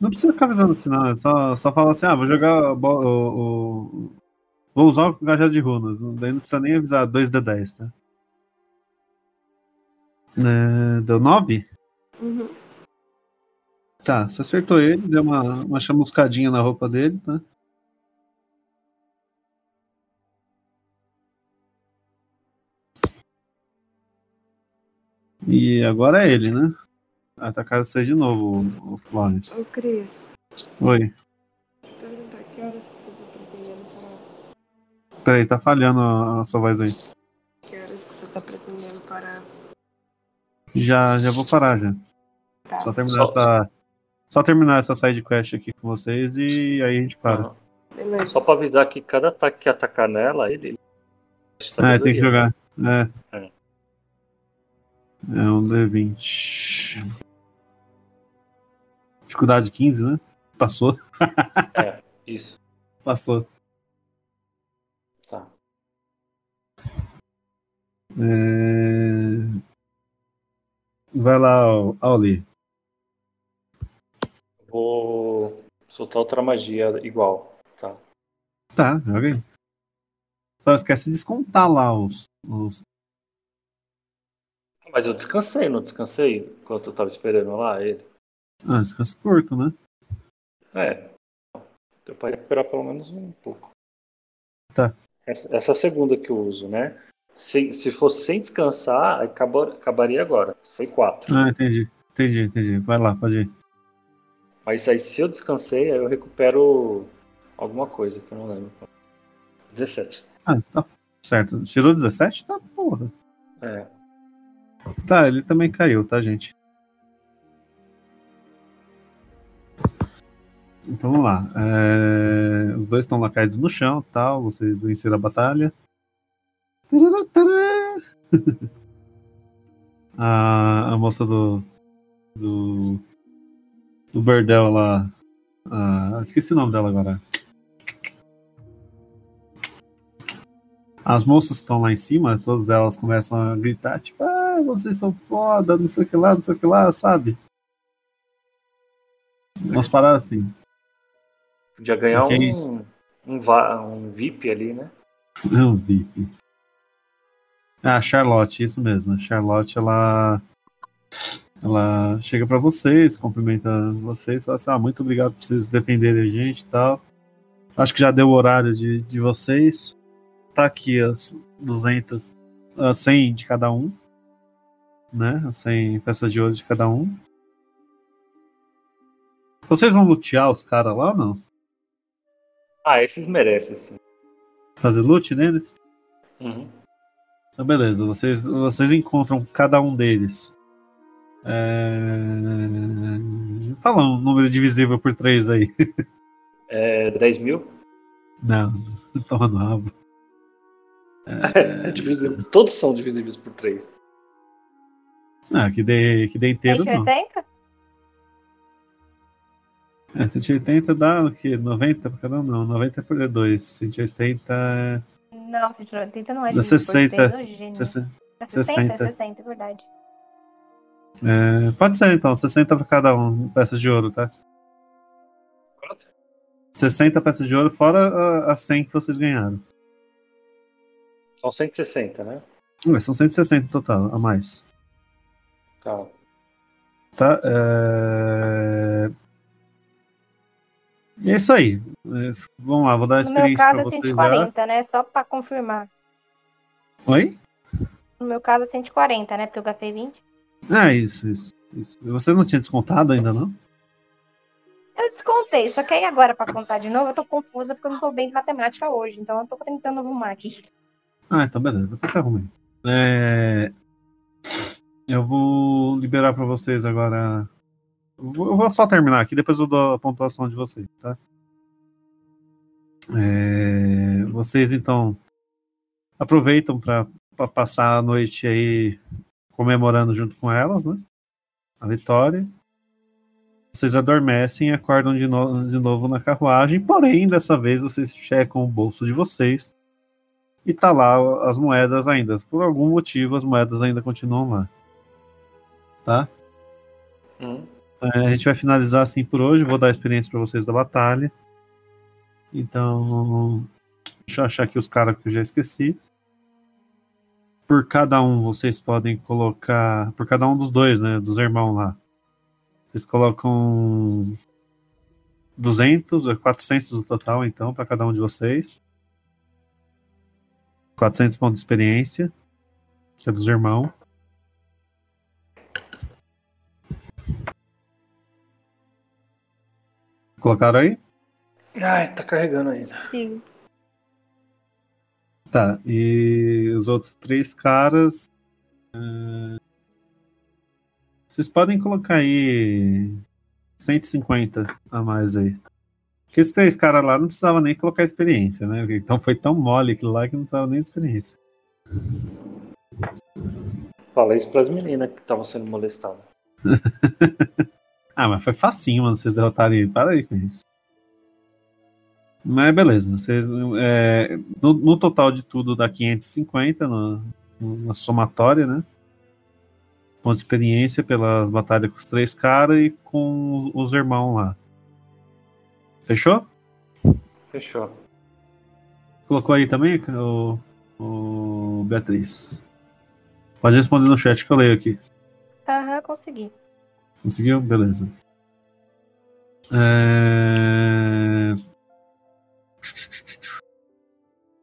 A: Não precisa ficar avisando assim, não. É só, só fala assim, ah, vou jogar a bo- o, o- Vou usar o cajado de runas. Não- Daí não precisa nem avisar 2D10, tá? É, deu 9?
C: Uhum.
A: Tá, você acertou ele, deu uma, uma chamuscadinha na roupa dele, tá? E agora é ele, né? Atacaram você de novo, o o Florence.
C: Ô, Cris,
A: Oi.
C: deixa eu perguntar que horas que você tá pretendendo parar?
A: Peraí, tá falhando a, a sua voz aí.
C: Que horas que você tá pretendendo parar?
A: Já, já vou parar já.
C: Tá.
A: Só terminar
D: Só-
A: essa. Só terminar essa side quest aqui com vocês e aí a gente para.
D: Aham.
C: Beleza.
D: Só pra avisar que cada ataque que atacar nela, ele. tá ele-
A: É, tem que jogar. É.
D: É.
A: É um D20. Dificuldade 15, né? Passou,
D: Isso.
A: passou.
D: Tá.
A: É... Vai lá, Au- Auli.
D: Vou soltar outra magia igual. Tá.
A: Tá, joga aí. Só esquece de descontar lá os. os-
D: Mas eu descansei, não descansei enquanto eu tava esperando lá ele.
A: Ah, descanso curto, né?
D: É. Deu pra recuperar pelo menos um pouco.
A: Tá.
D: Essa, essa é a segunda que eu uso, né? Se, se fosse sem descansar, acabou, acabaria agora. Foi quatro.
A: Ah, entendi. Entendi, entendi. Vai lá, pode ir.
D: Mas aí se eu descansei, aí eu recupero alguma coisa que eu não lembro. 17.
A: Ah, tá. Certo. Tirou 17? Tá, porra.
D: É.
A: Tá, ele também caiu, tá, gente? Então vamos lá. É, Os dois estão lá caídos no chão tal. Vocês venceram a batalha. Tarará, tará. a, a moça do. Do. Do bordel lá. ah, esqueci o nome dela agora. As moças que estão lá em cima, todas elas começam a gritar, tipo, ah, vocês são foda, não sei o que lá, não sei o que lá, sabe? Nós pararam assim.
D: Podia ganhar
A: Ok.
D: um, um, va- um VIP ali, né?
A: Não, VIP. Ah, Charlotte, isso mesmo. A Charlotte, ela. Ela chega pra vocês, cumprimenta vocês, fala assim: ah, muito obrigado por vocês defenderem a gente e tal. Acho que já deu o horário de, de vocês. Tá aqui as 200, as 100 de cada um, né? As 100 peças de ouro de cada um. Vocês vão lutear os caras lá ou não?
D: Ah, esses merecem, sim.
A: Fazer loot neles?
D: Uhum.
A: Então, beleza, vocês, vocês encontram cada um deles. É... Fala um número divisível por três aí.
D: É 10 mil?
A: Não, toma no rabo.
D: É divisível. Todos são divisíveis por 3.
A: Não, que dê, que dê inteiro não.
B: 180?
A: É, 180 dá o quê? 90 por cada um? Não, 90 é por 2. 180 é
B: Não, 180 não é
A: Dá
B: dividido por
A: 60.
B: três, ô gênio.
A: 60.
B: É 60,
A: 60.
B: 60, é verdade.
A: Tá É, pode ser então, 60 pra cada um, peças de ouro, tá?
D: Quanto?
A: 60 peças de ouro, fora a- as 100 que vocês ganharam.
D: São 160, né?
A: Ué, São 160 no total, a mais.
D: Calma.
A: Tá? É... E é isso aí. É, Vamos lá, vou dar a
B: No meu
A: experiência
B: caso
A: pra
B: é
A: vocês já.
B: 140, né? Só pra confirmar.
A: Oi?
B: No meu caso é 140, né? Porque eu gastei 20.
A: Ah, isso, isso, isso. Você não tinha descontado ainda, não?
B: Eu descontei, só que aí agora pra contar de novo, eu tô confusa porque eu não tô bem de matemática hoje. Então eu tô tentando arrumar aqui.
A: Ah, então beleza, depois você arruma aí. É... Eu vou liberar pra vocês agora. Eu vou eu vou só terminar aqui, depois eu dou a pontuação de vocês, tá? É, Vocês então aproveitam pra pra passar a noite aí comemorando junto com elas, né? A vitória. Vocês adormecem e acordam de, no- de novo na carruagem, porém, dessa vez vocês checam o bolso de vocês e tá lá as moedas ainda. Por algum motivo, as moedas ainda continuam lá.
D: Uhum.
A: É, a gente vai finalizar assim por hoje. eu Vou dar a experiência pra vocês da batalha. Então, deixa eu achar aqui os caras que eu já esqueci. Por cada um, vocês podem colocar. Por cada um dos dois, né? Dos irmãos lá. Vocês colocam 200, é 400 no total, então, pra cada um de vocês. 400 pontos de experiência. Que é dos irmãos. Colocaram aí?
D: Ai, tá carregando ainda.
B: Sim.
A: Tá, e os outros três caras. eh, Vocês podem colocar aí 150 a mais aí. Porque esses três caras lá não precisava nem colocar experiência, né? Então foi tão mole aquilo lá que não precisava nem de experiência.
D: Fala isso pras meninas que estavam sendo molestadas.
A: Ah, mas foi facinho, mano, vocês derrotarem ele. Para aí com isso. Mas beleza, vocês. eh, no, no total de tudo dá 550 na, na somatória, né? Ponto de experiência pelas batalhas com os três caras e com os, os irmãos lá. Fechou?
D: Fechou.
A: Colocou aí também o, o Beatriz. Pode responder no chat que eu leio aqui.
B: Aham, consegui.
A: Conseguiu? Beleza. É...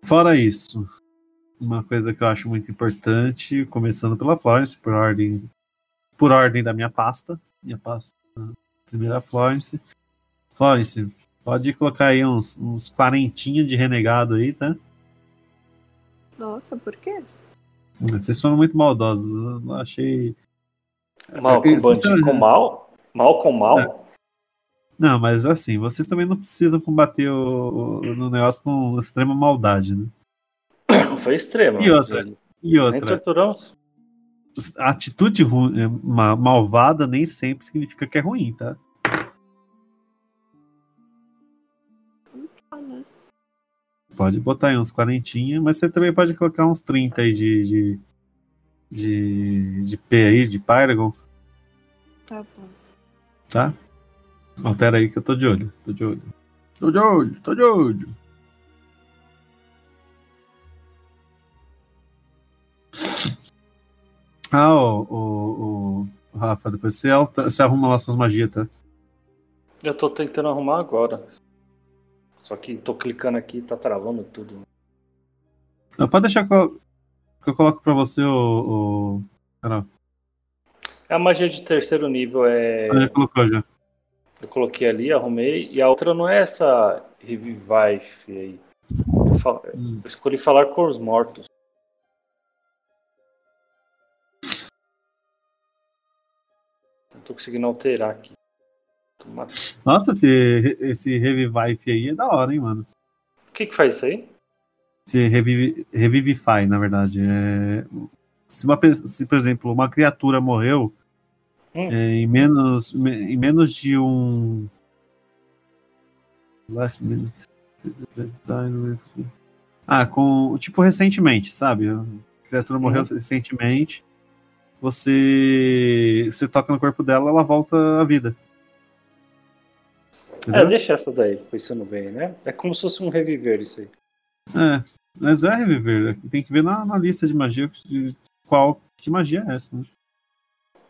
A: Fora isso, uma coisa que eu acho muito importante, começando pela Florence, por ordem, por ordem da minha pasta, minha pasta, primeira Florence. Florence, pode colocar aí uns, uns quarentinha de renegado aí, tá?
C: Nossa, por quê?
A: Vocês foram muito maldosos, eu não achei...
D: Mal com
A: Eu-
D: bandido com mal? Mal com mal?
A: Não, mas assim, vocês também não precisam combater o, o- no negócio com extrema maldade, né?
D: Foi extremo.
A: E outra?
D: né?
A: E
D: Nem
A: outra,
D: torturamos.
A: a atitude ru- é, ma- malvada nem sempre significa que é ruim, tá?
C: Ah, né?
A: Pode botar aí uns quarentinha, mas você também pode colocar uns 30 aí de. de, de, de P aí, de Pyragon.
C: Tá bom.
A: Tá? Altera aí que eu tô de olho. Tô de olho. Tô de olho, tô de olho. Ah, o, o, o Rafa, depois você, alta, você arruma lá suas magias, tá?
D: Eu tô tentando arrumar agora. Só que tô clicando aqui e tá travando tudo.
A: Não, pode deixar que eu, que eu coloco pra você o. o... Carol,
D: A magia de terceiro nível é.
A: já colocou já.
D: Eu coloquei ali, arrumei. E a outra não é essa Revivife aí. Eu, fal- eu
A: Hum.
D: escolhi falar com os mortos. Não tô conseguindo alterar aqui. Tô mat-
A: Nossa, esse, esse Revivife aí é da hora, hein, mano?
D: O que que faz isso aí? É,
A: se revive, revivify, na verdade. É, se, uma, pe- se, por exemplo, uma criatura morreu
D: Hum.
A: é, em, menos, me- em menos de um. Last minute. Ah, com. Tipo, recentemente, sabe? A criatura morreu recentemente. Você. Você toca no corpo dela, ela volta à vida.
D: É,
A: Entendeu?
D: deixa essa daí, pensando bem, né? É como se fosse um reviver isso aí.
A: É, mas é reviver. Tem que ver na, na lista de magia de qual que magia é essa, né?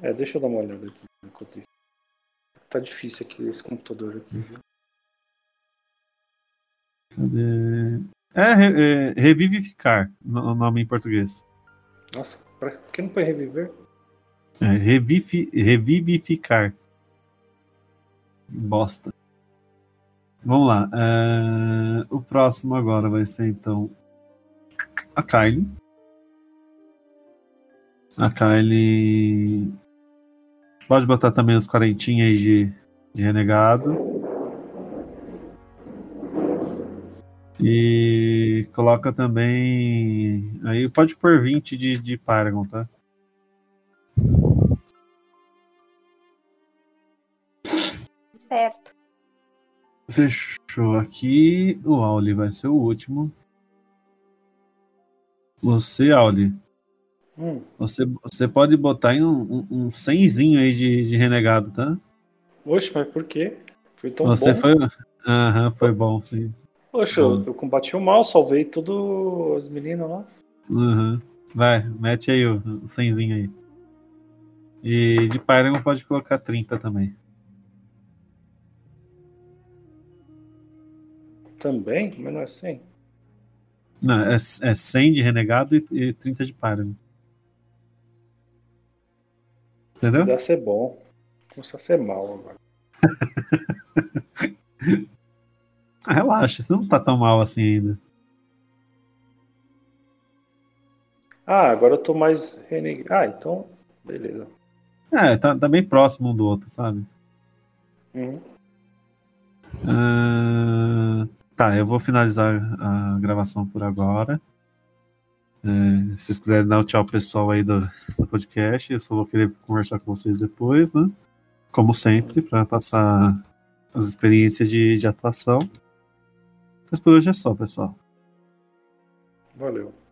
D: É, deixa eu dar uma olhada aqui enquanto isso. Tá difícil aqui esse computador aqui. viu?
A: Cadê? É, re- é, revivificar no- o nome em português.
D: Nossa, pra que não foi reviver?
A: É, revifi- revivificar. Bosta. Vamos lá. é, o próximo agora vai ser então a Kylie. A Kylie. Pode botar também os quarentinhas aí de, de renegado. E coloca também. Aí pode pôr 20 de, de Paragon, tá?
B: Certo.
A: Fechou aqui. O Auli vai ser o último. Você, Auli,
D: Hum,
A: você, você pode botar aí um, um, um 100zinho aí de, de renegado, tá?
D: oxe, mas por quê? Foi tão
A: você
D: bom.
A: foi. Aham, foi bom, sim.
D: Oxe, eu, eu combati o mal, salvei tudo as meninas lá.
A: Aham. Vai, mete aí o, o 100zinho aí. E de Pyron pode colocar 30 também.
D: Também, mas não é assim.
A: Não, é, é 100 de renegado e, e 30 de Pyron. Entendeu?
D: Dá ser bom. Começar a ser mal agora.
A: Ah, relaxa, você não tá tão mal assim ainda.
D: Ah, agora eu tô mais reneg... Ah, então, beleza.
A: É, tá, tá bem próximo um do outro, sabe?
D: Uhum.
A: Ah, tá, eu vou finalizar a gravação por agora. É, se vocês quiserem dar um tchau pro pessoal aí do, do podcast, eu só vou querer conversar com vocês depois, né? Como sempre, para passar as experiências de, de atuação. Mas por hoje é só, pessoal.
D: Valeu.